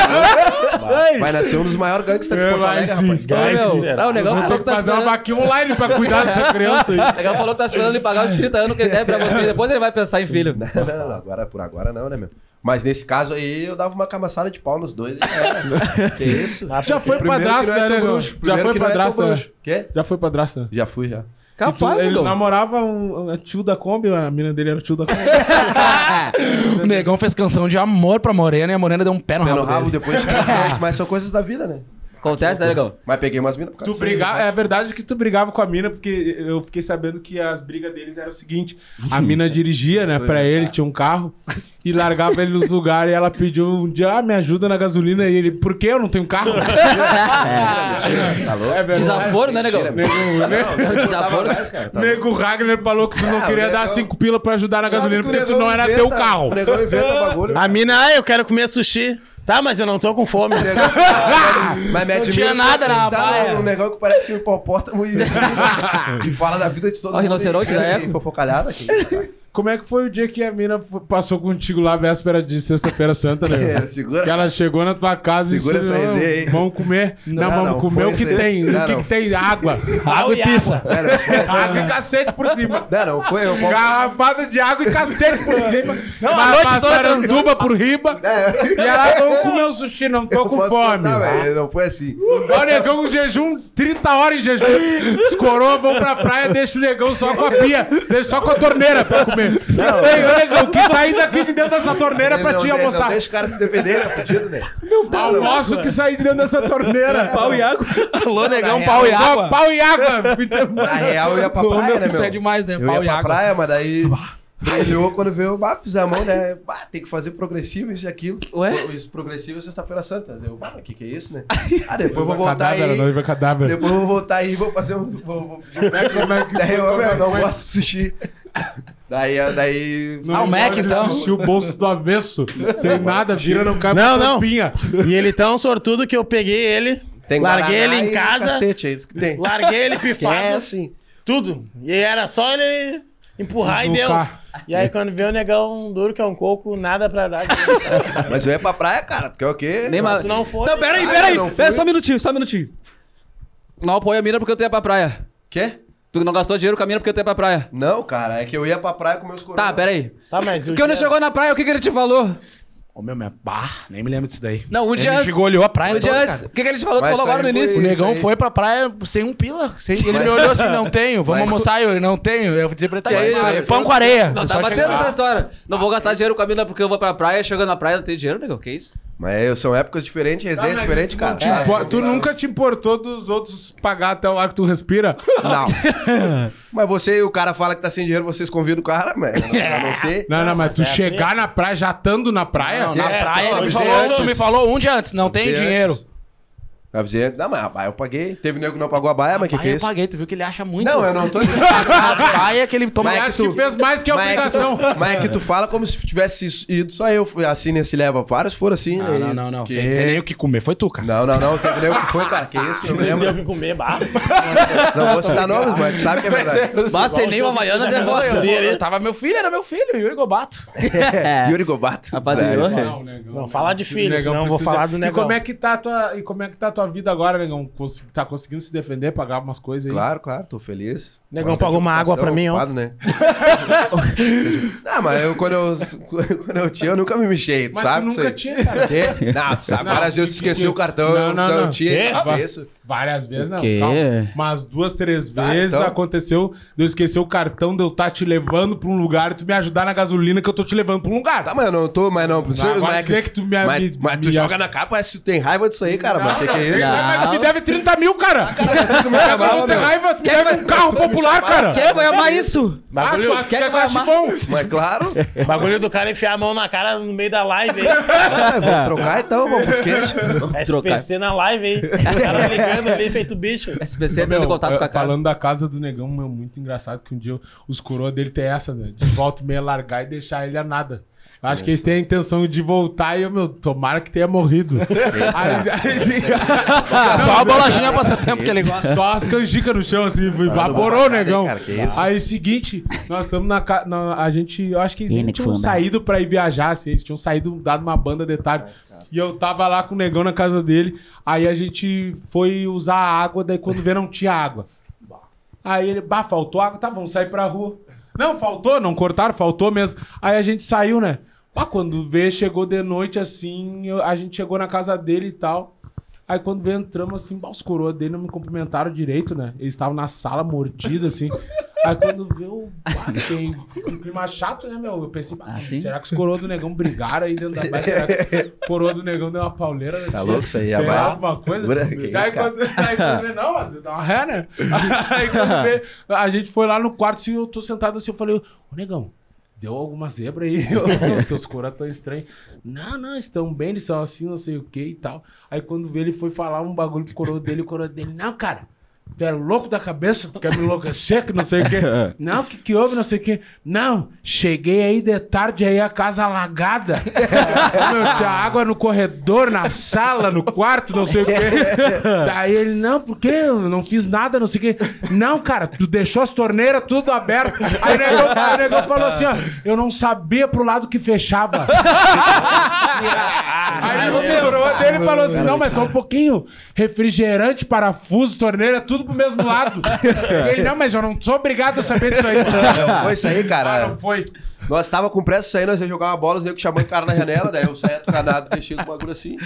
[SPEAKER 3] Vai nascer um dos maiores gangsters de
[SPEAKER 1] É,
[SPEAKER 3] Porto
[SPEAKER 1] vai
[SPEAKER 3] Alegre,
[SPEAKER 1] sim.
[SPEAKER 3] rapaz.
[SPEAKER 2] Ô,
[SPEAKER 5] Ai,
[SPEAKER 2] meu,
[SPEAKER 5] miserável.
[SPEAKER 2] não, o Negão
[SPEAKER 1] Vamos
[SPEAKER 2] falou
[SPEAKER 1] ter que
[SPEAKER 2] que tá
[SPEAKER 1] fazer uma
[SPEAKER 2] esperando.
[SPEAKER 1] vaquinha online pra cuidar dessa criança aí.
[SPEAKER 2] O Negão falou que tá esperando ele pagar os 30 anos que ele deve pra você. Depois ele vai pensar em filho.
[SPEAKER 3] Não, não, agora, por agora não, né, meu? Mas nesse caso aí, eu dava uma camaçada de pau nos dois e já era. que isso?
[SPEAKER 1] Já foi
[SPEAKER 3] Primeiro
[SPEAKER 1] padrasto,
[SPEAKER 3] que não é
[SPEAKER 1] né,
[SPEAKER 3] teu
[SPEAKER 1] negão?
[SPEAKER 3] bruxo.
[SPEAKER 1] Já
[SPEAKER 3] Primeiro
[SPEAKER 1] foi
[SPEAKER 3] que não é teu
[SPEAKER 1] padrasto, né?
[SPEAKER 3] bruxo. Quê?
[SPEAKER 1] Já foi padrasto, né?
[SPEAKER 3] Já fui, já.
[SPEAKER 1] E tu-
[SPEAKER 2] Capaz,
[SPEAKER 1] Então, ele
[SPEAKER 2] Negão.
[SPEAKER 1] namorava um, um tio da Kombi, a mina dele era o tio da Kombi.
[SPEAKER 2] É,
[SPEAKER 4] O negão fez canção de amor pra Morena e a Morena deu um
[SPEAKER 1] Ah,
[SPEAKER 4] pé no
[SPEAKER 3] Pé no
[SPEAKER 4] rabo.
[SPEAKER 3] rabo
[SPEAKER 4] dele.
[SPEAKER 3] depois de três meses, mas são coisas da vida, né?
[SPEAKER 2] Acontece, né, Negão?
[SPEAKER 3] Mas peguei umas minas por
[SPEAKER 1] tu
[SPEAKER 3] causa disso aí,
[SPEAKER 1] brigava,
[SPEAKER 3] né?
[SPEAKER 1] é verdade que tu brigava com a mina, porque eu fiquei sabendo que as brigas deles eram o seguinte: a mina dirigia, né,
[SPEAKER 3] Isso aí,
[SPEAKER 1] pra
[SPEAKER 3] cara.
[SPEAKER 1] ele, tinha um carro, e largava ele nos lugares, e ela pediu um dia, ah, me ajuda na gasolina, e ele, por que eu não tenho carro?
[SPEAKER 3] Tá louco?
[SPEAKER 1] É verdade.
[SPEAKER 2] Desaforo, né, Negão?
[SPEAKER 3] Mentira, meu.
[SPEAKER 1] Nego, né?
[SPEAKER 3] Não, eu tava
[SPEAKER 2] Desaforo.
[SPEAKER 3] atrás, cara, tava-
[SPEAKER 1] Nego Ragnar falou que tu não
[SPEAKER 3] Ah,
[SPEAKER 1] queria
[SPEAKER 3] o
[SPEAKER 1] dar
[SPEAKER 3] negão-
[SPEAKER 1] cinco pila pra ajudar na
[SPEAKER 3] Sabe
[SPEAKER 1] gasolina,
[SPEAKER 3] que um o
[SPEAKER 1] porque tu
[SPEAKER 3] negão
[SPEAKER 1] não era
[SPEAKER 3] inventa-
[SPEAKER 1] teu carro.
[SPEAKER 3] O negão inventa bagulho.
[SPEAKER 5] A mina, ah, eu quero comer sushi. Tá, mas eu não tô com fome.
[SPEAKER 3] Mas mete
[SPEAKER 4] Não tinha
[SPEAKER 3] medo,
[SPEAKER 4] nada na
[SPEAKER 3] acredita,
[SPEAKER 4] baia.
[SPEAKER 3] não, Um negão que parece um hipopótamo e, e fala da vida de todo
[SPEAKER 2] Ó, rinoceronte
[SPEAKER 3] E-
[SPEAKER 2] da época.
[SPEAKER 3] e Fofocalhada aqui.
[SPEAKER 1] Como é que foi o dia que a mina f- passou contigo lá, véspera de sexta-feira santa, né?
[SPEAKER 3] É, segura.
[SPEAKER 1] Que ela chegou na tua casa
[SPEAKER 3] Segura
[SPEAKER 1] e
[SPEAKER 3] essa
[SPEAKER 1] "Não,
[SPEAKER 3] resenha aí."
[SPEAKER 1] Vamos comer. Não,
[SPEAKER 3] Não,
[SPEAKER 1] vamos
[SPEAKER 3] não,
[SPEAKER 1] comer
[SPEAKER 3] foi
[SPEAKER 1] o que
[SPEAKER 3] isso aí.
[SPEAKER 1] tem.
[SPEAKER 3] Não,
[SPEAKER 1] o que,
[SPEAKER 3] não.
[SPEAKER 1] que tem? Água.
[SPEAKER 5] Água e pizza.
[SPEAKER 3] Não, não, foi essa-
[SPEAKER 1] água e cacete por cima.
[SPEAKER 3] não, não, foi eu.
[SPEAKER 1] Garrafada de água e cacete por cima. Não,
[SPEAKER 4] a noite toda
[SPEAKER 1] saranduba por riba.
[SPEAKER 3] É,
[SPEAKER 1] E ela, vamos comer um sushi, não tô
[SPEAKER 3] eu
[SPEAKER 1] com
[SPEAKER 3] posso
[SPEAKER 1] fome. Uh,
[SPEAKER 3] contar, velho, Não foi assim.
[SPEAKER 1] Olha o negão com jejum, 30 horas em jejum. Os coroas vão pra praia, deixa o negão só com a pia, deixa só com a torneira pra comer. Ei, ô negão, que sair daqui de dentro dessa torneira
[SPEAKER 3] Ele
[SPEAKER 1] pra
[SPEAKER 3] não
[SPEAKER 1] ti
[SPEAKER 3] de- Não
[SPEAKER 1] almoçar.
[SPEAKER 3] deixa o cara se defender, né? Fudido, né?
[SPEAKER 1] Almoço que sair de dentro dessa torneira.
[SPEAKER 2] Pau e água.
[SPEAKER 4] Alô, negão,
[SPEAKER 3] Na
[SPEAKER 4] pau e
[SPEAKER 3] real,
[SPEAKER 1] Só
[SPEAKER 4] água.
[SPEAKER 1] Pau e água.
[SPEAKER 3] Na real, eu ia pra
[SPEAKER 4] Ô,
[SPEAKER 3] praia,
[SPEAKER 4] meu,
[SPEAKER 3] né, meu?
[SPEAKER 4] isso é demais, né?
[SPEAKER 3] Eu
[SPEAKER 4] Pau
[SPEAKER 3] ia
[SPEAKER 4] e
[SPEAKER 3] pra
[SPEAKER 4] água.
[SPEAKER 3] praia, mas daí... Brilhou quando veio, bah, fiz a mão, né? Bah, tem que fazer progressivo, isso e aquilo.
[SPEAKER 2] Ué?
[SPEAKER 3] Isso, progressivo é sexta-feira santa. Eu, bah, mas que que é isso, né? Ah, depois eu vou voltar aí...
[SPEAKER 1] Cadáver, noiva é cadáver.
[SPEAKER 3] Depois eu vou voltar aí e vou fazer um. Vou, vou,
[SPEAKER 1] Como é que
[SPEAKER 3] daí
[SPEAKER 1] foi,
[SPEAKER 3] eu,
[SPEAKER 1] como é
[SPEAKER 3] meu,
[SPEAKER 1] que
[SPEAKER 3] não
[SPEAKER 1] foi?
[SPEAKER 3] gosto de sushi. Daí. daí
[SPEAKER 1] Não
[SPEAKER 4] Ah, o Mac,
[SPEAKER 1] pode
[SPEAKER 4] então.
[SPEAKER 1] assistir o bolso do avesso, sem nada, um vira, não cabe
[SPEAKER 5] Não,
[SPEAKER 1] uma
[SPEAKER 5] não.
[SPEAKER 1] tampinha.
[SPEAKER 5] E ele é tão sortudo que eu peguei ele, larguei ele
[SPEAKER 3] Guaraná
[SPEAKER 5] em
[SPEAKER 3] e
[SPEAKER 5] casa,
[SPEAKER 3] Cacete, é isso que tem.
[SPEAKER 5] larguei ele
[SPEAKER 3] Que é
[SPEAKER 5] pifado,
[SPEAKER 3] assim.
[SPEAKER 5] tudo. E era só ele empurrar e deu.
[SPEAKER 1] Desnucar.
[SPEAKER 5] E aí quando vê o negão duro que é um coco, nada pra dar.
[SPEAKER 3] Mas eu ia pra praia, cara. Tu quer o quê?
[SPEAKER 2] Nem mais.
[SPEAKER 5] tu não foi?
[SPEAKER 2] Não, peraí,
[SPEAKER 3] Ah,
[SPEAKER 2] peraí.
[SPEAKER 3] eu não
[SPEAKER 2] Pera,
[SPEAKER 3] fui.
[SPEAKER 2] só um minutinho, só um minutinho. Não apoia a mina porque eu tenho pra praia.
[SPEAKER 3] Quê?
[SPEAKER 2] Tu não gastou dinheiro com a mina porque eu tenho pra praia.
[SPEAKER 3] Não, cara. É que eu ia pra praia com meus coroas.
[SPEAKER 2] Tá, peraí.
[SPEAKER 5] Tá, mas e o
[SPEAKER 2] Porque quando
[SPEAKER 5] dinheiro?
[SPEAKER 2] chegou na praia, o que, que ele te falou?
[SPEAKER 4] Ô, meu, minha... Bah, nem me lembro disso daí.
[SPEAKER 2] Não, um
[SPEAKER 4] Ele
[SPEAKER 2] dia antes.
[SPEAKER 4] chegou, olhou a praia
[SPEAKER 2] Um dia
[SPEAKER 4] toda,
[SPEAKER 2] antes.
[SPEAKER 4] cara.
[SPEAKER 2] O que, que ele te falou? Tu
[SPEAKER 3] Mas
[SPEAKER 2] falou agora
[SPEAKER 3] isso
[SPEAKER 2] no
[SPEAKER 3] aí
[SPEAKER 2] início.
[SPEAKER 4] O
[SPEAKER 3] Isso
[SPEAKER 4] negão
[SPEAKER 3] aí.
[SPEAKER 4] foi pra praia sem um pila. sem- Ele me olhou assim, não tenho. Vamos
[SPEAKER 3] Mas-
[SPEAKER 4] almoçar, eu não tenho. Eu vou dizer pra ele, tá
[SPEAKER 3] Mas
[SPEAKER 4] aí,
[SPEAKER 3] isso aí
[SPEAKER 4] pão
[SPEAKER 3] foi-
[SPEAKER 4] com areia.
[SPEAKER 2] Não,
[SPEAKER 4] Eu
[SPEAKER 2] tá
[SPEAKER 4] só
[SPEAKER 2] batendo
[SPEAKER 4] cheguei-
[SPEAKER 2] essa história. Não vou gastar dinheiro com a mina porque eu vou pra praia, chegando na praia, não tem dinheiro, negão. Que isso?
[SPEAKER 3] Mas eu- são épocas diferentes, resenha
[SPEAKER 1] Tá, mas
[SPEAKER 3] diferente,
[SPEAKER 1] tu
[SPEAKER 3] cara.
[SPEAKER 1] não te
[SPEAKER 3] Ah,
[SPEAKER 1] impor-
[SPEAKER 3] eu-
[SPEAKER 1] tu nunca te importou dos outros pagar até o ar que tu respira?
[SPEAKER 3] Não. mas você, o cara fala que tá sem dinheiro, vocês convidam o cara, mano. A não ser.
[SPEAKER 1] Não, não, mas tu chegar na praia, já estando na praia?
[SPEAKER 4] Não, na
[SPEAKER 3] É,
[SPEAKER 4] praia,
[SPEAKER 3] não,
[SPEAKER 4] ele me
[SPEAKER 3] avisei
[SPEAKER 4] falou,
[SPEAKER 3] antes.
[SPEAKER 4] me falou um dia antes, não tenho
[SPEAKER 3] Avisei
[SPEAKER 4] dinheiro.
[SPEAKER 3] antes. Avisei antes. Não, mas a baia eu paguei. Teve nego que não pagou a baia, mas o que,
[SPEAKER 4] Aí
[SPEAKER 3] que é
[SPEAKER 4] eu
[SPEAKER 3] isso?
[SPEAKER 4] paguei, tu viu que ele acha muito.
[SPEAKER 3] Não, eu não tô dizendo.
[SPEAKER 4] A praia que ele toma
[SPEAKER 1] Mas
[SPEAKER 4] Mas...
[SPEAKER 1] acho que fez mais que a
[SPEAKER 3] mas é tu-
[SPEAKER 1] obrigação.
[SPEAKER 3] mas é que tu fala como se tivesse ido só eu. Fui Assim, nesse leva. Vários foram assim, né?
[SPEAKER 4] Ah, Não, não, não, não.
[SPEAKER 3] Que-
[SPEAKER 4] Você não tem nem o que comer, foi tu, cara.
[SPEAKER 3] Não, não, não. Teve nego que foi, cara. Que isso? Eu me
[SPEAKER 5] Não deu
[SPEAKER 3] lembro.
[SPEAKER 5] o que comer, bah.
[SPEAKER 3] Não vou citar nomes, mas tu sabe que é verdade.
[SPEAKER 2] Mas sem nem o Havaianas é
[SPEAKER 4] Eu,
[SPEAKER 2] foda.
[SPEAKER 4] eu, eu tava meu filho, era meu filho, Yuri Gobato.
[SPEAKER 1] é.
[SPEAKER 3] Yuri Gobato.
[SPEAKER 2] Rapaziada.
[SPEAKER 3] Sério.
[SPEAKER 1] negão,
[SPEAKER 5] Não, falar de filho,
[SPEAKER 1] Negão
[SPEAKER 5] senão eu vou
[SPEAKER 1] precisa-
[SPEAKER 5] falar do
[SPEAKER 1] E
[SPEAKER 5] negão.
[SPEAKER 1] como é que tá a tua, e como é que tá a tua vida agora, negão? Cons- Tá conseguindo se defender, pagar umas coisas aí?
[SPEAKER 3] Claro, claro, tô feliz.
[SPEAKER 5] Negão
[SPEAKER 3] Bastante
[SPEAKER 5] pagou uma água pra mim
[SPEAKER 3] ocupação, ocupado, Né? não, mas eu quando, eu quando eu tinha, eu nunca me mexei, tu
[SPEAKER 1] Mas
[SPEAKER 3] sabe?
[SPEAKER 1] tu
[SPEAKER 3] isso
[SPEAKER 1] nunca
[SPEAKER 3] aí?
[SPEAKER 1] tinha, cara.
[SPEAKER 3] Quê? Não, tu sabe,
[SPEAKER 1] Não,
[SPEAKER 3] várias vezes eu
[SPEAKER 1] que-
[SPEAKER 3] esqueci
[SPEAKER 1] que-
[SPEAKER 3] o cartão,
[SPEAKER 1] não,
[SPEAKER 3] eu
[SPEAKER 1] não,
[SPEAKER 3] não,
[SPEAKER 1] não.
[SPEAKER 3] tinha
[SPEAKER 1] Quê?
[SPEAKER 3] cabeça.
[SPEAKER 1] Várias vezes, não.
[SPEAKER 2] quê?
[SPEAKER 1] Calma. Mas duas, três
[SPEAKER 2] Ah,
[SPEAKER 1] vezes
[SPEAKER 3] então.
[SPEAKER 1] aconteceu de eu esquecer o cartão, de eu estar te levando pra um lugar e tu me ajudar na gasolina que eu tô te levando pra um lugar.
[SPEAKER 3] Tá, mas eu não tô, mas não. precisa-
[SPEAKER 1] vai
[SPEAKER 3] mas, é
[SPEAKER 1] dizer que tu me-
[SPEAKER 3] mas,
[SPEAKER 1] me-
[SPEAKER 3] mas tu
[SPEAKER 1] me-
[SPEAKER 3] joga na capa, parece que tu tem raiva disso aí, cara. Mas que que é isso?
[SPEAKER 2] não.
[SPEAKER 1] Mas tu me deve 30 mil,
[SPEAKER 2] Ah,
[SPEAKER 1] cara.
[SPEAKER 3] Tu me
[SPEAKER 1] Cara,
[SPEAKER 3] chamava,
[SPEAKER 1] não tem
[SPEAKER 3] meu.
[SPEAKER 1] raiva, tu me deve um carro popular, cara.
[SPEAKER 2] Quem vai amar isso?
[SPEAKER 1] Ah, tu
[SPEAKER 5] Bagulho,
[SPEAKER 1] acha que
[SPEAKER 2] Quer
[SPEAKER 1] eu acho
[SPEAKER 2] amar?
[SPEAKER 1] bom?
[SPEAKER 3] Mas claro,
[SPEAKER 5] bagulho do cara enfiar a mão na cara no meio da live, hein?
[SPEAKER 3] Ah, vamos trocar então, vamos pros queixos.
[SPEAKER 2] Trocar.
[SPEAKER 5] SPC na live, hein? O cara ligando ali, feito bicho.
[SPEAKER 2] SPC é
[SPEAKER 1] Meu,
[SPEAKER 2] dando contato
[SPEAKER 1] eu-
[SPEAKER 2] com a cara.
[SPEAKER 1] Falando da casa do negão, meu, muito engraçado que um dia os coroa dele tem essa, né? De volta e meia largar e deixar ele a nada. Eu acho que eles têm a intenção de voltar e eu, meu, tomara que tenha morrido. Aí- aí sim- é
[SPEAKER 4] Só a bolachinha passa tempo que ele gosta.
[SPEAKER 1] Só as canjicas no chão, assim, evaporou, negão.
[SPEAKER 3] Tá cara, que isso?
[SPEAKER 1] Aí, seguinte, nós estamos na, ca- na- A gente. Eu acho que eles nem tinham saído pra ir viajar, assim. Eles tinham saído, dado uma banda de tarde. E eu tava lá com o negão na casa dele. Aí a gente foi usar a água, daí quando vê, não tinha água. Aí ele, bah, faltou água, tá, vamos sair pra rua. Não, faltou, não cortaram, faltou mesmo. Aí a gente saiu, né? Bah, quando vê, chegou de noite assim, eu- a gente chegou na casa dele e tal. Aí quando vê, entramos assim, bah, os coroa dele não me cumprimentaram direito, né? Eles estavam na sala mordidos, assim. Aí quando vê, eu, bah, tem um clima chato, né, meu? Eu pensei, bah,
[SPEAKER 2] Ah, sim?
[SPEAKER 1] será que os coroa do negão brigaram aí dentro da base? Será que o coroa do negão deu uma pauleira? né,
[SPEAKER 3] Tá
[SPEAKER 1] tia?
[SPEAKER 3] louco isso aí,
[SPEAKER 1] Sei
[SPEAKER 3] vai.
[SPEAKER 1] lá, alguma coisa.
[SPEAKER 3] Segura, que isso,
[SPEAKER 1] Aí
[SPEAKER 3] cara.
[SPEAKER 1] quando- Aí quando vê, não, mas dá uma ré, né? Aí quando vê, a gente foi lá no quarto, assim, eu tô sentado assim, eu falei, ô negão, deu alguma zebra aí? Ô, Teus coras tão estranhos. Não, não, estão bem, eles são assim, não sei o que e tal. Aí quando vê, ele foi falar um bagulho pro coroa dele, o coroa dele, não, cara. Tu é louco da cabeça, tu quer me enlouquecer, que não sei o quê. Não, o que, que houve, não sei o quê. Não, cheguei aí de tarde, aí a casa alagada. Meu, tinha água no corredor, na sala, no quarto, não sei o quê. Daí ele, não, por quê? Eu não fiz nada, não sei o quê. Não, cara, tu deixou as torneiras tudo aberto. Aí o negão, aí o negão falou assim, ó, eu não sabia pro lado que fechava. Aí o melhorou dele e falou assim: não, mas só um pouquinho. Refrigerante, parafuso, torneira, tudo pro mesmo lado. ele, não, mas eu não sou obrigado a saber disso aí.
[SPEAKER 3] Não, Foi isso aí,
[SPEAKER 1] Ah,
[SPEAKER 3] cara.
[SPEAKER 1] não foi.
[SPEAKER 3] Nós tava com pressa saindo, nós ia jogar uma bola, os negros chamando o cara na janela, daí eu saía do canado, deixei o bagulho assim.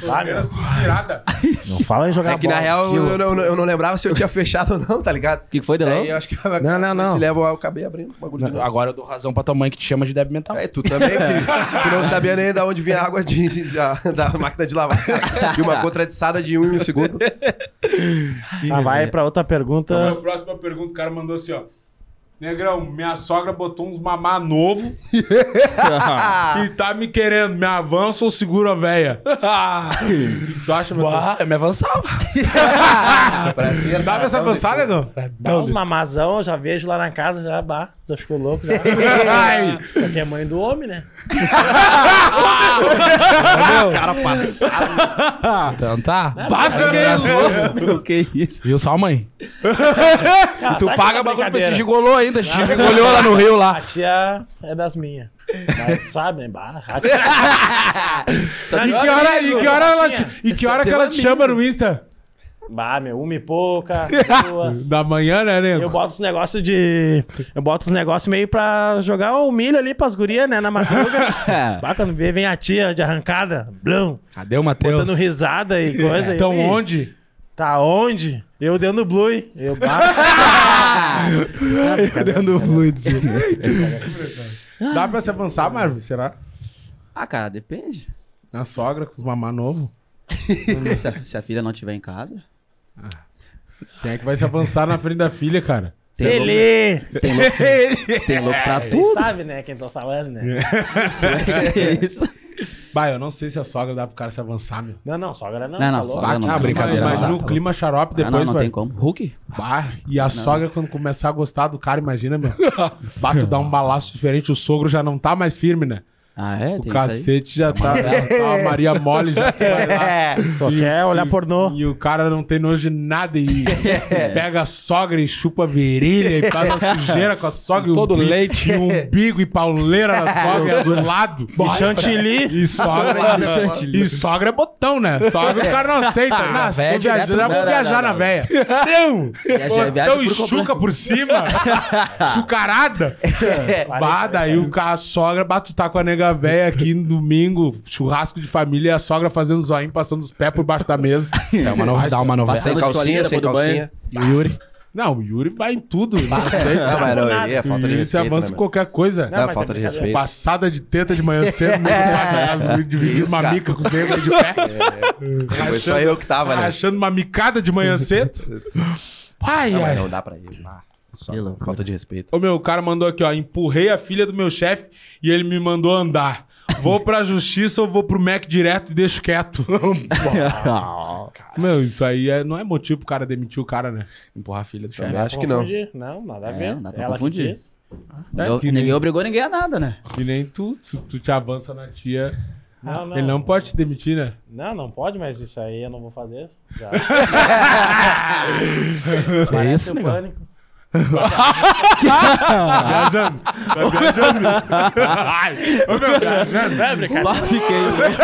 [SPEAKER 1] Torneira tudo virada.
[SPEAKER 5] Não fala em jogar
[SPEAKER 3] É que na real eu, eu não- eu não lembrava se eu tinha fechado ou não, tá ligado?
[SPEAKER 2] O que que foi, Delão?
[SPEAKER 3] Daí eu acho que a-
[SPEAKER 5] Não, não, não.
[SPEAKER 3] se leva, eu acabei abrindo o bagulho de novo.
[SPEAKER 4] Agora eu dou razão pra tua mãe que te chama de débil mental.
[SPEAKER 3] É, tu também, que tu não sabia nem da onde vinha a água de, da, da máquina de lavar. E uma contradiçada de um em um segundo.
[SPEAKER 5] Ah, vai pra
[SPEAKER 1] Então,
[SPEAKER 5] outra
[SPEAKER 1] a
[SPEAKER 5] pergunta.
[SPEAKER 1] próxima pergunta, o cara mandou assim, ó. Negrão, minha sogra botou uns mamá novo e tá me querendo. Me avança ou segura a véia? O que tu acha, meu Deus?
[SPEAKER 4] Ah, eu me avançava.
[SPEAKER 3] Pra ser
[SPEAKER 1] Dá pra se avançar, negão?
[SPEAKER 2] um
[SPEAKER 5] Dá uns mamazão, eu já vejo lá na casa, já bah. Já ficou louco já.
[SPEAKER 1] Ai.
[SPEAKER 5] Só que é mãe do homem, né?
[SPEAKER 4] Cara passado. então tá.
[SPEAKER 2] Bah, fiquei louco, meu, que isso.
[SPEAKER 4] Viu só, mãe?
[SPEAKER 5] Ah,
[SPEAKER 4] tu
[SPEAKER 5] sabe que
[SPEAKER 4] paga bagulho
[SPEAKER 5] é
[SPEAKER 4] pra esse
[SPEAKER 5] brincadeira.
[SPEAKER 4] gigolô ainda. Esse gigolô lá no Rio lá.
[SPEAKER 5] A tia é das minhas. Mas sabe, né? Bah, rápido.
[SPEAKER 1] E que hora, e que hora, ela, te- e que,
[SPEAKER 2] Esse
[SPEAKER 1] hora
[SPEAKER 2] é
[SPEAKER 1] que
[SPEAKER 2] teu
[SPEAKER 1] ela te
[SPEAKER 2] amigo.
[SPEAKER 1] chama no Insta?
[SPEAKER 5] Bah, meu, uma e pouca, duas.
[SPEAKER 1] Da manhã, né, nego?
[SPEAKER 5] Eu boto os negócios de. Eu boto os negócios meio pra jogar o milho ali pras gurias, né? Na madruga. Bah, quando vê, vem a tia de arrancada. Blum.
[SPEAKER 4] Cadê o Matheus?
[SPEAKER 5] Botando risada e coisa.
[SPEAKER 1] Então
[SPEAKER 5] Eu, "Ih,
[SPEAKER 1] onde?
[SPEAKER 5] Tá onde? Eu dentro do Blue. hein?" Eu bato. né?
[SPEAKER 4] Dando fluidos.
[SPEAKER 1] Dá pra se avançar, Marvin? Será? é?
[SPEAKER 2] Ah, cara, depende. Hum,
[SPEAKER 1] Na sogra, com os mamá novo?
[SPEAKER 2] se, a, se a filha não estiver em casa.
[SPEAKER 1] Quem é que vai se avançar na frente da filha, cara?
[SPEAKER 2] Tem louco,
[SPEAKER 5] Ele!
[SPEAKER 2] tem louco, tem louco pra
[SPEAKER 1] É
[SPEAKER 5] Vocês
[SPEAKER 2] tudo.
[SPEAKER 5] sabem, né? Quem tô falando, né?
[SPEAKER 2] É isso.
[SPEAKER 1] Bah, eu não sei se a sogra dá pro cara se avançar, meu.
[SPEAKER 5] Não, não, sogra não.
[SPEAKER 2] Não, não,
[SPEAKER 5] tá louco?
[SPEAKER 2] sogra Ah, não.
[SPEAKER 1] mas-
[SPEAKER 2] brincadeira,
[SPEAKER 1] Mas
[SPEAKER 2] não,
[SPEAKER 1] no
[SPEAKER 2] tá
[SPEAKER 1] clima xarope
[SPEAKER 2] Ah, não,
[SPEAKER 1] depois,
[SPEAKER 2] não
[SPEAKER 1] vai.
[SPEAKER 2] tem como. Hulk?
[SPEAKER 1] Bah, e a sogra, quando começar a gostar do cara, imagina, meu. Bah, tu dá um balaço diferente, o sogro já não tá mais firme, né?
[SPEAKER 2] Ah, é?
[SPEAKER 1] O
[SPEAKER 2] tem isso aí.
[SPEAKER 1] cacete já tá, já tá a Maria Mole, já tá lá.
[SPEAKER 5] Só quer é olhar pornô.
[SPEAKER 1] E o cara não tem nojo de nada e pega a sogra e chupa a virilha e faz a sujeira com a sogra. Todo leite. E o umbigo e pauleira na sogra, e azulado.
[SPEAKER 5] E chantilly.
[SPEAKER 1] E sogra, e sogra é botão, né? Sogra o cara não aceita. Ah, não,
[SPEAKER 4] véia
[SPEAKER 1] velho, viajar,
[SPEAKER 4] direto-
[SPEAKER 1] eu vou
[SPEAKER 2] não,
[SPEAKER 1] viajar
[SPEAKER 2] não,
[SPEAKER 1] na
[SPEAKER 2] não.
[SPEAKER 1] véia. Então,
[SPEAKER 2] Viaja- viaja
[SPEAKER 1] botão e
[SPEAKER 2] por completo.
[SPEAKER 1] chuca por cima. Chucarada. Bah, daí o ca- a sogra batutar com a nega véia aqui no domingo, churrasco de família, e a sogra fazendo zoinho, passando os pés por baixo da mesa.
[SPEAKER 4] É uma novidade, uma novidade.
[SPEAKER 2] Passando
[SPEAKER 3] Sem
[SPEAKER 2] de toalhinha
[SPEAKER 3] calcinha,
[SPEAKER 2] depois
[SPEAKER 3] sem
[SPEAKER 2] do banho.
[SPEAKER 3] calcinha.
[SPEAKER 4] E o Yuri?
[SPEAKER 1] Não, o Yuri vai em tudo. Não sei,
[SPEAKER 3] Não, mas não, aí é falta de
[SPEAKER 1] Yuri se
[SPEAKER 3] respeito.
[SPEAKER 1] avança
[SPEAKER 3] né,
[SPEAKER 1] em
[SPEAKER 3] meu?
[SPEAKER 1] qualquer coisa.
[SPEAKER 3] Não,
[SPEAKER 5] mas
[SPEAKER 3] é
[SPEAKER 5] é
[SPEAKER 3] falta de
[SPEAKER 5] brincadeira.
[SPEAKER 3] respeito.
[SPEAKER 1] Passada de teta de manhã cedo, muito é. dividindo
[SPEAKER 3] Isso,
[SPEAKER 1] uma
[SPEAKER 3] cara.
[SPEAKER 1] mica com os negros de pé.
[SPEAKER 3] Foi só eu que tava, né?
[SPEAKER 1] Achando uma micada de manhã cedo. Ai,
[SPEAKER 3] Não, mas
[SPEAKER 1] ai.
[SPEAKER 3] não dá pra ir. Ah, só
[SPEAKER 2] Que né? loucura.
[SPEAKER 3] falta de respeito.
[SPEAKER 1] Ô meu, o cara mandou aqui, ó. Empurrei a filha do meu chefe e ele me mandou andar. Vou pra justiça ou vou pro Mac direto e deixo quieto. meu, isso aí é- não é motivo pro cara demitir o cara, né?
[SPEAKER 4] Empurrar a filha do chefe.
[SPEAKER 3] Também acho que não.
[SPEAKER 5] Confundir. Não, nada a
[SPEAKER 2] É,
[SPEAKER 5] ver.
[SPEAKER 2] não dá pra
[SPEAKER 5] Ela
[SPEAKER 2] confundir.
[SPEAKER 5] que quis.
[SPEAKER 2] Ninguém-
[SPEAKER 1] É que nem-
[SPEAKER 2] Ninguém obrigou ninguém a nada, né?
[SPEAKER 1] Que nem tu, se tu te avança na tia.
[SPEAKER 5] Não, não.
[SPEAKER 1] Ele não pode te demitir, né?
[SPEAKER 5] Não, não pode, mas isso aí eu não vou fazer. Já.
[SPEAKER 4] É
[SPEAKER 5] Parece
[SPEAKER 4] isso,
[SPEAKER 5] o
[SPEAKER 4] negão.
[SPEAKER 5] pânico.
[SPEAKER 1] Tá viajando. Tá viajando. Ai, ô, meu, viajando.
[SPEAKER 5] Não é brincadeira.
[SPEAKER 2] Lá fiquei.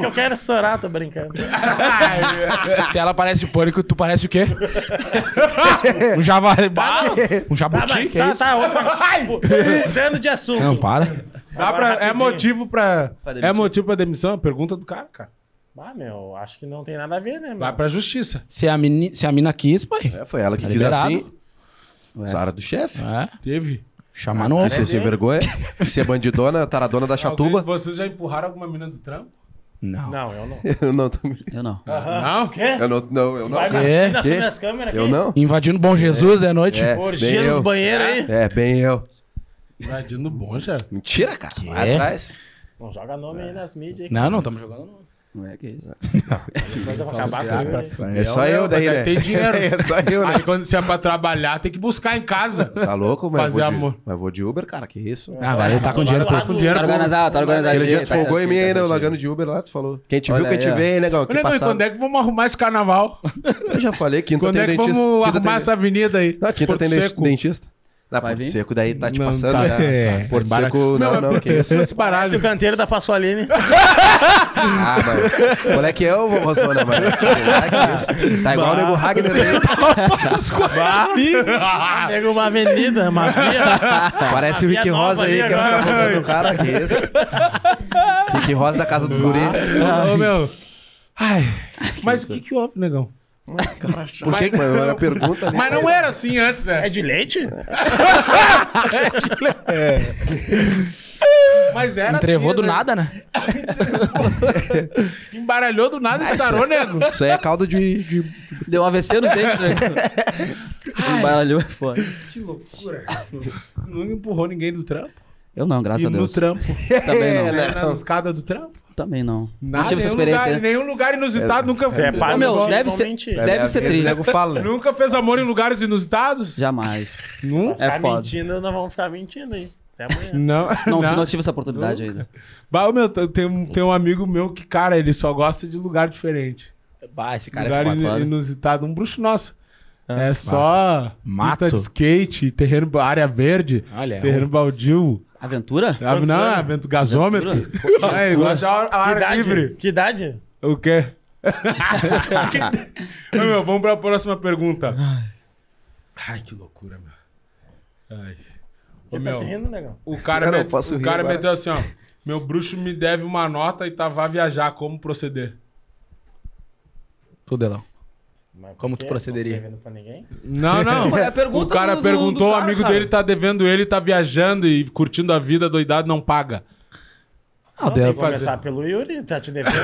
[SPEAKER 5] que eu quero chorar, tô brincando. Tá,
[SPEAKER 4] Se ela parece o pânico, tu parece o quê? um javali. Um
[SPEAKER 5] Tá,
[SPEAKER 4] jabuti?
[SPEAKER 5] mas
[SPEAKER 4] que é
[SPEAKER 5] tá,
[SPEAKER 4] isso?
[SPEAKER 5] tá. Outra... Mudando de assunto.
[SPEAKER 4] Não, para.
[SPEAKER 1] Dá pra- é
[SPEAKER 5] rapidinho.
[SPEAKER 1] motivo pra.
[SPEAKER 2] Pra demitir.
[SPEAKER 1] é motivo pra demissão? Pergunta do cara, cara.
[SPEAKER 5] Ah, meu, acho que não tem nada a ver, né, meu?
[SPEAKER 1] Vai pra justiça.
[SPEAKER 4] Se a, meni, se a mina quis, pai.
[SPEAKER 3] É, foi ela que
[SPEAKER 4] Tá
[SPEAKER 3] quis
[SPEAKER 4] liberado.
[SPEAKER 3] assim. Sara do chefe.
[SPEAKER 4] É.
[SPEAKER 1] Teve.
[SPEAKER 4] Chamar no osso.
[SPEAKER 3] Você sem vergonha. Ser bandidona, taradona da
[SPEAKER 1] Alguém-
[SPEAKER 3] chatuba.
[SPEAKER 1] Vocês já empurraram alguma mina do trampo?
[SPEAKER 4] Não.
[SPEAKER 5] Não, eu não.
[SPEAKER 3] Eu não, também.
[SPEAKER 2] Eu não.
[SPEAKER 1] Não?
[SPEAKER 5] Quê?
[SPEAKER 3] eu não, não, eu não.
[SPEAKER 5] Vai
[SPEAKER 4] Quê?
[SPEAKER 5] bater na frente
[SPEAKER 3] Quê?
[SPEAKER 5] das câmeras
[SPEAKER 3] Eu
[SPEAKER 5] aqui?
[SPEAKER 3] não.
[SPEAKER 2] Tipo,
[SPEAKER 4] Invadindo Bom Jesus de noite.
[SPEAKER 3] É,
[SPEAKER 5] Orgia
[SPEAKER 3] bem
[SPEAKER 5] nos
[SPEAKER 3] eu.
[SPEAKER 5] banheiros aí?
[SPEAKER 3] É, bem eu.
[SPEAKER 1] Invadindo Tá bom, já.
[SPEAKER 3] Mentira, cara.
[SPEAKER 4] Quê?
[SPEAKER 3] Vai atrás.
[SPEAKER 5] Não joga nome aí nas mídias.
[SPEAKER 4] Não, não, estamos jogando. não.
[SPEAKER 2] Não é que isso.
[SPEAKER 5] Depois eu vou acabar com ele. né?
[SPEAKER 3] É só eu daí, né?
[SPEAKER 1] Tem dinheiro.
[SPEAKER 3] É só eu, né?
[SPEAKER 1] Aí quando você é pra trabalhar, tem que buscar em casa.
[SPEAKER 3] Tá louco, mas
[SPEAKER 1] Fazer
[SPEAKER 3] vou de,
[SPEAKER 1] amor.
[SPEAKER 3] Mas vou de Uber, cara, que isso?
[SPEAKER 4] Ah, vai, ele tá com dinheiro
[SPEAKER 1] Tá
[SPEAKER 4] pouco.
[SPEAKER 1] com dinheiro.
[SPEAKER 2] Tá organizado, tá organizado.
[SPEAKER 3] Aquele dia
[SPEAKER 2] Tá
[SPEAKER 3] tu folgou em
[SPEAKER 2] certinho, tá
[SPEAKER 3] mim aí, né? Eu
[SPEAKER 2] certinho.
[SPEAKER 3] largando de Uber lá, tu falou. Quem te
[SPEAKER 2] Olha
[SPEAKER 3] viu, quem
[SPEAKER 2] aí,
[SPEAKER 3] te
[SPEAKER 2] ó.
[SPEAKER 3] vê, hein, negão?
[SPEAKER 1] Ô,
[SPEAKER 3] Que
[SPEAKER 1] Negão, e
[SPEAKER 3] passado.
[SPEAKER 1] quando é que vamos arrumar esse carnaval?
[SPEAKER 3] Eu já falei, quinta
[SPEAKER 1] Quando
[SPEAKER 3] tem
[SPEAKER 1] é que
[SPEAKER 3] dentista.
[SPEAKER 1] vamos
[SPEAKER 3] quinta tem-
[SPEAKER 1] arrumar essa avenida aí?
[SPEAKER 3] Não, é quinta
[SPEAKER 1] Porto
[SPEAKER 3] tem dentista-
[SPEAKER 1] Seco.
[SPEAKER 3] dentista. Na
[SPEAKER 2] Vai
[SPEAKER 3] Porto
[SPEAKER 2] vir?
[SPEAKER 3] Seco daí tá te
[SPEAKER 1] Não,
[SPEAKER 3] passando
[SPEAKER 1] tá-
[SPEAKER 3] já.
[SPEAKER 1] é,
[SPEAKER 3] Porto
[SPEAKER 1] embara-
[SPEAKER 3] Seco, não, não, que isso.
[SPEAKER 1] Esse
[SPEAKER 5] Parece
[SPEAKER 1] baralho.
[SPEAKER 5] o canteiro da Pasqualine.
[SPEAKER 3] Ah, mano. Qual é que é o Rosona, mano? Ah, que isso. Tá igual o Nego Ragnar aí.
[SPEAKER 5] Pega uma avenida, uma via.
[SPEAKER 3] Parece o
[SPEAKER 5] Via
[SPEAKER 3] Rick
[SPEAKER 5] Nova
[SPEAKER 3] Rosa aí,
[SPEAKER 5] ali
[SPEAKER 3] que é
[SPEAKER 5] agora.
[SPEAKER 3] o cara do cara, que isso. Rick Rosa da casa dos guri.
[SPEAKER 1] Ô, meu. Ai. Mas o que que houve, negão?
[SPEAKER 3] Por que, mano? A pergunta ali.
[SPEAKER 1] Mas não era assim antes,
[SPEAKER 5] É
[SPEAKER 1] né?
[SPEAKER 5] de leite?
[SPEAKER 1] Mas era
[SPEAKER 4] Trevou
[SPEAKER 1] assim,
[SPEAKER 4] do
[SPEAKER 1] né?
[SPEAKER 4] nada, né?
[SPEAKER 1] Embaralhou do nada e estarou, nego.
[SPEAKER 3] Isso aí é caldo de. de...
[SPEAKER 2] Deu um AVC nos dentes, né? Embaralhou é foda.
[SPEAKER 1] Que loucura. Não empurrou ninguém do trampo.
[SPEAKER 2] Eu não, graças
[SPEAKER 1] e
[SPEAKER 2] a
[SPEAKER 1] no
[SPEAKER 2] Deus.
[SPEAKER 1] trampo.
[SPEAKER 2] Também não.
[SPEAKER 1] Era nas escadas do trampo.
[SPEAKER 2] também não.
[SPEAKER 1] Nada,
[SPEAKER 2] não tive essa
[SPEAKER 1] nenhum lugar,
[SPEAKER 2] experiência. né?
[SPEAKER 1] nenhum lugar inusitado nunca
[SPEAKER 5] Você é
[SPEAKER 1] Não,
[SPEAKER 5] pai,
[SPEAKER 2] Ô, meu,
[SPEAKER 5] não
[SPEAKER 2] deve
[SPEAKER 5] vão
[SPEAKER 2] ser-
[SPEAKER 5] mentir.
[SPEAKER 2] deve
[SPEAKER 3] É, às
[SPEAKER 2] ser
[SPEAKER 3] vezes
[SPEAKER 2] tri.
[SPEAKER 3] O nego fala.
[SPEAKER 1] Nunca fez amor em lugares inusitados?
[SPEAKER 2] Jamais.
[SPEAKER 1] Não.
[SPEAKER 5] Ficar
[SPEAKER 2] É foda.
[SPEAKER 5] mentindo, nós vamos ficar mentindo aí. Até amanhã.
[SPEAKER 1] Não,
[SPEAKER 2] Não,
[SPEAKER 1] né? não.
[SPEAKER 2] não tive essa oportunidade ainda.
[SPEAKER 1] Bah, ô, meu, tem, tem um- tem um amigo meu que, cara, ele só gosta de lugar diferente.
[SPEAKER 4] Bah, esse cara
[SPEAKER 1] lugar
[SPEAKER 4] é foda.
[SPEAKER 1] inu-
[SPEAKER 2] foda.
[SPEAKER 1] inusitado, um bruxo nosso. é só
[SPEAKER 4] Mato.
[SPEAKER 1] pista de skate, terreno, área verde,
[SPEAKER 4] Olha,
[SPEAKER 1] terreno baldio.
[SPEAKER 2] Aventura?
[SPEAKER 1] Ah,
[SPEAKER 5] Quantos
[SPEAKER 1] Não,
[SPEAKER 5] anos?
[SPEAKER 1] avento gasômetro. É, igual já a
[SPEAKER 5] Que
[SPEAKER 1] área
[SPEAKER 5] idade?
[SPEAKER 1] livre.
[SPEAKER 5] Que idade?
[SPEAKER 1] O quê? Ô, meu, vamos pra próxima pergunta. Ai, que loucura, meu. Ai. Ô,
[SPEAKER 5] Por que
[SPEAKER 1] meu,
[SPEAKER 5] tá te rindo, negão?
[SPEAKER 1] o cara,
[SPEAKER 3] Eu não
[SPEAKER 1] met-
[SPEAKER 3] posso
[SPEAKER 1] o
[SPEAKER 3] rir
[SPEAKER 1] cara
[SPEAKER 3] agora.
[SPEAKER 1] meteu assim, ó. Meu bruxo me deve uma nota e tá, vá viajar. Como proceder?
[SPEAKER 4] tu, Delão.
[SPEAKER 5] Mas por
[SPEAKER 4] Como tu
[SPEAKER 5] quê?
[SPEAKER 4] procederia?
[SPEAKER 5] Não tô devendo pra ninguém.
[SPEAKER 1] Não, não.
[SPEAKER 2] Foi a pergunta
[SPEAKER 1] o cara
[SPEAKER 2] do- do-
[SPEAKER 1] perguntou,
[SPEAKER 2] do
[SPEAKER 1] o
[SPEAKER 2] cara,
[SPEAKER 1] amigo
[SPEAKER 2] cara.
[SPEAKER 1] dele tá devendo ele, tá viajando e curtindo a vida doidado, não paga.
[SPEAKER 5] Não, tem
[SPEAKER 1] Ah, deve
[SPEAKER 5] que
[SPEAKER 1] fazer.
[SPEAKER 5] começar pelo Yuri, tá te devendo.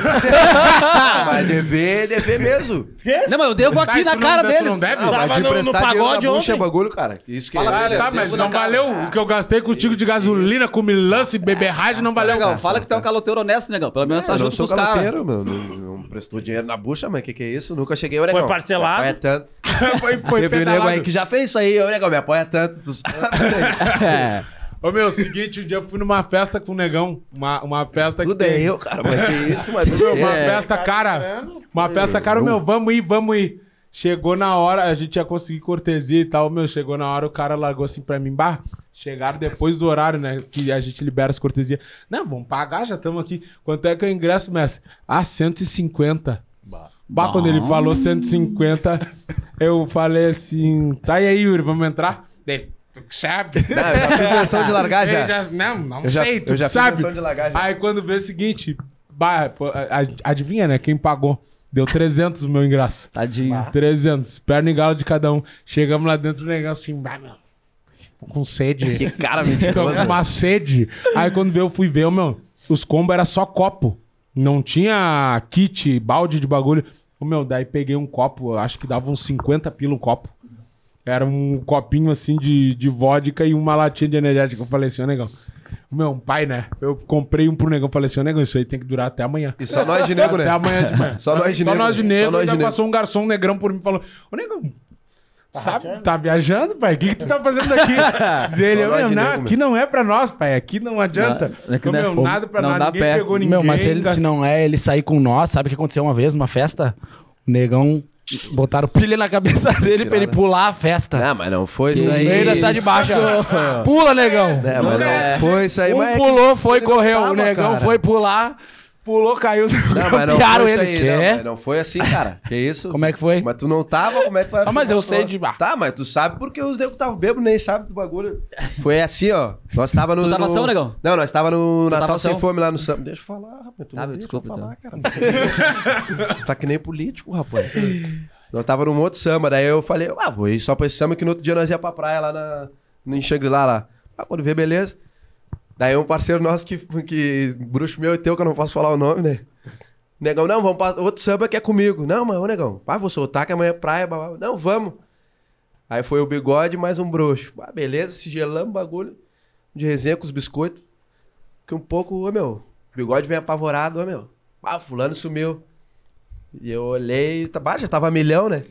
[SPEAKER 3] Ah, mas dever, dever mesmo.
[SPEAKER 5] Quê?
[SPEAKER 2] Não, mas eu devo
[SPEAKER 1] Tá, e
[SPEAKER 2] aqui
[SPEAKER 1] tu
[SPEAKER 2] na
[SPEAKER 1] não-
[SPEAKER 2] cara
[SPEAKER 1] tu
[SPEAKER 2] deles.
[SPEAKER 1] não deve?
[SPEAKER 3] Ah,
[SPEAKER 5] Tava
[SPEAKER 3] mas de
[SPEAKER 5] no- no
[SPEAKER 3] emprestar dinheiro na
[SPEAKER 5] pagode
[SPEAKER 3] bucha é
[SPEAKER 5] ontem.
[SPEAKER 3] bagulho, cara. Isso que
[SPEAKER 2] Fala,
[SPEAKER 3] é.
[SPEAKER 1] Ah,
[SPEAKER 2] velho.
[SPEAKER 1] tá,
[SPEAKER 2] Devo
[SPEAKER 1] mas
[SPEAKER 2] na
[SPEAKER 1] não
[SPEAKER 2] cara.
[SPEAKER 1] valeu o que eu gastei contigo de gasolina, com milança e
[SPEAKER 3] Ah,
[SPEAKER 1] beberragem,
[SPEAKER 3] tá,
[SPEAKER 1] não valeu.
[SPEAKER 2] Negão, fala que tu é um caloteiro honesto, negão. Pelo menos
[SPEAKER 3] É,
[SPEAKER 2] tá
[SPEAKER 3] eu não
[SPEAKER 2] junto com
[SPEAKER 3] sou
[SPEAKER 2] os caras.
[SPEAKER 3] caloteiro, meu. Não, não prestou dinheiro na bucha, mas que que é isso? Nunca cheguei, ô, negão.
[SPEAKER 5] Foi parcelado?
[SPEAKER 3] Me apoia tanto.
[SPEAKER 1] foi, foi
[SPEAKER 3] Teve um nego aí
[SPEAKER 1] pedalado.
[SPEAKER 3] que já fez isso aí, ô, negão, me apoia tanto. Tu sabe isso aí.
[SPEAKER 2] É.
[SPEAKER 1] Ô meu, seguinte, um dia eu fui numa festa com o Negão, uma, uma festa
[SPEAKER 3] Tudo
[SPEAKER 1] que
[SPEAKER 3] é
[SPEAKER 1] tem... é.
[SPEAKER 3] eu, cara, mas que isso, mas é.
[SPEAKER 1] Meu, uma
[SPEAKER 3] besteira.
[SPEAKER 1] festa cara, uma festa cara, meu, vamos ir, vamos ir. Chegou na hora, a gente ia conseguir cortesia e tal, meu, chegou na hora, o cara largou assim pra mim, bah, chegaram depois do horário, né, que a gente libera as cortesias. Não, vamos pagar, já estamos aqui. Quanto é que é o ingresso, mestre? Ah, 150. Bah, quando ele falou 150, eu falei assim, tá e aí, Yuri, vamos entrar? Ele, tu que sabe.
[SPEAKER 3] Não, Ah, eu já fiz menção de largar
[SPEAKER 1] Ele
[SPEAKER 3] já.
[SPEAKER 1] não, não
[SPEAKER 3] Eu já-
[SPEAKER 1] sei, tu
[SPEAKER 3] eu já
[SPEAKER 1] que
[SPEAKER 3] fiz
[SPEAKER 1] sabe.
[SPEAKER 3] menção de largar já.
[SPEAKER 1] Aí quando vê o seguinte, bah, foi- a- a- adivinha, né? Quem pagou? Deu 300 o meu ingresso.
[SPEAKER 2] Tadinho.
[SPEAKER 1] 300, perna e galo de cada um. Chegamos lá dentro do negócio assim, bah, meu, tô com sede.
[SPEAKER 3] Que cara mentiroso.
[SPEAKER 1] tô com uma sede. Aí quando veio, eu fui ver, meu, os combos era só copo. Não tinha kit, balde de bagulho. Ô, meu, daí peguei um copo, eu acho que dava uns 50 pila um copo. Era um copinho assim de, de vodka e uma latinha de energética. Eu falei assim, ô negão. O meu pai, né? Eu comprei um pro negão. Falei assim, ô negão, isso aí tem que durar até amanhã.
[SPEAKER 3] E só nós de nego, né?
[SPEAKER 1] Até amanhã de manhã.
[SPEAKER 3] Só nós de negro. né?
[SPEAKER 1] Só nós de
[SPEAKER 3] Só
[SPEAKER 1] negro.
[SPEAKER 3] nós de
[SPEAKER 1] Ainda
[SPEAKER 3] negro.
[SPEAKER 1] passou um garçom um negrão por mim e falou: Ô negão, sabe,
[SPEAKER 5] rateando?
[SPEAKER 1] tá viajando, pai? O que, que tu tá fazendo aqui? Diz ele,
[SPEAKER 3] Só
[SPEAKER 1] eu,
[SPEAKER 3] nós
[SPEAKER 1] meu,
[SPEAKER 3] de
[SPEAKER 1] não,
[SPEAKER 3] negro,
[SPEAKER 1] aqui não é pra nós, pai. Aqui não adianta.
[SPEAKER 2] Não, é que
[SPEAKER 1] Então,
[SPEAKER 2] não é
[SPEAKER 1] meu,
[SPEAKER 2] bom.
[SPEAKER 1] nada pra
[SPEAKER 2] Não
[SPEAKER 1] nada.
[SPEAKER 2] dá
[SPEAKER 1] Ninguém
[SPEAKER 2] pé.
[SPEAKER 1] pegou ninguém. tá
[SPEAKER 4] Meu, mas ele, se
[SPEAKER 1] gastou-
[SPEAKER 4] não é ele sair com nós, sabe o que aconteceu uma vez numa festa? O negão botaram pilha na cabeça dele pra ele pular a festa.
[SPEAKER 3] Ah, mas não foi isso
[SPEAKER 4] No
[SPEAKER 3] aí.
[SPEAKER 4] meio da cidade baixa. Pula, negão!
[SPEAKER 3] É, mas não foi isso aí,
[SPEAKER 4] um
[SPEAKER 3] mas é que-
[SPEAKER 4] pulou, foi, correu.
[SPEAKER 3] tava,
[SPEAKER 4] o negão
[SPEAKER 3] cara.
[SPEAKER 4] foi pular, pulou, caiu.
[SPEAKER 3] Não, mas não
[SPEAKER 4] piaram
[SPEAKER 3] foi isso
[SPEAKER 4] ele.
[SPEAKER 3] aí,
[SPEAKER 4] Quê?
[SPEAKER 3] não, mas não foi assim, cara. Que isso?
[SPEAKER 4] Como é que foi?
[SPEAKER 3] Mas tu não tava, como é que tu vai...
[SPEAKER 4] Ah, mas eu
[SPEAKER 3] afirmar
[SPEAKER 4] sei
[SPEAKER 3] que
[SPEAKER 4] de-
[SPEAKER 3] tu-
[SPEAKER 4] ah.
[SPEAKER 3] Tá, mas tu sabe porque os negros estavam bêbados, nem sabe do bagulho. Foi assim, ó. Nós tava no...
[SPEAKER 2] Tu tava
[SPEAKER 3] no...
[SPEAKER 2] são, negão?
[SPEAKER 3] Não, nós tava no Natal
[SPEAKER 2] tava
[SPEAKER 3] Sem
[SPEAKER 2] são?
[SPEAKER 3] Fome lá no Sam. Deixa eu falar, rapaz. Tu
[SPEAKER 2] Tá,
[SPEAKER 3] não deixa
[SPEAKER 2] desculpa,
[SPEAKER 3] eu falar, cara. tá que nem político, rapaz. Nós tava num outro samba, daí eu falei, ah, vou ir só pra esse samba que no outro dia nós ia pra praia lá na... no Enxangri-Lá, lá. Ah, quando vê, beleza. Daí um parceiro nosso que, que bruxo meu e teu, que eu não posso falar o nome, né? Negão, não, vamos pra outro samba que é comigo. Não, mas ô negão, pá, vou soltar que amanhã é praia, blá, blá, blá. Não, vamos. Aí foi o bigode mais um bruxo. Ah, beleza, se gelamos o bagulho. De resenha com os biscoitos. Que um pouco, ô meu, o bigode vem apavorado, ô meu. Ah, fulano sumiu. E eu olhei, tá, bah, já tava milhão, né?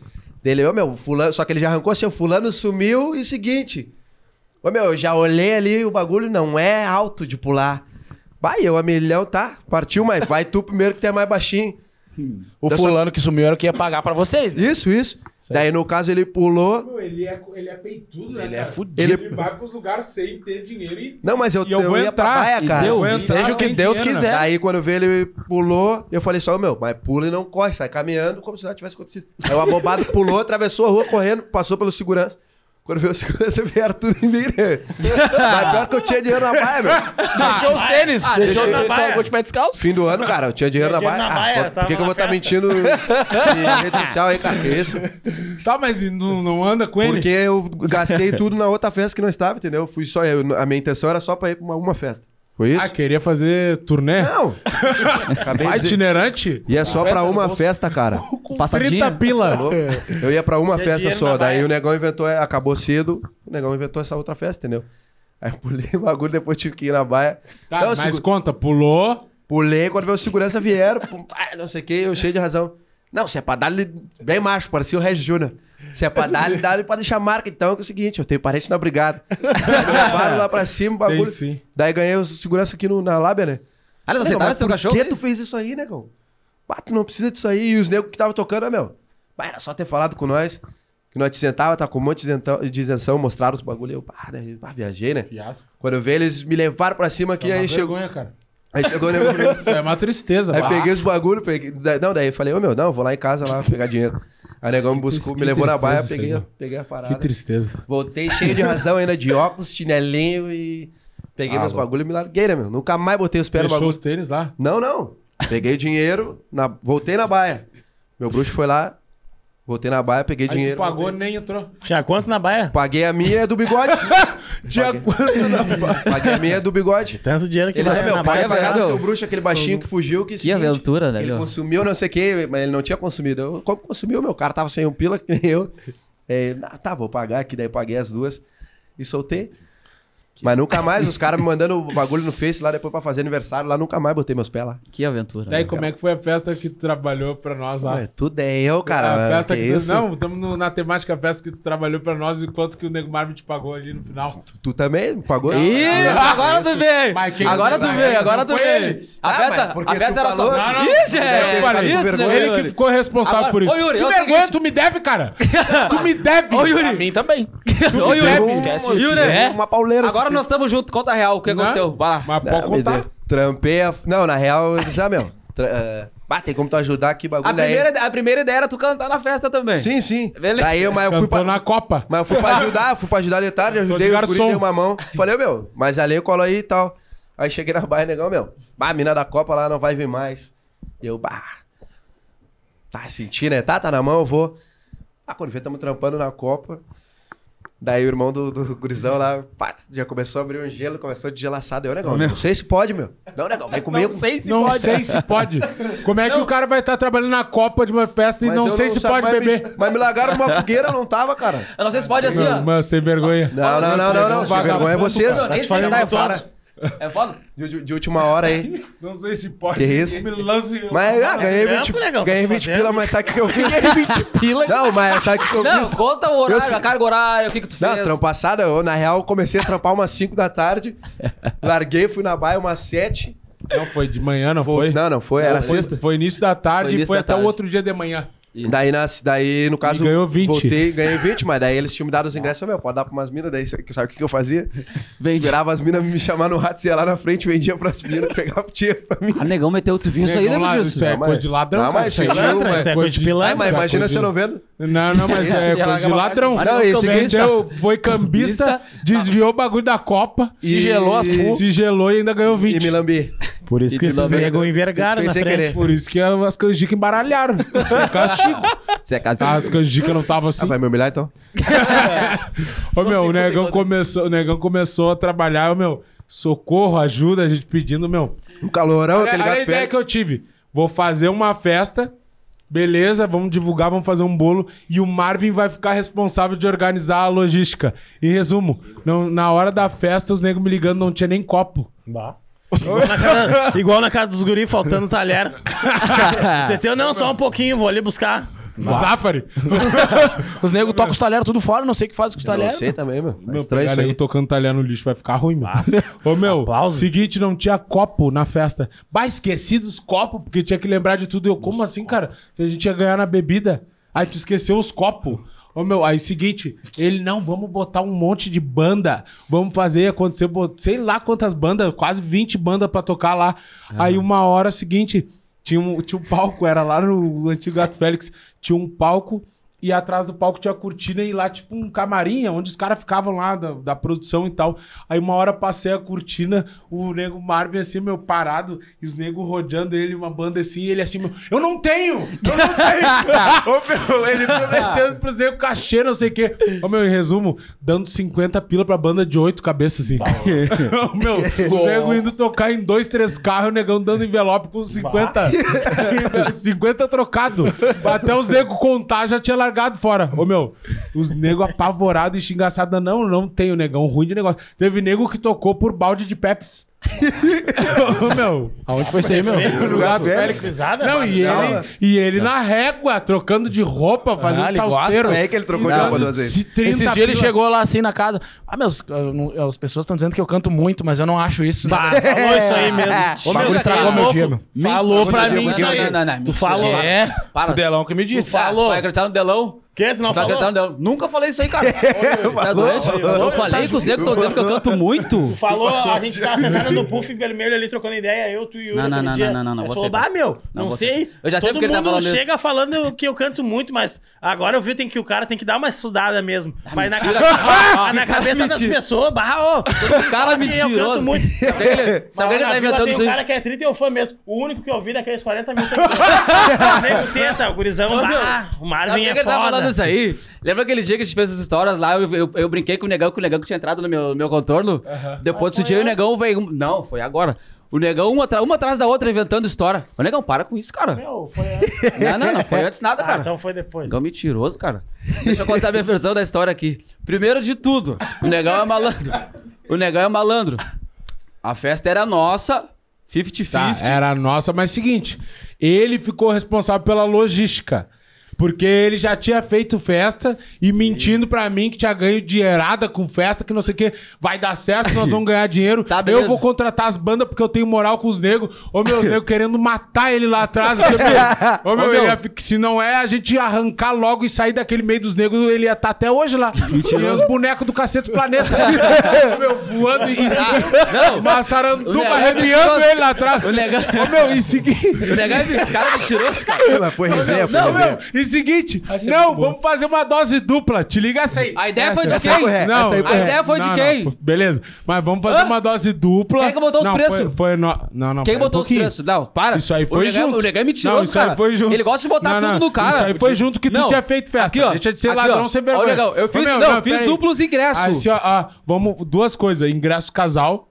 [SPEAKER 3] Dele, ô meu, fulano, só que ele já arrancou assim, o fulano sumiu e o seguinte. Ô meu, eu já olhei ali, o bagulho não é alto de pular. Vai, eu a milhão, tá? Partiu, mas vai tu primeiro que tu é mais baixinho. O
[SPEAKER 4] O fulano que sumiu era o que ia pagar pra vocês. né?
[SPEAKER 3] Isso, isso. Daí no caso ele pulou.
[SPEAKER 1] Meu, Ele é, ele é peitudo, né?
[SPEAKER 4] Ele é
[SPEAKER 1] cara?
[SPEAKER 4] fudido.
[SPEAKER 1] Ele vai pros lugares sem ter dinheiro e.
[SPEAKER 3] Não, mas eu,
[SPEAKER 1] E eu vou
[SPEAKER 3] ia pra
[SPEAKER 1] entrar,
[SPEAKER 3] baia,
[SPEAKER 2] e
[SPEAKER 3] cara.
[SPEAKER 2] deu,
[SPEAKER 1] Vou entrar
[SPEAKER 4] seja o que
[SPEAKER 1] sem
[SPEAKER 4] Deus
[SPEAKER 1] dinheiro. né?
[SPEAKER 4] quiser.
[SPEAKER 3] Daí quando vê ele pulou, eu falei só, meu, mas pula e não corre, sai caminhando como se nada tivesse acontecido. Aí o abobado pulou, atravessou a rua correndo, passou pelo segurança. Quando veio o segurança, vieram tudo em mim, né? Mas pior que eu tinha dinheiro na baia, meu.
[SPEAKER 4] Deixou os tênis.
[SPEAKER 2] Ah,
[SPEAKER 4] deixou
[SPEAKER 3] deixei-
[SPEAKER 4] os
[SPEAKER 5] deixei-
[SPEAKER 4] tênis de pé descalço.
[SPEAKER 3] Fim do ano, cara, eu tinha dinheiro na
[SPEAKER 5] Tinha
[SPEAKER 3] baia.
[SPEAKER 5] dinheiro na
[SPEAKER 3] Ah,
[SPEAKER 5] baia,
[SPEAKER 3] pô, por
[SPEAKER 5] tava
[SPEAKER 3] que, que eu
[SPEAKER 5] na
[SPEAKER 3] vou estar
[SPEAKER 5] festa.
[SPEAKER 3] mentindo em rede social aí, cara? Que isso?
[SPEAKER 1] Tá, mas e não, não anda com ele?
[SPEAKER 3] Porque eu gastei tudo na outra festa que não estava, entendeu? Eu Fui só, eu- a minha intenção era só pra ir pra uma, uma festa. Foi isso?
[SPEAKER 1] Ah, queria fazer turnê?
[SPEAKER 3] Não! Acabei
[SPEAKER 1] Vai,
[SPEAKER 3] de dizer.
[SPEAKER 1] itinerante?
[SPEAKER 3] E é só pra uma festa, cara.
[SPEAKER 2] Passadinha?
[SPEAKER 1] 30 pila.
[SPEAKER 3] É. Eu ia pra uma
[SPEAKER 5] Tinha
[SPEAKER 3] festa
[SPEAKER 5] dinheiro
[SPEAKER 3] só,
[SPEAKER 5] na
[SPEAKER 3] daí
[SPEAKER 5] baia.
[SPEAKER 3] o negão inventou, é, acabou cedo, o negão inventou essa outra festa, entendeu? Aí eu pulei o bagulho, depois tive que ir na baia.
[SPEAKER 1] Tá,
[SPEAKER 3] Não,
[SPEAKER 1] mas
[SPEAKER 3] segu-
[SPEAKER 1] conta, pulou,
[SPEAKER 3] Pulei, quando veio o segurança vieram, pum, pá, não sei o que, eu cheio de razão. Não, se é pra dar bem macho, parecia o Regis Júnior. Se é pra dar dá-lhe pra deixar marca, então, que é o seguinte, eu tenho parente na brigada. Me Levaram lá pra cima, o bagulho.
[SPEAKER 1] Tem sim.
[SPEAKER 3] Daí ganhei o segurança aqui no, na lábia, né?
[SPEAKER 2] Ah, eles
[SPEAKER 3] Nego,
[SPEAKER 2] aceitaram
[SPEAKER 3] mas
[SPEAKER 2] seu
[SPEAKER 3] por
[SPEAKER 2] cachorro?
[SPEAKER 3] que tu fez isso aí, negão? Bah, tu não precisa disso aí. E os negros que estavam tocando, ah, meu. Bah, era só ter falado com nós. Que nós te sentava, tá com um monte de isentão- de isenção, mostraram os bagulho. Eu, pá, daí, pá, viajei, né?
[SPEAKER 1] Fiasco.
[SPEAKER 3] Quando eu vi, eles me levaram pra cima aqui,
[SPEAKER 1] é uma
[SPEAKER 3] aí chegou.
[SPEAKER 1] vergonha, cara.
[SPEAKER 3] Aí chegou o nego comigo.
[SPEAKER 1] Isso é uma tristeza.
[SPEAKER 3] Aí
[SPEAKER 1] pá.
[SPEAKER 3] peguei os bagulho, peguei. daí- Não, daí eu falei, ô meu, não, vou lá em casa lá pegar dinheiro. Aí o negão me buscou,
[SPEAKER 1] triste-
[SPEAKER 3] me
[SPEAKER 1] que
[SPEAKER 3] levou na baia,
[SPEAKER 1] tristeza
[SPEAKER 3] peguei,
[SPEAKER 1] isso aí,
[SPEAKER 3] peguei a
[SPEAKER 1] Que
[SPEAKER 3] parada.
[SPEAKER 1] tristeza.
[SPEAKER 3] Voltei cheio de razão ainda, de óculos, chinelinho e. Peguei
[SPEAKER 1] Ah,
[SPEAKER 3] meus
[SPEAKER 1] louco.
[SPEAKER 3] bagulho e me larguei, né, meu? Nunca mais botei os pés no
[SPEAKER 1] Deixou
[SPEAKER 3] bagulho.
[SPEAKER 1] os tênis lá?
[SPEAKER 3] Não, não. Peguei dinheiro, na- voltei na baia. Meu bruxo foi lá, voltei na baia, peguei
[SPEAKER 1] Aí
[SPEAKER 3] dinheiro.
[SPEAKER 1] tu pagou, né?
[SPEAKER 3] voltei.
[SPEAKER 1] nem entrou.
[SPEAKER 2] Tá
[SPEAKER 5] Tinha quanto na baia?
[SPEAKER 3] Paguei a minha é do bigode.
[SPEAKER 1] Tinha
[SPEAKER 3] Paguei.
[SPEAKER 1] quanto na
[SPEAKER 3] Paguei a minha é do bigode.
[SPEAKER 5] Tanto dinheiro que
[SPEAKER 3] Ele
[SPEAKER 5] vai
[SPEAKER 3] é meu
[SPEAKER 5] na
[SPEAKER 3] pai,
[SPEAKER 5] baia.
[SPEAKER 2] é vagado.
[SPEAKER 3] o bruxo, aquele baixinho que fugiu. Que,
[SPEAKER 2] Que aventura, né,
[SPEAKER 3] Ele
[SPEAKER 2] meu?
[SPEAKER 3] consumiu não sei o que, mas ele não tinha consumido. Eu, como consumiu, meu? O cara tava sem um pila, que nem eu. É, ah, tá, vou pagar aqui, daí paguei as duas e soltei. Mas nunca mais, os caras me mandando o bagulho no Face lá depois pra fazer aniversário, lá nunca mais botei meus pés lá.
[SPEAKER 2] Que aventura.
[SPEAKER 1] Daí,
[SPEAKER 2] né?
[SPEAKER 1] como é que foi a festa que tu trabalhou pra nós lá?
[SPEAKER 3] Ué, tudo é eu, cara.
[SPEAKER 1] a festa que,
[SPEAKER 3] que
[SPEAKER 1] tu-
[SPEAKER 3] isso?
[SPEAKER 1] Não, estamos na temática festa que tu trabalhou pra nós e quanto que o Nego Marvin te pagou ali no final.
[SPEAKER 3] Tu também pagou? Ah,
[SPEAKER 2] Isso, agora tu
[SPEAKER 1] Mas quem
[SPEAKER 2] veio! Agora tu
[SPEAKER 1] não
[SPEAKER 2] veio,
[SPEAKER 1] vai,
[SPEAKER 2] agora
[SPEAKER 1] não
[SPEAKER 2] tu
[SPEAKER 1] foi
[SPEAKER 2] veio!
[SPEAKER 1] ele.
[SPEAKER 2] A
[SPEAKER 3] Ah,
[SPEAKER 2] festa,
[SPEAKER 3] mas porque
[SPEAKER 2] a festa
[SPEAKER 3] tu
[SPEAKER 2] era só.
[SPEAKER 3] falou- Não,
[SPEAKER 1] não,
[SPEAKER 2] Isso,
[SPEAKER 1] deve
[SPEAKER 2] é!
[SPEAKER 1] ter ficado
[SPEAKER 3] com
[SPEAKER 2] Isso, né,
[SPEAKER 3] vergonha.
[SPEAKER 2] meu
[SPEAKER 1] Ele que
[SPEAKER 2] Yuri?
[SPEAKER 1] ficou responsável
[SPEAKER 2] Agora-
[SPEAKER 1] por isso.
[SPEAKER 2] Ô, Yuri,
[SPEAKER 1] que
[SPEAKER 2] é o
[SPEAKER 1] vergonha,
[SPEAKER 2] seguinte-
[SPEAKER 1] tu me deve, cara! tu me deve!
[SPEAKER 2] Ô,
[SPEAKER 4] Pra
[SPEAKER 2] Yuri!
[SPEAKER 4] mim também.
[SPEAKER 2] Ô, Yuri!
[SPEAKER 4] Esquece.
[SPEAKER 2] Yuri!
[SPEAKER 3] É? Uma pauleira.
[SPEAKER 2] Agora nós estamos juntos, conta a real, o que
[SPEAKER 1] Né?
[SPEAKER 2] aconteceu? Vai lá.
[SPEAKER 1] Mas
[SPEAKER 3] Não,
[SPEAKER 1] pode contar.
[SPEAKER 3] Trampei a... Não, na real, eu disse, ah, meu. Tra... eh, bah, tem como tu ajudar aqui, bagulho.
[SPEAKER 2] A
[SPEAKER 3] daí-
[SPEAKER 2] primeira, a primeira ideia era tu cantar na festa também.
[SPEAKER 3] Sim, sim.
[SPEAKER 2] Beleza.
[SPEAKER 3] Daí eu, mas eu fui
[SPEAKER 1] Cantou
[SPEAKER 3] pra...
[SPEAKER 1] na Copa.
[SPEAKER 3] Mas eu fui pra ajudar, fui pra ajudar de tarde, ajudei
[SPEAKER 1] de
[SPEAKER 3] o guri,
[SPEAKER 1] garçom.
[SPEAKER 3] dei uma mão. Falei, ô, meu, mas ali eu colo aí e tal. Aí cheguei na baia, negão, meu. Bah, a mina da Copa lá não vai vir mais. E eu, bah. Tá sentindo, né? Tá, tá na mão, eu vou. Ah, quando vê, tamo trampando na Copa. Daí o irmão do, do gurizão lá, pá, já começou a abrir um gelo, começou de gelaçada. Eu, negão, não sei se pode, meu. Não, negão, vem comigo.
[SPEAKER 1] não sei se pode. Como é que o cara vai estar trabalhando na Copa de uma festa e
[SPEAKER 3] Mas
[SPEAKER 1] não
[SPEAKER 3] eu
[SPEAKER 1] sei se
[SPEAKER 3] sabe,
[SPEAKER 1] pode
[SPEAKER 3] mas me-
[SPEAKER 1] beber?
[SPEAKER 3] mas me largaram numa fogueira, eu não tava, cara.
[SPEAKER 2] Eu não sei se pode assim,
[SPEAKER 1] Não,
[SPEAKER 2] ó.
[SPEAKER 1] mas sem vergonha.
[SPEAKER 3] Não, não, não, não, não. Sem
[SPEAKER 1] Vagabundo,
[SPEAKER 3] vergonha é vocês.
[SPEAKER 1] cara.
[SPEAKER 2] Nem
[SPEAKER 5] se
[SPEAKER 2] sei se
[SPEAKER 5] fazendo
[SPEAKER 2] tá, é
[SPEAKER 5] todos.
[SPEAKER 2] foda. É foda?
[SPEAKER 3] De, de- de última hora aí.
[SPEAKER 1] Não sei se pode.
[SPEAKER 3] Que isso?
[SPEAKER 1] Me lance. um.
[SPEAKER 3] Mas ah, ganhei
[SPEAKER 5] Não,
[SPEAKER 3] 20,
[SPEAKER 5] negão,
[SPEAKER 3] ganhei
[SPEAKER 5] tá
[SPEAKER 3] 20
[SPEAKER 5] fazendo.
[SPEAKER 3] pila, mas sabe o que eu fiz? Ganhei 20 pila. Não, mas sabe o que eu
[SPEAKER 2] Não,
[SPEAKER 3] fiz?
[SPEAKER 2] conta o
[SPEAKER 3] Eu
[SPEAKER 2] horário,
[SPEAKER 3] sei-
[SPEAKER 2] a carga horária, o que que tu
[SPEAKER 3] Não,
[SPEAKER 2] fez.
[SPEAKER 3] trampo passada, eu, na real, comecei a trampar umas 5 da tarde. Larguei, fui na baia umas 7.
[SPEAKER 1] Não, foi de manhã, não foi?
[SPEAKER 3] Não, não, foi, era
[SPEAKER 1] foi,
[SPEAKER 3] sexta.
[SPEAKER 1] Foi início da tarde
[SPEAKER 2] Foi início
[SPEAKER 1] e foi
[SPEAKER 2] da
[SPEAKER 1] até o
[SPEAKER 2] tarde.
[SPEAKER 1] outro dia de manhã.
[SPEAKER 2] Isso.
[SPEAKER 3] Daí, nas, daí, no caso,
[SPEAKER 1] E ganhou 20.
[SPEAKER 3] voltei, ganhei 20, mas daí eles tinham me dado os ingressos. Eu, meu, pode dar pra umas minas, daí sabe sabe o que que eu fazia?
[SPEAKER 2] Vende.
[SPEAKER 3] Esperava as minas me chamar no rato, ia lá na frente, vendia pras minas, pegava o dinheiro pra mim.
[SPEAKER 2] Ah, negão meteu, tu viu isso aí,
[SPEAKER 1] Negão
[SPEAKER 2] lembra
[SPEAKER 1] lá,
[SPEAKER 2] disso?
[SPEAKER 1] Isso é
[SPEAKER 3] Não, mas-
[SPEAKER 1] coisa de ladrão.
[SPEAKER 3] não,
[SPEAKER 1] cara,
[SPEAKER 3] mas
[SPEAKER 1] isso aí
[SPEAKER 3] isso é
[SPEAKER 1] não
[SPEAKER 5] pilantra, isso é coisa de
[SPEAKER 3] Ai,
[SPEAKER 5] pilantra.
[SPEAKER 3] mas
[SPEAKER 1] isso é
[SPEAKER 3] imagina
[SPEAKER 1] coisa
[SPEAKER 3] se eu
[SPEAKER 1] de-
[SPEAKER 3] não vendo.
[SPEAKER 1] Não, não, mas é
[SPEAKER 2] Ela
[SPEAKER 1] coisa de
[SPEAKER 2] acaba-
[SPEAKER 1] ladrão.
[SPEAKER 2] Ah,
[SPEAKER 3] não, esse tá aqui-
[SPEAKER 1] Vendeu, foi cambista, desviou o bagulho da Copa.
[SPEAKER 3] tá Se gelou as fu-
[SPEAKER 1] Se gelou e ainda ganhou
[SPEAKER 3] E
[SPEAKER 1] 20.
[SPEAKER 3] me lambi.
[SPEAKER 5] Por isso que
[SPEAKER 3] de
[SPEAKER 5] esses
[SPEAKER 3] novo,
[SPEAKER 5] negros envergaram
[SPEAKER 3] fez
[SPEAKER 5] na
[SPEAKER 3] sem
[SPEAKER 5] frente.
[SPEAKER 3] querer.
[SPEAKER 1] Por isso que as canjicas embaralharam. Foi castigo.
[SPEAKER 2] Você é casado.
[SPEAKER 1] As canjicas não estavam
[SPEAKER 3] Ah,
[SPEAKER 1] assim.
[SPEAKER 3] vai me humilhar então?
[SPEAKER 1] Ô, meu, o negão, começou, o negão começou a trabalhar, ô, meu, socorro, ajuda, a gente pedindo, meu.
[SPEAKER 3] Um calorão,
[SPEAKER 1] Olha,
[SPEAKER 3] aquele
[SPEAKER 1] olha a
[SPEAKER 3] gato
[SPEAKER 1] ideia
[SPEAKER 3] Félix.
[SPEAKER 1] que eu tive. Vou fazer uma festa, beleza, vamos divulgar, vamos fazer um bolo e o Marvin vai ficar responsável de organizar a logística. Em resumo, não- na hora da festa, os negros me ligando, não tinha nem copo.
[SPEAKER 5] Bah. Igual na, casa, igual na casa dos guri, faltando talher. Teteu, não, só um pouquinho, vou ali buscar.
[SPEAKER 1] Zafari!
[SPEAKER 4] Os negros tocam os talheres tudo fora, não sei o que fazem com os
[SPEAKER 3] Eu não
[SPEAKER 4] talheres.
[SPEAKER 3] sei também, meu. Tá
[SPEAKER 1] Meu,
[SPEAKER 3] estranho
[SPEAKER 1] pegar
[SPEAKER 3] isso
[SPEAKER 1] nego
[SPEAKER 3] aí. Ah,
[SPEAKER 1] tocando talher no lixo vai ficar ruim, meu. Ô, meu,
[SPEAKER 5] aplauso.
[SPEAKER 1] seguinte, não tinha copo na festa. Bah, esqueci dos copos, porque tinha que lembrar de tudo. Eu, como assim, cara? Se a gente ia ganhar na bebida. Aí tu esqueceu os copos. Ô, meu, aí seguinte, ele, não, vamos botar um monte de banda. Vamos fazer acontecer, bot- sei lá quantas bandas, quase 20 bandas pra tocar lá.
[SPEAKER 3] É.
[SPEAKER 1] Aí uma hora seguinte, tinha um, tinha um palco, era lá no antigo Gato Félix, tinha um palco e atrás do palco tinha a cortina e lá, tipo, um camarim, onde os caras ficavam lá da, da produção e tal. Aí uma hora passei a cortina, o nego Marvin assim, meu, parado, e os negros rodeando ele, uma banda assim, e ele assim, meu, eu não tenho! Eu não tenho! Ô, meu, ele prometendo pros negros cachê, não sei o quê. Ô, meu, em resumo, dando 50 pila pra banda de oito cabeças, assim. Ô, meu, o nego indo tocar em dois, três carros, e o negão dando envelope com 50. 50 trocado. Até os negros contar já tinha largado fora. Ô, meu, os negros apavorados e xingaçados. Não, não tem o negão. Ruim de negócio. Teve nego que tocou por balde de Pepsi. meu, aonde foi isso aí, meu?
[SPEAKER 5] Félix.
[SPEAKER 1] No lugar do
[SPEAKER 3] Félix.
[SPEAKER 1] Félix.
[SPEAKER 5] Pisada,
[SPEAKER 1] Não, e
[SPEAKER 3] Sala.
[SPEAKER 1] ele, e ele na régua, trocando de roupa, fazendo
[SPEAKER 4] Ah, ele
[SPEAKER 1] salseiro.
[SPEAKER 3] É que ele trocou de
[SPEAKER 2] Não,
[SPEAKER 3] roupa duas vezes.
[SPEAKER 1] Se 30
[SPEAKER 4] Esse dia ele
[SPEAKER 1] pila-
[SPEAKER 4] chegou lá assim na casa. Ah, meus, eu não- as pessoas estão dizendo que eu canto muito, mas eu não acho isso.
[SPEAKER 5] Bah,
[SPEAKER 4] né?"
[SPEAKER 5] falou isso aí mesmo.
[SPEAKER 3] É.
[SPEAKER 4] O
[SPEAKER 5] Ô,
[SPEAKER 4] bagulho estragou
[SPEAKER 5] tá
[SPEAKER 4] meu é dia,
[SPEAKER 5] louco?
[SPEAKER 4] meu.
[SPEAKER 5] Falou pra
[SPEAKER 3] Mentira,
[SPEAKER 5] mim isso
[SPEAKER 3] mentira,
[SPEAKER 2] Não,
[SPEAKER 5] aí.
[SPEAKER 2] não, não,
[SPEAKER 5] Tu
[SPEAKER 2] mentira.
[SPEAKER 5] falou.
[SPEAKER 4] É,
[SPEAKER 2] Para.
[SPEAKER 4] o Delão que me
[SPEAKER 5] Tu
[SPEAKER 4] disse.
[SPEAKER 5] falou.
[SPEAKER 2] Vai acreditar no Delão?
[SPEAKER 5] Que? Tu não
[SPEAKER 2] Vai acreditar
[SPEAKER 5] falou?
[SPEAKER 2] no Delão? Tá Nunca falei isso aí, cara. tá doente?
[SPEAKER 5] falou.
[SPEAKER 2] Eu falei que os
[SPEAKER 5] tá
[SPEAKER 2] negros estão dizendo que eu canto muito.
[SPEAKER 5] Tu falou, a gente tava sentado no puff vermelho ali trocando ideia, eu, tu e o Yuri.
[SPEAKER 2] Não, não,
[SPEAKER 5] aquele
[SPEAKER 2] não,
[SPEAKER 5] dia.
[SPEAKER 2] não, não, não,
[SPEAKER 5] Aí
[SPEAKER 2] você
[SPEAKER 5] falou,
[SPEAKER 2] tá.
[SPEAKER 5] bah, meu,
[SPEAKER 2] Não,
[SPEAKER 5] não,
[SPEAKER 2] você
[SPEAKER 5] sei.
[SPEAKER 2] tá. Eu já sei
[SPEAKER 5] Todo
[SPEAKER 2] porque ele tá
[SPEAKER 5] mundo
[SPEAKER 2] falando isso.
[SPEAKER 5] chega falando que eu canto muito, mas agora eu vi tem que o cara tem que dar uma estudada mesmo. mas na,
[SPEAKER 2] mentira.
[SPEAKER 5] cabeça- ah, na cabeça das pessoas, barra, ô.
[SPEAKER 2] O cara
[SPEAKER 5] Eu canto
[SPEAKER 2] mentiroso.
[SPEAKER 5] muito.
[SPEAKER 2] Se alguém- Se alguém
[SPEAKER 5] Mas
[SPEAKER 2] tá
[SPEAKER 5] na vila
[SPEAKER 2] inventando
[SPEAKER 5] tem
[SPEAKER 2] isso
[SPEAKER 5] um
[SPEAKER 2] aí.
[SPEAKER 5] cara que é 30 e eu fã mesmo. O único que eu vi daqueles 40 mil seguidores. O nego tenta, o gurizão, ah, o
[SPEAKER 2] Sabe
[SPEAKER 5] Marvin
[SPEAKER 2] por
[SPEAKER 5] é
[SPEAKER 2] que ele tava falando
[SPEAKER 5] foda.
[SPEAKER 2] isso aí? Lembra aquele dia que a gente fez essas histórias lá? Eu, eu, eu brinquei com o negão, que o negão que tinha entrado no meu, no meu contorno. Depois desse dia, o negão veio. um, Não, foi agora. O negão, uma, atra- uma atrás da outra, inventando história. Ô, negão, para com isso, cara.
[SPEAKER 5] Meu, foi antes.
[SPEAKER 2] Não, não, não foi antes nada,
[SPEAKER 5] Ah,
[SPEAKER 2] cara.
[SPEAKER 5] então foi depois.
[SPEAKER 2] Negão é mentiroso, cara. Deixa eu contar a minha versão da história aqui. Primeiro de tudo, o negão é malandro. O negão é malandro. A festa era nossa, 50-50.
[SPEAKER 1] Tá, era a nossa, mas seguinte, ele ficou responsável pela logística. Porque ele já tinha feito festa e mentindo pra mim que tinha ganho dinheirada com festa, que não sei o que, vai dar certo, nós vamos ganhar dinheiro.
[SPEAKER 2] Tá, beleza.
[SPEAKER 1] eu vou contratar as bandas porque eu tenho moral com os negros. Ô meus negros querendo matar ele lá atrás. você vê? Ô meu,
[SPEAKER 2] Ô, meu.
[SPEAKER 1] ele ia fi- se não é a gente ia arrancar logo e sair daquele meio dos negros, ele ia estar até hoje lá. E os bonecos do cacete do planeta. Ô, meu, voando e
[SPEAKER 2] não.
[SPEAKER 1] seguindo.
[SPEAKER 2] O
[SPEAKER 1] Massaranduba
[SPEAKER 2] negão é
[SPEAKER 1] arrepiando
[SPEAKER 2] perigoso.
[SPEAKER 1] ele lá atrás.
[SPEAKER 2] O negão-
[SPEAKER 1] Ô, meu, e seguinte.
[SPEAKER 2] O negão é cara mentiroso, cara.
[SPEAKER 3] Mas foi resenha, foi
[SPEAKER 1] Não, meu,
[SPEAKER 3] resenha.
[SPEAKER 1] e seguinte. Não, vamos fazer uma dose dupla. Te liga essa aí.
[SPEAKER 2] A ideia foi de
[SPEAKER 3] essa foi
[SPEAKER 2] quem?
[SPEAKER 3] correta.
[SPEAKER 1] Não,
[SPEAKER 3] essa aí foi
[SPEAKER 2] a ideia foi de
[SPEAKER 1] não,
[SPEAKER 2] quem?
[SPEAKER 1] não, beleza, mas vamos fazer
[SPEAKER 2] Hã?
[SPEAKER 1] uma dose dupla.
[SPEAKER 2] Quem é que botou os
[SPEAKER 1] Não,
[SPEAKER 2] preços?
[SPEAKER 1] Foi, foi no- Não, não.
[SPEAKER 2] Quem é
[SPEAKER 1] pera um
[SPEAKER 2] botou os
[SPEAKER 1] pouquinho.
[SPEAKER 2] preços? Não, para.
[SPEAKER 1] Isso aí
[SPEAKER 2] O
[SPEAKER 1] foi
[SPEAKER 2] negão é-
[SPEAKER 1] junto.
[SPEAKER 2] o negão é mentiroso,
[SPEAKER 1] Não, isso aí
[SPEAKER 2] cara.
[SPEAKER 1] foi junto.
[SPEAKER 2] Ele gosta de botar
[SPEAKER 1] Não,
[SPEAKER 2] tudo
[SPEAKER 1] não,
[SPEAKER 2] no cara.
[SPEAKER 1] Isso aí foi junto que tu
[SPEAKER 2] Não.
[SPEAKER 1] tinha feito festa.
[SPEAKER 2] Aqui, ó.
[SPEAKER 1] Deixa de ser
[SPEAKER 2] Aqui,
[SPEAKER 1] ladrão
[SPEAKER 2] ó.
[SPEAKER 1] sem
[SPEAKER 2] Ô,
[SPEAKER 1] vergonha.
[SPEAKER 2] negão, eu
[SPEAKER 1] Ô,
[SPEAKER 2] fiz-
[SPEAKER 1] meu,
[SPEAKER 2] não, eu fiz
[SPEAKER 1] peraí.
[SPEAKER 2] duplos ingressos.
[SPEAKER 1] Aí, assim, ó, ó, vamos, duas coisas. Ingresso casal.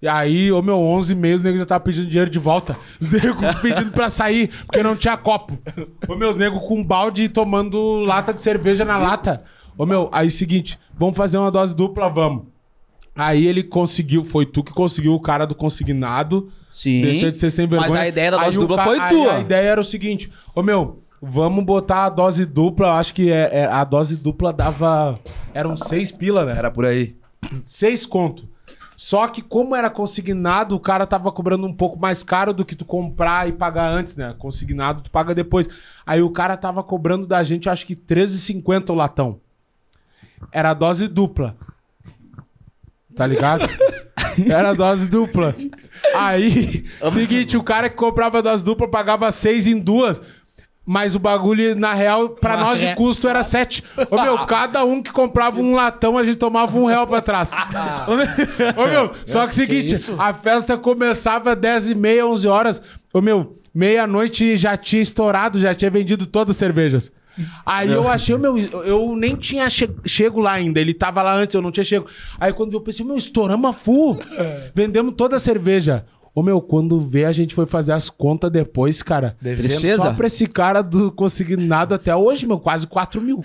[SPEAKER 1] E aí, ô meu, 11 meses, o nego já tava pedindo dinheiro de volta. Os nego pedindo pra sair, porque não tinha copo. Ô meus nego com balde e tomando lata de cerveja na lata. Ô meu, aí seguinte, vamos fazer uma dose dupla, vamos. Aí ele conseguiu, foi tu que conseguiu o cara do consignado.
[SPEAKER 2] Sim.
[SPEAKER 1] Deixa de ser sem vergonha.
[SPEAKER 2] Mas a ideia da
[SPEAKER 1] Aí
[SPEAKER 2] dose
[SPEAKER 1] o
[SPEAKER 2] dupla
[SPEAKER 1] ca-
[SPEAKER 2] foi
[SPEAKER 1] aí
[SPEAKER 2] tua.
[SPEAKER 1] A ideia era o seguinte: Ô meu, vamos botar a dose dupla. eu Acho que é, é- a dose dupla dava. Eram seis pila, né?
[SPEAKER 3] Era por aí.
[SPEAKER 1] seis conto. Só que como era consignado, o cara tava cobrando um pouco mais caro do que tu comprar e pagar antes, né? Consignado tu paga depois. Aí o cara tava cobrando da gente, acho que 13,50 o latão. Era dose dupla. Tá ligado? Era dose dupla. Aí, seguinte, o cara que comprava dose dupla pagava seis em duas. Mas o bagulho, na real, pra nós de custo era sete. Ô meu, cada um que comprava um latão, a gente tomava um real pra trás. Ô meu, ô, meu, só que seguinte, a festa começava às 10 e meia, 11 horas. Ô meu, meia-noite já tinha estourado, já tinha vendido todas as cervejas. Aí eu achei, meu, eu nem tinha che- chego lá ainda. Ele tava lá antes, eu não tinha chego. Aí quando eu pensei, meu, estouramos a full. Vendemos toda a cerveja. Ô meu, quando vê, a gente foi fazer as contas depois, cara.
[SPEAKER 2] Tristeza?
[SPEAKER 1] Só pra esse cara do consignado até hoje, meu, quase 4 mil.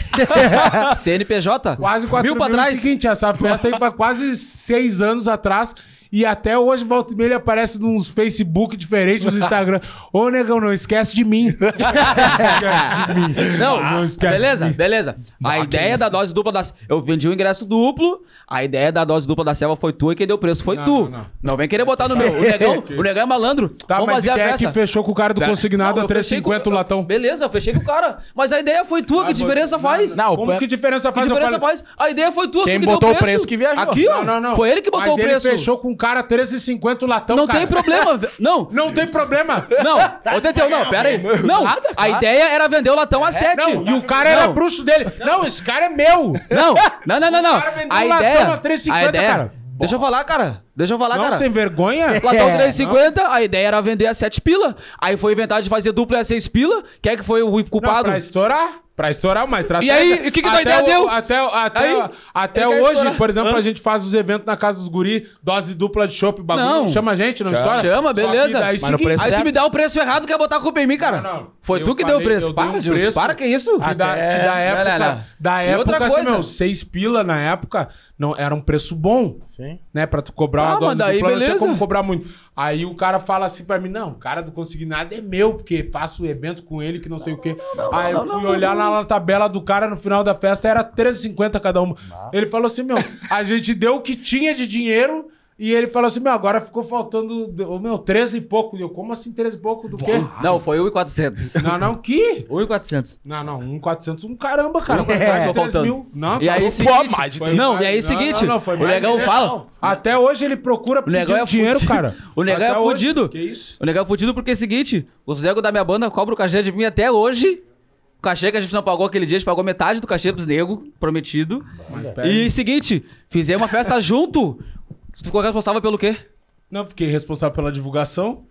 [SPEAKER 2] CNPJ?
[SPEAKER 1] Quase 4
[SPEAKER 2] mil
[SPEAKER 1] mil.
[SPEAKER 2] pra
[SPEAKER 1] É o
[SPEAKER 2] trás.
[SPEAKER 1] seguinte, essa festa aí foi quase 6 anos atrás. E até hoje, volta e meia, ele aparece nos Facebook diferentes, nos Instagram. Ô, negão, não esquece de mim.
[SPEAKER 2] Não,
[SPEAKER 1] Não Ah, esquece
[SPEAKER 2] beleza,
[SPEAKER 1] de mim.
[SPEAKER 2] beleza. A ideia da dose dupla da Eu vendi um ingresso duplo, a ideia da dose dupla da selva foi tua e quem deu o preço foi
[SPEAKER 1] Não,
[SPEAKER 2] tu. Não,
[SPEAKER 1] não, não.
[SPEAKER 2] vem querer botar no meu. O negão, o negão é malandro.
[SPEAKER 1] Tá,
[SPEAKER 2] Vamos
[SPEAKER 1] mas
[SPEAKER 2] fazer
[SPEAKER 1] quem
[SPEAKER 2] a
[SPEAKER 1] é
[SPEAKER 2] festa.
[SPEAKER 1] que fechou com o cara do
[SPEAKER 2] Cara,
[SPEAKER 1] consignado
[SPEAKER 2] não,
[SPEAKER 1] a
[SPEAKER 2] eu fechei com-
[SPEAKER 1] 3,50 o latão?
[SPEAKER 2] Beleza, eu fechei com o cara. Mas a ideia foi tua, que diferença faz?
[SPEAKER 4] Não,
[SPEAKER 1] Como que diferença
[SPEAKER 2] Que
[SPEAKER 1] faz? Eu
[SPEAKER 2] diferença
[SPEAKER 1] falei-
[SPEAKER 2] faz? A ideia foi tua,
[SPEAKER 4] Quem
[SPEAKER 2] tu que
[SPEAKER 4] botou
[SPEAKER 2] deu
[SPEAKER 4] o preço que viajou.
[SPEAKER 2] Aqui, ó.
[SPEAKER 1] Não, não, não.
[SPEAKER 2] Foi ele que botou
[SPEAKER 1] Mas
[SPEAKER 2] o preço.
[SPEAKER 1] ele fechou com o cara 3,50 o latão,
[SPEAKER 2] não
[SPEAKER 1] cara.
[SPEAKER 2] tem problema. ve- Não,
[SPEAKER 1] Não tem problema.
[SPEAKER 2] não. Ô, Teteu, não, pera aí. Não, a ideia era vender o latão a 7.
[SPEAKER 1] Não, e o cara era
[SPEAKER 2] É, Não.
[SPEAKER 1] bruxo dele. Não, esse cara é meu.
[SPEAKER 2] Não, não, não, não. não.
[SPEAKER 1] O cara vendeu
[SPEAKER 2] A
[SPEAKER 1] um latão
[SPEAKER 2] ideia,
[SPEAKER 1] a 3,50,
[SPEAKER 2] a ideia.
[SPEAKER 1] cara.
[SPEAKER 2] Deixa eu falar, cara. Deixa eu falar,
[SPEAKER 1] Não, É,
[SPEAKER 2] cara.
[SPEAKER 1] sem vergonha.
[SPEAKER 2] Latão 350, a ideia era vender a 7 pila. Aí foi inventado de fazer dupla e a 6 pila. Quem é que foi o
[SPEAKER 1] Não,
[SPEAKER 2] culpado?
[SPEAKER 1] pra estourar. Pra estourar uma estratégia.
[SPEAKER 2] aí, e o que que tua
[SPEAKER 1] até
[SPEAKER 2] ideia deu?
[SPEAKER 1] Até, até,
[SPEAKER 2] Aí,
[SPEAKER 1] até
[SPEAKER 2] ele quer
[SPEAKER 1] hoje,
[SPEAKER 2] estourar.
[SPEAKER 1] por exemplo, a gente faz os eventos na casa dos guri, dose dupla de chopp, bagulho.
[SPEAKER 2] Não.
[SPEAKER 1] Chama a gente, não estoura?
[SPEAKER 2] Chama,
[SPEAKER 1] Só que
[SPEAKER 2] beleza.
[SPEAKER 1] daí
[SPEAKER 4] Mas no
[SPEAKER 1] seguinte-
[SPEAKER 4] preço
[SPEAKER 2] Aí tu
[SPEAKER 4] certo.
[SPEAKER 2] me dá o preço é errado, quer botar a culpa em mim, cara.
[SPEAKER 1] Não, não.
[SPEAKER 2] Foi
[SPEAKER 1] Eu
[SPEAKER 2] tu que deu o
[SPEAKER 1] falei,
[SPEAKER 2] preço.
[SPEAKER 1] eu dei
[SPEAKER 2] Para,
[SPEAKER 1] um
[SPEAKER 2] Gilson,
[SPEAKER 1] preço.
[SPEAKER 2] para, que isso?
[SPEAKER 1] Que da,
[SPEAKER 5] Até-
[SPEAKER 1] que da época,
[SPEAKER 2] Não, não, não.
[SPEAKER 1] Da
[SPEAKER 2] E
[SPEAKER 1] época
[SPEAKER 2] outra
[SPEAKER 1] assim,
[SPEAKER 2] coisa.
[SPEAKER 1] meu, seis pila na época não, era um preço bom,
[SPEAKER 5] Sim.
[SPEAKER 1] né? Pra tu cobrar
[SPEAKER 2] Tá,
[SPEAKER 1] uma dose
[SPEAKER 2] mas daí
[SPEAKER 1] dupla, não tinha
[SPEAKER 2] beleza.
[SPEAKER 1] como cobrar muito. Aí o cara fala assim pra mim, não, o cara do Consignado é meu, porque faço evento com ele que não sei o quê. Aí eu fui olhar na, na tabela do cara no final da festa, era 13,50 cada uma. Ele falou assim, meu, a gente deu o que tinha de dinheiro... E ele falou assim, meu, agora ficou faltando, meu, 13 e pouco. Eu, como assim 13 e pouco do quê?
[SPEAKER 2] Não, foi 1,400.
[SPEAKER 1] Não, não, que?
[SPEAKER 2] 1,400.
[SPEAKER 1] Não, não, um 400, um caramba, cara. Foi
[SPEAKER 2] É,
[SPEAKER 1] mais de
[SPEAKER 2] tô
[SPEAKER 1] 3
[SPEAKER 2] faltando.
[SPEAKER 1] mil. Não,
[SPEAKER 2] E
[SPEAKER 1] tá
[SPEAKER 2] aí,
[SPEAKER 1] louco.
[SPEAKER 2] seguinte,
[SPEAKER 1] Pô, mais de
[SPEAKER 2] foi-
[SPEAKER 1] três
[SPEAKER 2] não,
[SPEAKER 1] mil.
[SPEAKER 2] e aí, seguinte,
[SPEAKER 1] foi mais
[SPEAKER 2] o
[SPEAKER 1] de
[SPEAKER 2] Negão
[SPEAKER 1] três.
[SPEAKER 2] fala-
[SPEAKER 1] Até hoje ele procura pedir
[SPEAKER 2] Negão é
[SPEAKER 1] dinheiro,
[SPEAKER 2] fudido.
[SPEAKER 1] cara.
[SPEAKER 2] O Negão
[SPEAKER 1] Até
[SPEAKER 2] é
[SPEAKER 1] hoje.
[SPEAKER 2] fudido.
[SPEAKER 1] Que isso?
[SPEAKER 2] O negócio é fudido porque é o seguinte: os nego da minha banda cobram o cachê de mim até hoje. O cachê que a gente não pagou aquele dia, a gente pagou metade do cachê pros nego, prometido.
[SPEAKER 1] Mas
[SPEAKER 2] E seguinte, fizemos uma festa junto. Tu ficou responsável pelo quê?
[SPEAKER 1] Não, fiquei responsável pela divulgação.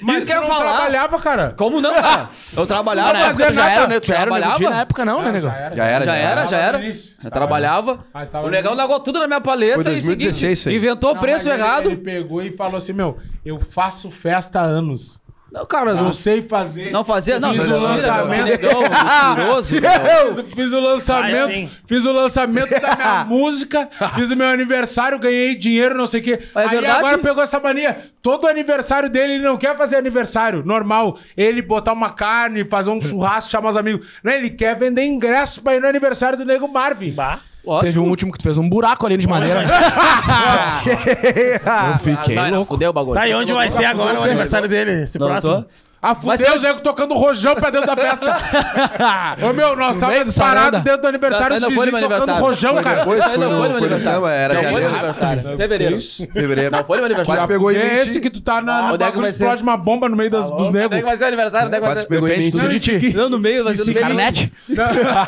[SPEAKER 2] Mas
[SPEAKER 1] tu não trabalhava, cara.
[SPEAKER 2] Como não, cara? Eu trabalhava.
[SPEAKER 1] Não fazia
[SPEAKER 2] já
[SPEAKER 1] nada.
[SPEAKER 2] era, né?
[SPEAKER 4] Tu era o Nego Di na
[SPEAKER 2] Trabalhava.
[SPEAKER 4] época, não, né, Nego?
[SPEAKER 3] Já era,
[SPEAKER 2] Já era, já era.
[SPEAKER 1] no início. Ah,
[SPEAKER 2] Eu trabalhava.
[SPEAKER 1] Mas tava
[SPEAKER 2] O
[SPEAKER 1] no
[SPEAKER 2] negão
[SPEAKER 1] início.
[SPEAKER 2] largou tudo na minha paleta
[SPEAKER 3] Foi
[SPEAKER 2] e
[SPEAKER 3] 2016 isso
[SPEAKER 2] seguinte,
[SPEAKER 3] aí.
[SPEAKER 2] inventou o
[SPEAKER 1] Não,
[SPEAKER 2] preço
[SPEAKER 1] mas ele-
[SPEAKER 2] errado.
[SPEAKER 1] Ele pegou e falou assim: meu, eu faço festa há anos.
[SPEAKER 2] Não, cara,
[SPEAKER 1] Não
[SPEAKER 2] não,
[SPEAKER 1] sei fazer.
[SPEAKER 2] um não fazia, não.
[SPEAKER 1] Fiz o
[SPEAKER 2] mentira,
[SPEAKER 1] lançamento. é
[SPEAKER 2] cara. Negão, mentiroso. negão.
[SPEAKER 1] Fiz, fiz o lançamento,
[SPEAKER 5] Vai sim.
[SPEAKER 1] fiz o lançamento da minha música, fiz o meu aniversário, ganhei dinheiro, não sei o quê.
[SPEAKER 2] É
[SPEAKER 1] Aí
[SPEAKER 2] verdade?
[SPEAKER 1] agora pegou essa mania. Todo aniversário dele, ele não quer fazer aniversário normal. Ele botar uma carne, fazer um churrasco, chamar os amigos. Não, ele quer vender ingresso pra ir no aniversário do Nego Marvin.
[SPEAKER 5] Bah.
[SPEAKER 2] Ótimo.
[SPEAKER 4] Teve um último que tu fez um buraco ali de madeira. Eu fiquei
[SPEAKER 2] Vai, não,
[SPEAKER 4] louco.
[SPEAKER 2] Fudeu o bagulho.
[SPEAKER 5] Tá, e onde vai ser agora o aniversário dele? Esse
[SPEAKER 2] Não,
[SPEAKER 5] próximo?
[SPEAKER 2] tô.
[SPEAKER 1] Ah,
[SPEAKER 2] Mas
[SPEAKER 1] fudeu, o Zego tocando rojão pra dentro da festa. Ô, meu, nós
[SPEAKER 4] meio
[SPEAKER 1] tava
[SPEAKER 4] do saranda.
[SPEAKER 1] parado dentro do aniversário,
[SPEAKER 2] Tá, Não,
[SPEAKER 1] os
[SPEAKER 2] isso aí não foi no
[SPEAKER 1] vizinhos
[SPEAKER 2] meu
[SPEAKER 1] tocando
[SPEAKER 2] aniversário.
[SPEAKER 1] rojão, cara.
[SPEAKER 3] Depois
[SPEAKER 2] Isso aí
[SPEAKER 3] foi
[SPEAKER 2] não foi
[SPEAKER 3] no
[SPEAKER 2] no
[SPEAKER 3] foi no
[SPEAKER 2] aniversário.
[SPEAKER 3] samba, era
[SPEAKER 2] Não foi no
[SPEAKER 3] janeiro,
[SPEAKER 2] aniversário. Fevereiro.
[SPEAKER 3] fevereiro.
[SPEAKER 2] Não foi no meu
[SPEAKER 3] Quase
[SPEAKER 2] aniversário.
[SPEAKER 3] pegou em
[SPEAKER 1] É
[SPEAKER 3] mim.
[SPEAKER 1] esse que tu tá na, no
[SPEAKER 2] Onde é que
[SPEAKER 1] bagulho,
[SPEAKER 2] vai ser?
[SPEAKER 1] explode uma bomba no meio das- dos
[SPEAKER 2] Onde é que
[SPEAKER 1] negos.
[SPEAKER 2] vai ser o aniversário? Onde é que vai
[SPEAKER 3] Quase
[SPEAKER 2] ser?
[SPEAKER 3] pegou em mim.
[SPEAKER 1] Não, isso aqui-
[SPEAKER 2] Não, no meio, vai ser no meio.
[SPEAKER 4] Internet.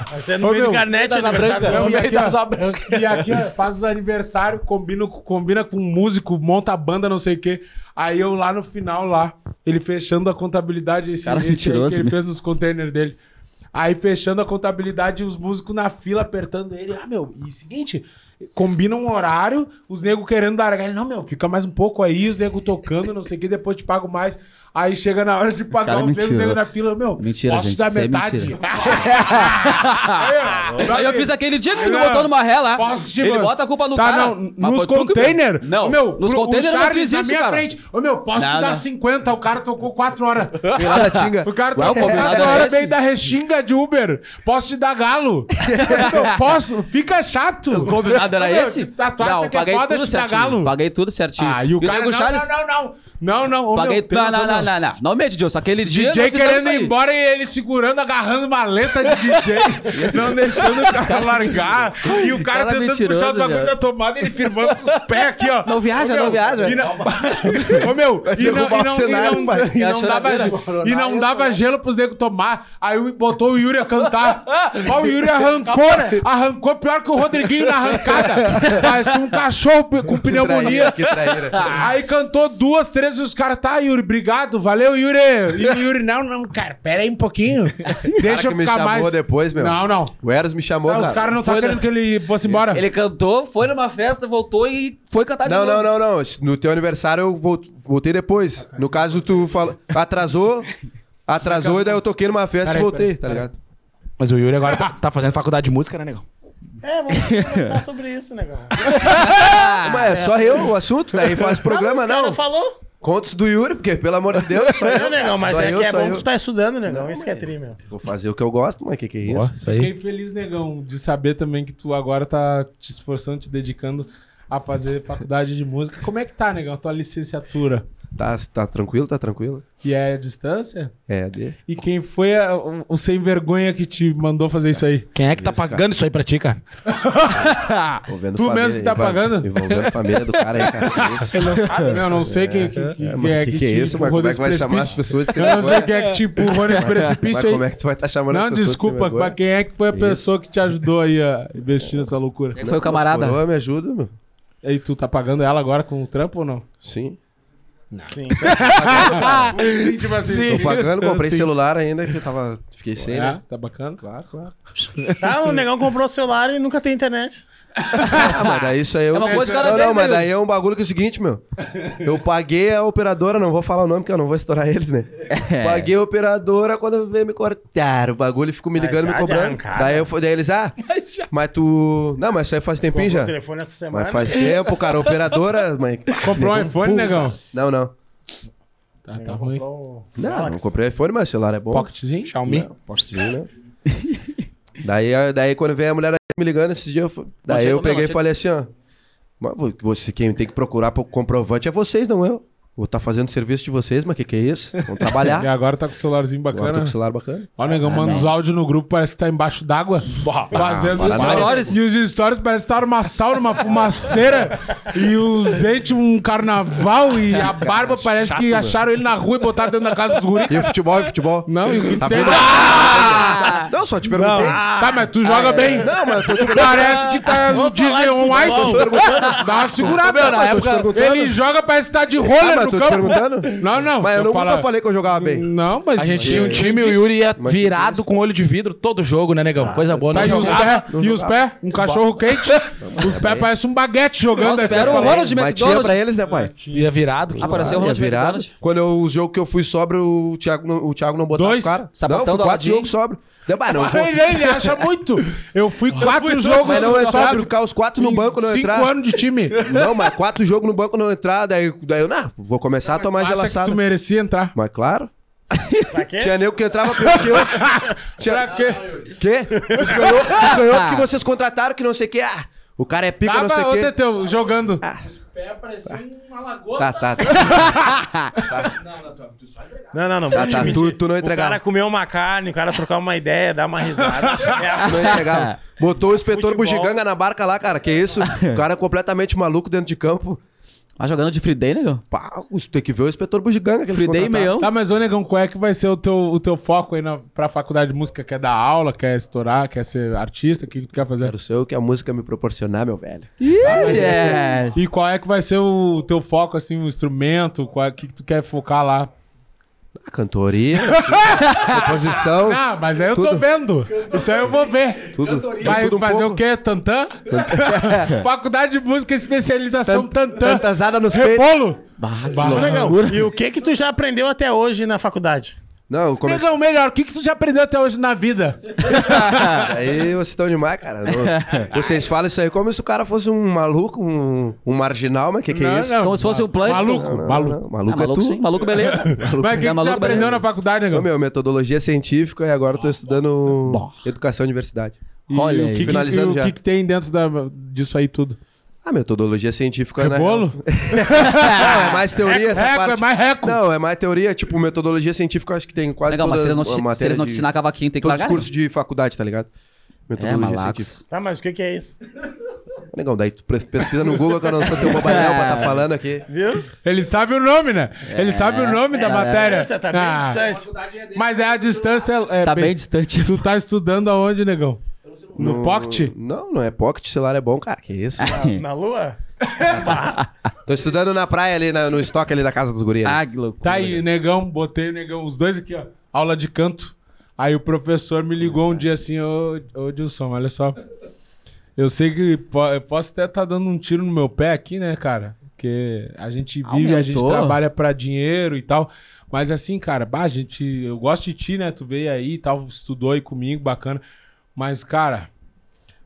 [SPEAKER 5] Vai ser no
[SPEAKER 1] Ô,
[SPEAKER 5] meio do
[SPEAKER 1] meu,
[SPEAKER 5] Garnet,
[SPEAKER 2] Casa
[SPEAKER 5] aniversário
[SPEAKER 2] Branca.
[SPEAKER 5] dele.
[SPEAKER 1] Não,
[SPEAKER 2] Não,
[SPEAKER 1] e aqui, ó,
[SPEAKER 4] branca.
[SPEAKER 1] e aqui, ó, faz os aniversários, combina, com- combina com um músico, monta a banda, não sei o quê. Aí eu lá no final, lá, ele fechando a contabilidade, esse,
[SPEAKER 2] Cara
[SPEAKER 1] esse aí
[SPEAKER 2] mentiroso né?
[SPEAKER 1] que ele
[SPEAKER 2] mesmo.
[SPEAKER 1] fez nos containers dele. Aí fechando a contabilidade, os músicos na fila apertando ele. Ah, meu, e seguinte, combina um horário, os nego querendo dar. Ele, não, meu, fica mais um pouco aí, os nego tocando, não sei o quê, depois te pago mais. Aí chega na hora de pagar
[SPEAKER 2] Cara,
[SPEAKER 1] os negros, os
[SPEAKER 2] mentira.
[SPEAKER 1] nego na fila, meu,
[SPEAKER 2] Mentira,
[SPEAKER 1] posso
[SPEAKER 2] gente,
[SPEAKER 1] dar
[SPEAKER 2] isso aí é
[SPEAKER 1] metade?
[SPEAKER 2] mentira.
[SPEAKER 1] Aí, ó,
[SPEAKER 2] Isso aí eu
[SPEAKER 1] sabe?
[SPEAKER 2] fiz aquele dia que tu me
[SPEAKER 1] Não,
[SPEAKER 2] botou numa ré lá.
[SPEAKER 1] Posso te
[SPEAKER 2] Ele bota a culpa no
[SPEAKER 1] tá,
[SPEAKER 2] cara.
[SPEAKER 1] Não,
[SPEAKER 2] Mas
[SPEAKER 1] nos
[SPEAKER 2] foi tu que-
[SPEAKER 1] container?
[SPEAKER 2] Não,
[SPEAKER 1] Ô, meu,
[SPEAKER 2] nos
[SPEAKER 1] o-
[SPEAKER 2] container
[SPEAKER 1] o
[SPEAKER 2] eu não
[SPEAKER 1] Charles
[SPEAKER 2] fiz
[SPEAKER 1] na
[SPEAKER 2] isso,
[SPEAKER 1] minha
[SPEAKER 2] cara.
[SPEAKER 1] frente. Ô, meu, posso te
[SPEAKER 2] Não,
[SPEAKER 1] dar
[SPEAKER 2] não.
[SPEAKER 1] 50? O cara tocou 4 horas.
[SPEAKER 3] Tatinga.
[SPEAKER 1] O cara
[SPEAKER 2] Ué, o
[SPEAKER 1] tocou 4
[SPEAKER 2] combinado é
[SPEAKER 1] horas
[SPEAKER 2] esse?
[SPEAKER 1] veio da restinga de Uber. Posso te dar galo? Meu, posso? Fica chato.
[SPEAKER 2] O combinado era
[SPEAKER 1] Ô, meu,
[SPEAKER 2] esse?
[SPEAKER 1] tá, tu acha que é foda te dar galo?
[SPEAKER 2] Paguei tudo certinho.
[SPEAKER 1] Ah, e o cara...
[SPEAKER 2] Nego
[SPEAKER 1] Não,
[SPEAKER 2] Charles-
[SPEAKER 1] não, não, não. Não, não. ô,
[SPEAKER 2] Paguei
[SPEAKER 1] meu, tem
[SPEAKER 2] tudo. Não,
[SPEAKER 1] razão,
[SPEAKER 2] não, não, não, não. Não mente, Dilson. Aquele dia.
[SPEAKER 1] DJ
[SPEAKER 2] nós fizemos
[SPEAKER 1] querendo ir
[SPEAKER 2] aí.
[SPEAKER 1] embora e ele segurando, agarrando maleta de DJ, não deixando o cara largar. E o cara,
[SPEAKER 2] Cara
[SPEAKER 1] tentando
[SPEAKER 2] mentiroso,
[SPEAKER 1] puxar os bagulhos
[SPEAKER 2] velho.
[SPEAKER 1] da tomada e ele firmando com os pés aqui, ó.
[SPEAKER 2] Não viaja,
[SPEAKER 1] Ô, meu,
[SPEAKER 2] não viaja.
[SPEAKER 1] E não... Ô, meu, e não,
[SPEAKER 3] derrubar
[SPEAKER 1] e
[SPEAKER 3] o
[SPEAKER 1] não,
[SPEAKER 3] cenário,
[SPEAKER 1] e não,
[SPEAKER 3] pai.
[SPEAKER 1] e
[SPEAKER 2] É a
[SPEAKER 1] não dava,
[SPEAKER 2] choradeira.
[SPEAKER 1] gelo- e não dava gelo pros negros tomar. Aí o- botou o Yuri a cantar. Ó, o Yuri arrancou, né? arrancou pior que o Rodriguinho na arrancada. Parecia um cachorro com
[SPEAKER 3] Que traíra,
[SPEAKER 1] pneumonia.
[SPEAKER 3] que né? traíra.
[SPEAKER 1] Aí cantou duas, três e os caras, tá, Yuri, obrigado, valeu, Yuri. E o Yuri, não, não, cara, pera aí um pouquinho. Deixa
[SPEAKER 3] que
[SPEAKER 1] eu
[SPEAKER 3] me
[SPEAKER 1] ficar
[SPEAKER 3] chamou
[SPEAKER 1] mais.
[SPEAKER 3] depois, meu.
[SPEAKER 1] Não, não.
[SPEAKER 3] O Eros me chamou,
[SPEAKER 1] Não,
[SPEAKER 3] cara.
[SPEAKER 1] os caras não tá
[SPEAKER 2] Foi,
[SPEAKER 1] querendo
[SPEAKER 2] né?
[SPEAKER 1] que ele fosse embora.
[SPEAKER 2] Ele cantou, foi numa festa, voltou e foi cantar de
[SPEAKER 3] Não,
[SPEAKER 2] novo.
[SPEAKER 3] não, não, não. No teu aniversário eu vol- voltei depois. No caso, tu falou. Atrasou. Atrasou e daí eu toquei numa festa
[SPEAKER 1] Peraí,
[SPEAKER 3] e voltei,
[SPEAKER 1] peraí,
[SPEAKER 3] tá ligado?
[SPEAKER 4] Mas o Yuri agora tá- tá fazendo faculdade de música, né, Negão?
[SPEAKER 5] É, vamos conversar sobre isso, negão.
[SPEAKER 3] Mas é só eu o assunto? Daí faz programa,
[SPEAKER 5] Não,
[SPEAKER 3] não.
[SPEAKER 5] falou.
[SPEAKER 3] Contos do Yuri, porque pelo amor de Deus. Só
[SPEAKER 5] Não, negão, mas
[SPEAKER 3] só
[SPEAKER 5] é
[SPEAKER 3] eu,
[SPEAKER 5] que é
[SPEAKER 3] só
[SPEAKER 5] bom
[SPEAKER 3] eu.
[SPEAKER 5] que tu tá estudando, negão. isso que é tri, meu.
[SPEAKER 3] Vou fazer o que eu gosto, mas que que é isso?
[SPEAKER 4] isso
[SPEAKER 1] Fiquei feliz, negão, de saber também que tu agora tá te esforçando, te dedicando a fazer faculdade de música. Como é que tá, negão, tua licenciatura?
[SPEAKER 3] Tá, tá tranquilo, tá tranquilo?
[SPEAKER 1] E é à distância?
[SPEAKER 3] É, de...
[SPEAKER 1] E quem foi a- o, o sem vergonha que te mandou fazer isso aí?
[SPEAKER 4] Quem é que tá
[SPEAKER 3] Isso, cara.
[SPEAKER 4] pagando isso aí pra ti, cara?
[SPEAKER 3] envolvendo
[SPEAKER 1] Tu mesmo que tá
[SPEAKER 3] envol-
[SPEAKER 1] pagando?
[SPEAKER 3] Envolvendo a família do cara aí, cara. Que isso?
[SPEAKER 1] Sabe, né? Eu não sei quem que, que,
[SPEAKER 3] É,
[SPEAKER 1] quem
[SPEAKER 3] mas que que é
[SPEAKER 1] te
[SPEAKER 3] isso, mano?
[SPEAKER 1] empurrou
[SPEAKER 3] Como é que
[SPEAKER 1] desse
[SPEAKER 3] vai chamar as
[SPEAKER 1] precipício.
[SPEAKER 3] pessoas de sem
[SPEAKER 1] Eu não sei
[SPEAKER 3] vergonha?
[SPEAKER 1] quem é que te empurrou nesse
[SPEAKER 3] Mas
[SPEAKER 1] precipício aí.
[SPEAKER 3] como é que tu vai estar chamando as
[SPEAKER 1] Não,
[SPEAKER 3] pessoas de sem
[SPEAKER 1] desculpa,
[SPEAKER 3] vergonha?
[SPEAKER 1] mas quem é que foi a pessoa que te ajudou aí a investir nessa loucura?
[SPEAKER 2] Foi o camarada.
[SPEAKER 3] Coroa, me ajuda, meu.
[SPEAKER 1] E aí, tu tá pagando ela agora com o trampo ou não?
[SPEAKER 3] Sim.
[SPEAKER 5] Sim.
[SPEAKER 1] Tipo assim,
[SPEAKER 3] Tô pagando, comprei celular ainda, que eu tava. Fiquei sem,
[SPEAKER 1] é,
[SPEAKER 3] né?
[SPEAKER 1] tá bacana?
[SPEAKER 3] Claro, claro.
[SPEAKER 5] Tá, o negão comprou o celular e nunca tem internet.
[SPEAKER 3] Ah, mas daí isso aí eu.
[SPEAKER 2] É uma coisa que o cara
[SPEAKER 3] não, não,
[SPEAKER 2] vê,
[SPEAKER 3] mas
[SPEAKER 2] né?
[SPEAKER 3] daí é um bagulho que é o seguinte, meu. Eu paguei a operadora, não vou falar o nome, porque eu não vou estourar eles, né?
[SPEAKER 2] É.
[SPEAKER 3] Paguei a operadora quando veio me cortar o bagulho, ficou me
[SPEAKER 5] Mas
[SPEAKER 3] ligando,
[SPEAKER 5] já
[SPEAKER 3] me
[SPEAKER 5] de
[SPEAKER 3] cobrando.
[SPEAKER 5] arrancada.
[SPEAKER 3] Daí eu fui, daí eles, ah, mas, tu. Não, mas isso aí faz tempinho
[SPEAKER 5] Comprou
[SPEAKER 3] já.
[SPEAKER 5] o telefone essa semana.
[SPEAKER 3] Mas faz tempo, cara, a operadora, mãe.
[SPEAKER 1] Comprou um
[SPEAKER 3] Negão
[SPEAKER 1] iPhone,
[SPEAKER 3] burro.
[SPEAKER 1] negão?
[SPEAKER 3] Não, não.
[SPEAKER 1] Tá, tá
[SPEAKER 5] O negão
[SPEAKER 1] ruim.
[SPEAKER 5] comprou o
[SPEAKER 3] Não,
[SPEAKER 5] Galaxy.
[SPEAKER 3] não comprei iPhone, mas o celular é bom.
[SPEAKER 1] Pocketzinho? Xiaomi?
[SPEAKER 3] Não, Pocketzinho, né? daí, daí quando vem a mulher me ligando esses dias, eu fa- daí
[SPEAKER 2] chega,
[SPEAKER 3] eu
[SPEAKER 2] não,
[SPEAKER 3] peguei e
[SPEAKER 2] chega.
[SPEAKER 3] falei assim, ó. Mas vo- você, quem tem que procurar pro comprovante é vocês, não eu. Vou tá fazendo serviço de vocês, mas que que é isso? Vamos
[SPEAKER 1] E
[SPEAKER 3] trabalhar.
[SPEAKER 1] agora tá com o celularzinho
[SPEAKER 3] Agora tô
[SPEAKER 1] bacana.
[SPEAKER 3] com o celular Ah, bacana.
[SPEAKER 1] Ó, o negão, manda os áudios no grupo, parece que tá embaixo d'água. Fazendo
[SPEAKER 3] para não.
[SPEAKER 1] stories. E os stories parece que tá numa sauna, uma fumaceira. e os dentes, um carnaval. E a barba parece que acharam ele na rua e botaram dentro da casa dos guris.
[SPEAKER 3] E o futebol, e o futebol?
[SPEAKER 1] Não, e o que
[SPEAKER 3] Tá
[SPEAKER 1] tem.
[SPEAKER 3] vendo? Não, só te perguntei.
[SPEAKER 1] Tá, mas tu
[SPEAKER 3] Ah,
[SPEAKER 1] joga bem.
[SPEAKER 3] Não, mas eu tô te perguntando.
[SPEAKER 1] Parece que tá no Disney on Ice. Dá uma segurada.
[SPEAKER 3] Meu, na
[SPEAKER 1] mas eu tô te
[SPEAKER 3] época-
[SPEAKER 1] perguntando. Ele joga, parece que tá de roller
[SPEAKER 3] Ah, mas
[SPEAKER 1] no
[SPEAKER 3] tô te
[SPEAKER 1] campo.
[SPEAKER 3] perguntando?
[SPEAKER 1] Não, não. Hum,
[SPEAKER 3] Mas eu,
[SPEAKER 1] tô
[SPEAKER 3] nunca
[SPEAKER 1] falando-
[SPEAKER 3] falei que eu jogava bem.
[SPEAKER 1] Não, mas...
[SPEAKER 4] A gente tinha um time, o Yuri ia
[SPEAKER 3] Mas que
[SPEAKER 4] virado
[SPEAKER 3] isso? Ah,
[SPEAKER 4] com olho de vidro todo jogo, né, negão? Coisa boa,
[SPEAKER 1] Tá,
[SPEAKER 4] né?
[SPEAKER 1] e os
[SPEAKER 4] Jogava-
[SPEAKER 1] pés? E os pés? Um cachorro quente? Os pés parecem um baguete jogando.
[SPEAKER 2] Nossa,
[SPEAKER 1] aqui.
[SPEAKER 2] era Então o Ronald
[SPEAKER 3] Mas tinha pra
[SPEAKER 2] McDonald.
[SPEAKER 3] eles, né, pai?
[SPEAKER 4] Ia virado. que
[SPEAKER 2] Apareceu o
[SPEAKER 3] Ah, ia
[SPEAKER 2] Ronald
[SPEAKER 3] virado.
[SPEAKER 2] McDonald.
[SPEAKER 3] Quando eu, os jogos que eu fui sobro, o Thiago, não- o Thiago não botava
[SPEAKER 1] Dois.
[SPEAKER 3] o cara.
[SPEAKER 2] Sapatão
[SPEAKER 3] não,
[SPEAKER 2] do
[SPEAKER 3] fui quatro
[SPEAKER 2] Aladim.
[SPEAKER 3] jogos sobro. Não, mas não, vou-
[SPEAKER 1] Ele, ele acha muito. Eu fui quatro jogos
[SPEAKER 3] mas não entrar,
[SPEAKER 1] sóbrio.
[SPEAKER 3] ficar os quatro no banco não
[SPEAKER 1] Cinco
[SPEAKER 3] entrar.
[SPEAKER 1] anos de time.
[SPEAKER 3] Não, mas quatro jogos no banco não entrar, daí, daí eu, não, vou começar a tomar
[SPEAKER 1] Acha que
[SPEAKER 3] gelaçada.
[SPEAKER 1] tu merecia entrar.
[SPEAKER 3] Mas claro,
[SPEAKER 5] Pra quê?
[SPEAKER 3] tinha nego que entrava primeiro que eu. Tinha... Pra quê? Quê? Tu ganhou, tu ganhou porque vocês contrataram que não sei o quê. Ah, o cara é pica, não
[SPEAKER 1] Tava, ô
[SPEAKER 3] sei o quê.
[SPEAKER 1] Teteu, jogando.
[SPEAKER 3] Tá, tá, tá.
[SPEAKER 5] Não, não, não.
[SPEAKER 3] Tá,
[SPEAKER 5] vou te
[SPEAKER 3] tá,
[SPEAKER 5] mentir.
[SPEAKER 3] tu- tu não
[SPEAKER 5] O cara
[SPEAKER 3] entregava.
[SPEAKER 5] comer uma carne, o cara trocar uma ideia, dar uma risada. É a-
[SPEAKER 3] Não entregava. Botou o inspetor
[SPEAKER 5] Futebol.
[SPEAKER 3] Bugiganga na barca lá, cara. Que isso? O cara é completamente maluco dentro de campo.
[SPEAKER 2] Mas Ah, jogando de free day, negão?
[SPEAKER 3] Pá, os- tem que ver o inspetor Bugiganga que eles
[SPEAKER 2] Free day e
[SPEAKER 3] contrataram.
[SPEAKER 2] meião.
[SPEAKER 1] Tá, mas ô Negão, qual é que vai ser o teu, o teu foco aí na, pra faculdade de música? Quer dar aula, quer estourar, quer ser artista? O que que tu quer fazer?
[SPEAKER 3] Quero ser o que a música me proporcionar, meu velho. tá,
[SPEAKER 2] Ih, gente.
[SPEAKER 1] E qual é que vai ser o teu foco, assim, o instrumento? Qual é, que, que tu quer focar lá?
[SPEAKER 3] A Ah, cantoria, composição,
[SPEAKER 1] Ah, mas aí eu tô
[SPEAKER 3] Tudo.
[SPEAKER 1] vendo. Isso aí eu vou ver.
[SPEAKER 3] tudo.
[SPEAKER 1] Vai
[SPEAKER 3] tudo um
[SPEAKER 1] fazer
[SPEAKER 3] pouco.
[SPEAKER 1] o quê? Tantã? faculdade de música, especialização Um Tantã.
[SPEAKER 3] Tantazada nos peitos.
[SPEAKER 1] Repolo?
[SPEAKER 2] Bah, que
[SPEAKER 5] Ô,
[SPEAKER 3] Tá
[SPEAKER 2] louco.
[SPEAKER 5] Negão, e o que que tu já aprendeu até hoje na faculdade?
[SPEAKER 3] Não, é eu comecei.
[SPEAKER 1] Negão, melhor, o que, que tu já aprendeu até hoje na vida?
[SPEAKER 3] Aí vocês estão demais, cara. Não- vocês falam isso aí como se o cara fosse um maluco, um, um marginal, mas que que é isso?
[SPEAKER 2] Como se fosse um o Plankton.
[SPEAKER 1] Maluco,
[SPEAKER 3] Não, não,
[SPEAKER 1] maluco.
[SPEAKER 3] não,
[SPEAKER 2] Ah,
[SPEAKER 3] Maluco é
[SPEAKER 2] maluco
[SPEAKER 3] tu.
[SPEAKER 2] sim, maluco beleza.
[SPEAKER 1] Mas o que,
[SPEAKER 2] É
[SPEAKER 1] que tu já
[SPEAKER 2] maluco,
[SPEAKER 1] aprendeu
[SPEAKER 2] beleza.
[SPEAKER 3] né?
[SPEAKER 1] na faculdade,
[SPEAKER 3] Ô,
[SPEAKER 1] Negão?
[SPEAKER 3] meu, metodologia científica e agora eu tô estudando educação e universidade.
[SPEAKER 1] E
[SPEAKER 2] Olha
[SPEAKER 1] o
[SPEAKER 2] aí.
[SPEAKER 1] que, que, e
[SPEAKER 3] Finalizando
[SPEAKER 1] o
[SPEAKER 3] já.
[SPEAKER 1] que, que tem dentro da- disso aí tudo?
[SPEAKER 3] A Ah, metodologia científica, né?
[SPEAKER 1] Rebolo?
[SPEAKER 3] Não,
[SPEAKER 2] Ah.
[SPEAKER 3] é mais teoria essa
[SPEAKER 1] reco,
[SPEAKER 3] parte.
[SPEAKER 1] é mais reco.
[SPEAKER 3] Não, é mais teoria. Tipo, metodologia científica eu acho que tem quase
[SPEAKER 2] Legal, mas
[SPEAKER 3] todas
[SPEAKER 2] se eles não,
[SPEAKER 3] as
[SPEAKER 2] te- se
[SPEAKER 3] matérias
[SPEAKER 2] eles não te
[SPEAKER 3] de-
[SPEAKER 2] ensinar cavaquinho, tem que
[SPEAKER 3] Todos os
[SPEAKER 2] largar.
[SPEAKER 3] cursos de faculdade, tá ligado?
[SPEAKER 2] É,
[SPEAKER 3] Metodologia científica.
[SPEAKER 2] malacos.
[SPEAKER 5] Tá, mas o que que é isso?
[SPEAKER 3] Negão, daí tu pres- pesquisa no Google que eu não sou teu bobalhão pra tá falando aqui.
[SPEAKER 5] Viu?
[SPEAKER 1] Ele sabe o nome, né? Ele sabe o nome da matéria.
[SPEAKER 5] Você tá bem
[SPEAKER 1] Ah,
[SPEAKER 5] distante.
[SPEAKER 1] Mas é a distância. é
[SPEAKER 2] Tá
[SPEAKER 1] bem-
[SPEAKER 2] bem distante.
[SPEAKER 1] Tu tá estudando aonde, negão? No, pocket?
[SPEAKER 3] Não, não é pocket, celular é bom, cara. Que isso?
[SPEAKER 5] Na lua?
[SPEAKER 3] Tô estudando na praia ali, na- no estoque ali da casa dos gurias.
[SPEAKER 2] Ah, que loucura.
[SPEAKER 1] Tá aí, negão, botei o negão, os dois aqui, ó. Aula de canto. Aí o professor me ligou um dia assim, ô, ô Dilson, olha só. Eu sei que po- eu posso até estar dando um tiro no meu pé aqui, né, cara? Porque a gente vive, a gente
[SPEAKER 2] Aumentou.
[SPEAKER 1] trabalha pra dinheiro e tal. Mas assim, cara, bah, a gente, eu gosto de ti, né? Tu veio aí e tal, estudou aí comigo, bacana. Mas, cara,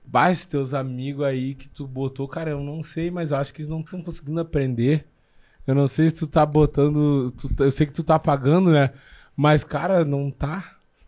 [SPEAKER 1] bah, esses teus amigos aí que tu botou, cara, eu não sei, mas eu acho que eles não estão conseguindo aprender. Eu não sei se tu tá botando. tu tá- eu sei que tu tá pagando, né? Mas, cara, não tá.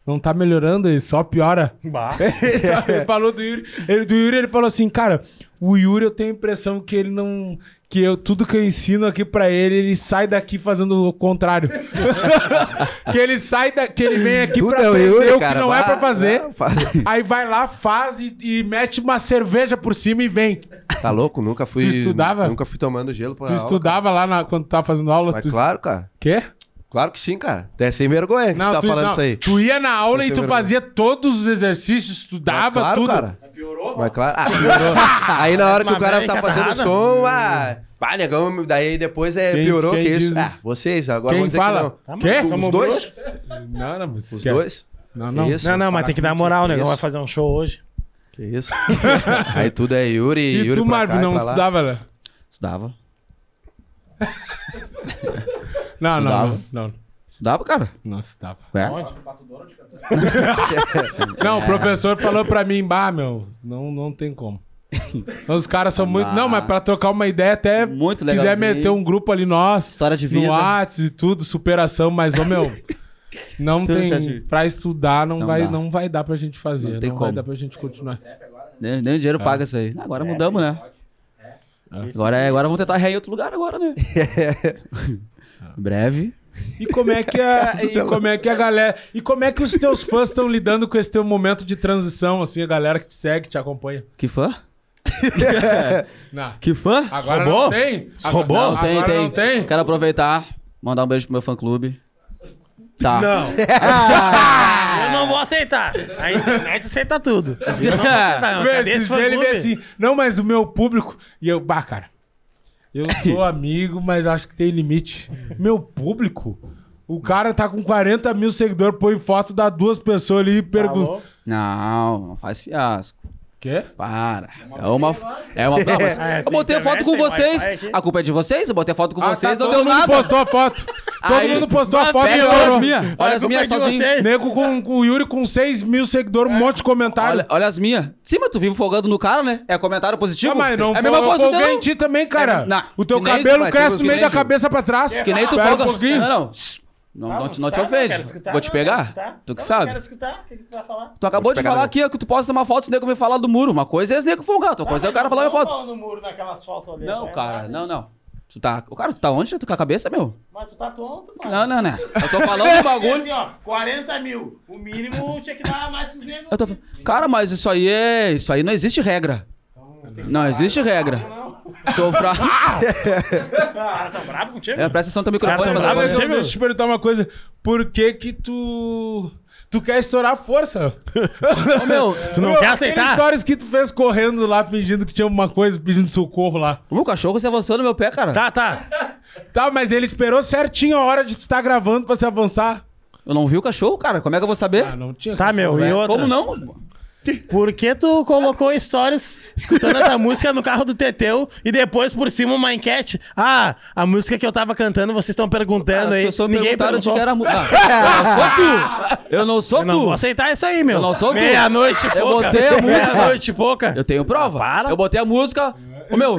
[SPEAKER 1] Não tá melhorando, ele só piora.
[SPEAKER 5] Bah.
[SPEAKER 1] ele falou do Yuri. Ele, do Yuri, ele falou assim, cara, o Yuri eu tenho a impressão que ele não. Que eu, tudo que eu ensino aqui pra ele, ele sai daqui fazendo o contrário. que ele sai da, que ele vem aqui
[SPEAKER 3] Tudo
[SPEAKER 1] pra
[SPEAKER 3] é o
[SPEAKER 1] aprender
[SPEAKER 3] Yuri,
[SPEAKER 1] o que
[SPEAKER 3] cara,
[SPEAKER 1] não é
[SPEAKER 3] vai-
[SPEAKER 1] pra fazer.
[SPEAKER 3] não, faz-
[SPEAKER 1] Aí vai lá, faz e, e mete uma cerveja por cima e vem.
[SPEAKER 3] Tá louco? Nunca fui.
[SPEAKER 1] Tu estudava?
[SPEAKER 3] Nunca fui tomando gelo pra.
[SPEAKER 1] Tu
[SPEAKER 3] aula,
[SPEAKER 1] estudava lá na- quando tu tava fazendo aula?
[SPEAKER 3] cara.
[SPEAKER 1] tu
[SPEAKER 3] Mas claro, cara.
[SPEAKER 1] Quê?
[SPEAKER 3] Claro que sim, cara. Tu é sem vergonha que tu tá falando
[SPEAKER 1] não.
[SPEAKER 3] isso aí.
[SPEAKER 1] Tu ia na aula
[SPEAKER 3] Você
[SPEAKER 1] e tu
[SPEAKER 3] vergonha.
[SPEAKER 1] fazia todos os exercícios,
[SPEAKER 3] Mas
[SPEAKER 1] estudava
[SPEAKER 3] claro,
[SPEAKER 1] tudo.
[SPEAKER 3] cara. Piorou, Mas claro. Ah, piorou. aí na hora que o
[SPEAKER 5] Uma
[SPEAKER 1] é
[SPEAKER 3] cara
[SPEAKER 5] velha
[SPEAKER 3] tá fazendo
[SPEAKER 5] catarrada.
[SPEAKER 3] som, ah. Pá, negão, daí depois é,
[SPEAKER 1] Quem-
[SPEAKER 3] piorou
[SPEAKER 1] quem
[SPEAKER 3] que isso.
[SPEAKER 1] diz
[SPEAKER 3] Ah,
[SPEAKER 1] isso?
[SPEAKER 3] vocês, agora vão
[SPEAKER 1] Quem
[SPEAKER 3] dizer
[SPEAKER 1] fala? É,
[SPEAKER 3] que
[SPEAKER 5] Tá, mas
[SPEAKER 1] Quê?
[SPEAKER 3] não.
[SPEAKER 5] somos
[SPEAKER 3] Os dois?
[SPEAKER 1] Não, não, mas
[SPEAKER 3] Os
[SPEAKER 1] quer-
[SPEAKER 3] dois?
[SPEAKER 1] Não, não.
[SPEAKER 3] Isso.
[SPEAKER 5] Não, não, mas tem que dar moral, o negão
[SPEAKER 3] Isso.
[SPEAKER 5] vai fazer um show hoje.
[SPEAKER 3] Que isso? Aí tudo é Yuri,
[SPEAKER 1] E
[SPEAKER 3] Yuri
[SPEAKER 1] tu,
[SPEAKER 3] pra cá
[SPEAKER 1] Marco,
[SPEAKER 3] e
[SPEAKER 1] não
[SPEAKER 3] pra lá.
[SPEAKER 1] estudava, né?
[SPEAKER 2] Estudava.
[SPEAKER 1] Não, não,
[SPEAKER 2] Estudava.
[SPEAKER 1] não, não.
[SPEAKER 2] Estudava, cara.
[SPEAKER 1] Não estudava.
[SPEAKER 2] É.
[SPEAKER 1] Não,
[SPEAKER 3] É.
[SPEAKER 1] o professor falou pra mim, bah, meu, não, não tem como. Os caras são muito. Não, mas pra trocar uma ideia, até
[SPEAKER 2] Muito
[SPEAKER 1] se quiser
[SPEAKER 2] legalzinho.
[SPEAKER 1] meter um grupo ali nosso.
[SPEAKER 2] História de vida.
[SPEAKER 1] No Whats e tudo, superação, mas, ô meu, não
[SPEAKER 2] Tudo
[SPEAKER 1] tem.
[SPEAKER 2] certinho.
[SPEAKER 1] Pra estudar, não,
[SPEAKER 2] Não
[SPEAKER 1] vai,
[SPEAKER 2] dá.
[SPEAKER 1] não vai dar pra gente fazer. Não,
[SPEAKER 2] Não tem
[SPEAKER 1] vai
[SPEAKER 2] como.
[SPEAKER 1] dar pra gente continuar.
[SPEAKER 2] Nem, nem o
[SPEAKER 3] Ah.
[SPEAKER 2] dinheiro paga isso aí. Agora
[SPEAKER 3] É.
[SPEAKER 2] mudamos, né? Agora, é- agora vamos tentar ré em outro lugar agora, né? Em Breve.
[SPEAKER 1] E como é que a, e como é que a galera. E como é que os teus fãs estão lidando com esse teu momento de transição, assim, a galera que te segue, te acompanha?
[SPEAKER 2] Que fã?
[SPEAKER 1] Não.
[SPEAKER 2] Que fã?
[SPEAKER 1] Agora não
[SPEAKER 5] Roubou?
[SPEAKER 1] tem. Agora-
[SPEAKER 5] Roubou?
[SPEAKER 1] Agora,
[SPEAKER 2] Não, tem, tem.
[SPEAKER 1] não tem.
[SPEAKER 2] Quero aproveitar, mandar um beijo pro meu fã clube. Tá.
[SPEAKER 5] Não. Eu não vou aceitar. A internet aceita tudo. Eu não vou aceitar.
[SPEAKER 1] Vê,
[SPEAKER 5] Cadê
[SPEAKER 1] esses
[SPEAKER 5] esse
[SPEAKER 1] dias ele vê
[SPEAKER 5] fã-clube?
[SPEAKER 1] assim, não, mas o meu público. E eu, bah, cara, eu sou amigo, mas acho que tem limite. Meu público? O cara tá com 40 mil seguidores, põe foto da duas pessoas ali e pergunta.
[SPEAKER 2] Tá
[SPEAKER 5] Alô?
[SPEAKER 2] Não, não faz fiasco.
[SPEAKER 1] Quê?
[SPEAKER 2] Para. É uma. É uma. não, mas
[SPEAKER 5] É,
[SPEAKER 2] eu botei
[SPEAKER 5] tem
[SPEAKER 2] foto com
[SPEAKER 5] internet, tem
[SPEAKER 2] vocês.
[SPEAKER 5] Wi-Fi aqui.
[SPEAKER 2] A culpa é de vocês. Eu botei foto com
[SPEAKER 1] Ah,
[SPEAKER 2] vocês,
[SPEAKER 1] tá,
[SPEAKER 2] não
[SPEAKER 1] todo
[SPEAKER 2] deu
[SPEAKER 1] mundo
[SPEAKER 2] nada.
[SPEAKER 1] postou a foto. Todo
[SPEAKER 2] Aí-
[SPEAKER 1] mundo postou a foto e
[SPEAKER 2] Pega, olha
[SPEAKER 1] ignorou.
[SPEAKER 2] as minhas. Olha as minhas sozinho.
[SPEAKER 1] Nego com, com o Yuri com 6 mil seguidores, um monte de comentário.
[SPEAKER 2] É. Olha, olha as minhas. Sim, mas tu vive folgando no cara, né? É comentário positivo.
[SPEAKER 1] Ah, mas não
[SPEAKER 2] é a mesma
[SPEAKER 1] fol-
[SPEAKER 2] coisa,
[SPEAKER 1] folguei
[SPEAKER 2] não.
[SPEAKER 1] em ti também, cara.
[SPEAKER 2] É, não.
[SPEAKER 1] O teu
[SPEAKER 2] Que nem- É,
[SPEAKER 1] cabelo
[SPEAKER 3] mas
[SPEAKER 1] cresce
[SPEAKER 3] tu-
[SPEAKER 1] no meio
[SPEAKER 3] que nem
[SPEAKER 1] da
[SPEAKER 3] tu-
[SPEAKER 1] cabeça pra trás.
[SPEAKER 2] Que nem tu
[SPEAKER 1] Pera
[SPEAKER 2] folga.
[SPEAKER 1] um pouquinho.
[SPEAKER 2] Não, não. Shh. Não, não, te, não te
[SPEAKER 5] escutar,
[SPEAKER 2] ofende.
[SPEAKER 5] Tá, quero escutar,
[SPEAKER 2] Vou te
[SPEAKER 5] não,
[SPEAKER 2] pegar.
[SPEAKER 5] quero escutar.
[SPEAKER 2] Tu que
[SPEAKER 5] Não,
[SPEAKER 2] sabe.
[SPEAKER 5] Quero escutar. O que, que tu vai falar?
[SPEAKER 2] Tu acabou de
[SPEAKER 3] pegar
[SPEAKER 2] falar
[SPEAKER 3] na-
[SPEAKER 2] aqui ó, que tu posta uma foto, o nego vem falar do muro. Uma coisa é esse nego folgar, outra coisa é o cara falar minha
[SPEAKER 5] Não
[SPEAKER 2] foto.
[SPEAKER 5] fala no Tá muro naquela asfalto ali.
[SPEAKER 2] Não,
[SPEAKER 5] só é
[SPEAKER 2] cara,
[SPEAKER 5] nada.
[SPEAKER 2] não, não. Tu tá. O cara, tu tá onde? Tu com a cabeça, meu?
[SPEAKER 5] Mas tu tá tonto, mano.
[SPEAKER 2] Não, não, não. Eu tô falando do
[SPEAKER 5] Porque
[SPEAKER 2] bagulho.
[SPEAKER 5] assim, ó, 40 mil. O mínimo tinha que dar mais que os negros.
[SPEAKER 2] Eu tô falando. Cara, mas isso aí é. Isso aí não existe regra. Não existe regra. Tô fra...
[SPEAKER 5] O cara tá bravo contigo?
[SPEAKER 2] É, presta atenção no teu microfone, mas
[SPEAKER 5] caras tão
[SPEAKER 1] Ah,
[SPEAKER 2] agora.
[SPEAKER 5] né? bravos,
[SPEAKER 1] mas
[SPEAKER 5] Valeu,
[SPEAKER 1] eu- deixa eu te perguntar uma coisa. Por que que tu... Tu quer estourar a força?
[SPEAKER 2] Ô, meu,
[SPEAKER 5] Tu não
[SPEAKER 1] Meu,
[SPEAKER 5] quer
[SPEAKER 1] aqueles
[SPEAKER 5] aceitar?
[SPEAKER 1] stories que tu fez correndo lá, fingindo que tinha alguma coisa, pedindo socorro lá.
[SPEAKER 2] o meu cachorro se avançou no meu pé, cara.
[SPEAKER 5] Tá, tá.
[SPEAKER 1] Tá, mas ele esperou certinho a hora de tu estar gravando pra se avançar.
[SPEAKER 2] Eu não vi o cachorro, cara. Como é que eu vou saber?
[SPEAKER 1] Ah, não tinha.
[SPEAKER 5] Tá, meu. E outra. Tá
[SPEAKER 2] Como não?
[SPEAKER 5] Por que tu colocou stories escutando essa música no carro do Teteu e depois por cima uma enquete? Ah, a música que eu tava cantando, vocês estão perguntando
[SPEAKER 2] As
[SPEAKER 5] aí.
[SPEAKER 2] pessoas
[SPEAKER 5] Ninguém
[SPEAKER 2] perguntaram de
[SPEAKER 5] perguntou.
[SPEAKER 2] que era. mu- Ah, eu não sou tu! Eu
[SPEAKER 5] Eu não vou
[SPEAKER 2] não sou tu!
[SPEAKER 5] aceitar isso aí, meu.
[SPEAKER 2] Eu não sou tu.
[SPEAKER 5] Meia-noite e pouca.
[SPEAKER 2] Eu botei a música.
[SPEAKER 5] Meia-noite e pouca.
[SPEAKER 2] Eu tenho prova.
[SPEAKER 5] Ah, para.
[SPEAKER 2] Eu botei a música. Ô, meu,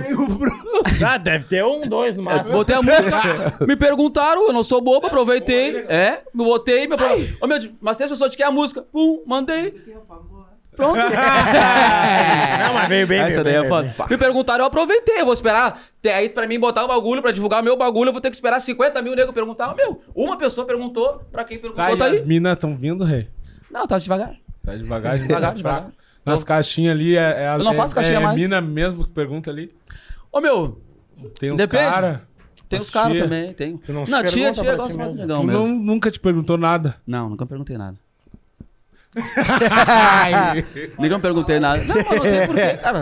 [SPEAKER 5] Ah, deve ter um, dois no
[SPEAKER 2] eu
[SPEAKER 5] máximo.
[SPEAKER 2] Tá, botei a música. me perguntaram, eu não sou bobo, aproveitei. É, me botei, me aprovei. Ô, meu, mas três pessoas te querem a música. Pum, mandei. Pronto.
[SPEAKER 5] Não, mas veio bem.
[SPEAKER 2] Essa
[SPEAKER 5] veio
[SPEAKER 2] daí
[SPEAKER 5] bem,
[SPEAKER 2] é
[SPEAKER 5] veio
[SPEAKER 2] foda. Me perguntaram, eu aproveitei. Eu vou esperar. Até aí, pra mim botar o bagulho, pra divulgar meu bagulho, eu vou ter que esperar 50 mil nego perguntar. Ô, Meu, uma pessoa perguntou, pra quem
[SPEAKER 1] Tá,
[SPEAKER 2] perguntou,
[SPEAKER 1] e
[SPEAKER 2] tá
[SPEAKER 1] as
[SPEAKER 2] aí.
[SPEAKER 1] minas estão vindo, rei.
[SPEAKER 2] Não, tá devagar.
[SPEAKER 1] Tá devagar,
[SPEAKER 2] Devagar,
[SPEAKER 1] devagar.
[SPEAKER 2] devagar.
[SPEAKER 1] fraco. Nas caixinhas ali, é, é
[SPEAKER 2] Eu não
[SPEAKER 1] é-
[SPEAKER 2] faço caixinha
[SPEAKER 1] é,
[SPEAKER 2] mais.
[SPEAKER 1] mina mesmo que pergunta ali.
[SPEAKER 2] Ô, meu,
[SPEAKER 1] Tem uns
[SPEAKER 2] Depende.
[SPEAKER 1] caras.
[SPEAKER 2] tem os caras
[SPEAKER 1] Tia.
[SPEAKER 2] também, tem.
[SPEAKER 5] não se
[SPEAKER 2] tia,
[SPEAKER 5] pergunta
[SPEAKER 2] tia,
[SPEAKER 5] pra
[SPEAKER 2] eu gosto
[SPEAKER 5] ti
[SPEAKER 2] mais do
[SPEAKER 5] mesmo.
[SPEAKER 2] negão
[SPEAKER 1] Tu
[SPEAKER 2] mesmo.
[SPEAKER 1] não, nunca te perguntou nada.
[SPEAKER 2] Não, nunca perguntei nada.
[SPEAKER 1] Ai.
[SPEAKER 2] Nunca perguntei nada. Não, mas não tem porquê, cara.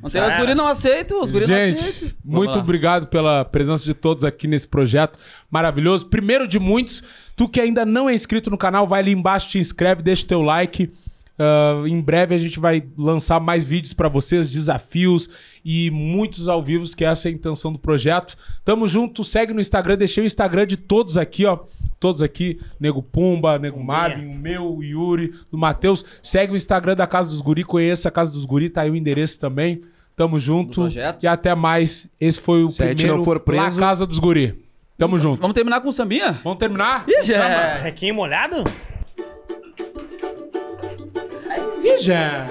[SPEAKER 2] Não tem, os
[SPEAKER 5] era.
[SPEAKER 2] guris não aceitam, os guris não aceitam.
[SPEAKER 1] Gente, muito
[SPEAKER 2] lá.
[SPEAKER 1] obrigado pela presença de todos aqui nesse projeto maravilhoso. Primeiro de muitos, tu que ainda não é inscrito no canal, vai ali embaixo, te inscreve, deixa o teu like. Ah, em breve a gente vai lançar mais vídeos pra vocês, desafios e muitos ao vivo, que essa é a intenção do projeto. Tamo junto, segue no Instagram, deixei o Instagram de todos aqui, ó. Todos aqui, Nego Pumba, Nego Marvin, o meu, o Yuri, do Matheus. Segue o Instagram da Casa dos Guri, conheça a Casa dos Guri, tá aí o endereço também. Tamo junto.
[SPEAKER 2] projeto.
[SPEAKER 1] E até mais. Esse foi o
[SPEAKER 3] Se a gente
[SPEAKER 1] primeiro
[SPEAKER 3] não for preso-
[SPEAKER 1] La Casa dos Guri. Tamo junto.
[SPEAKER 2] Vamos terminar com o sambinha?
[SPEAKER 1] Vamos terminar?
[SPEAKER 2] Ih, já.
[SPEAKER 5] É Requinho molhado?
[SPEAKER 1] Ih, já.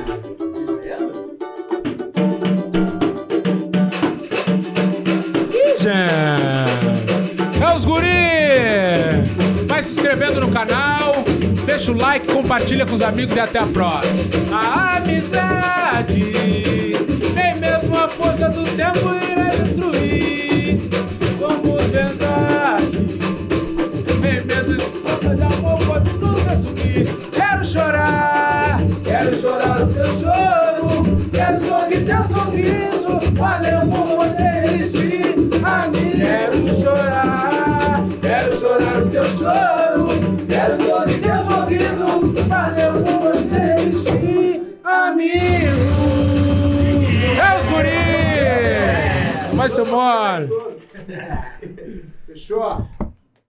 [SPEAKER 1] Ih, já. É os guri! Vai se inscrevendo no canal, deixa o like, compartilha com os amigos e até a próxima. A amizade, nem mesmo a força do tempo irá destruir. Somos verdade. Tem medo de sombra de amor pode nunca sumir. Quero chorar, quero chorar o teu choro. Quero sorrir teu sorriso, valeu por você existir.
[SPEAKER 4] Vai, seu mole. Fechou?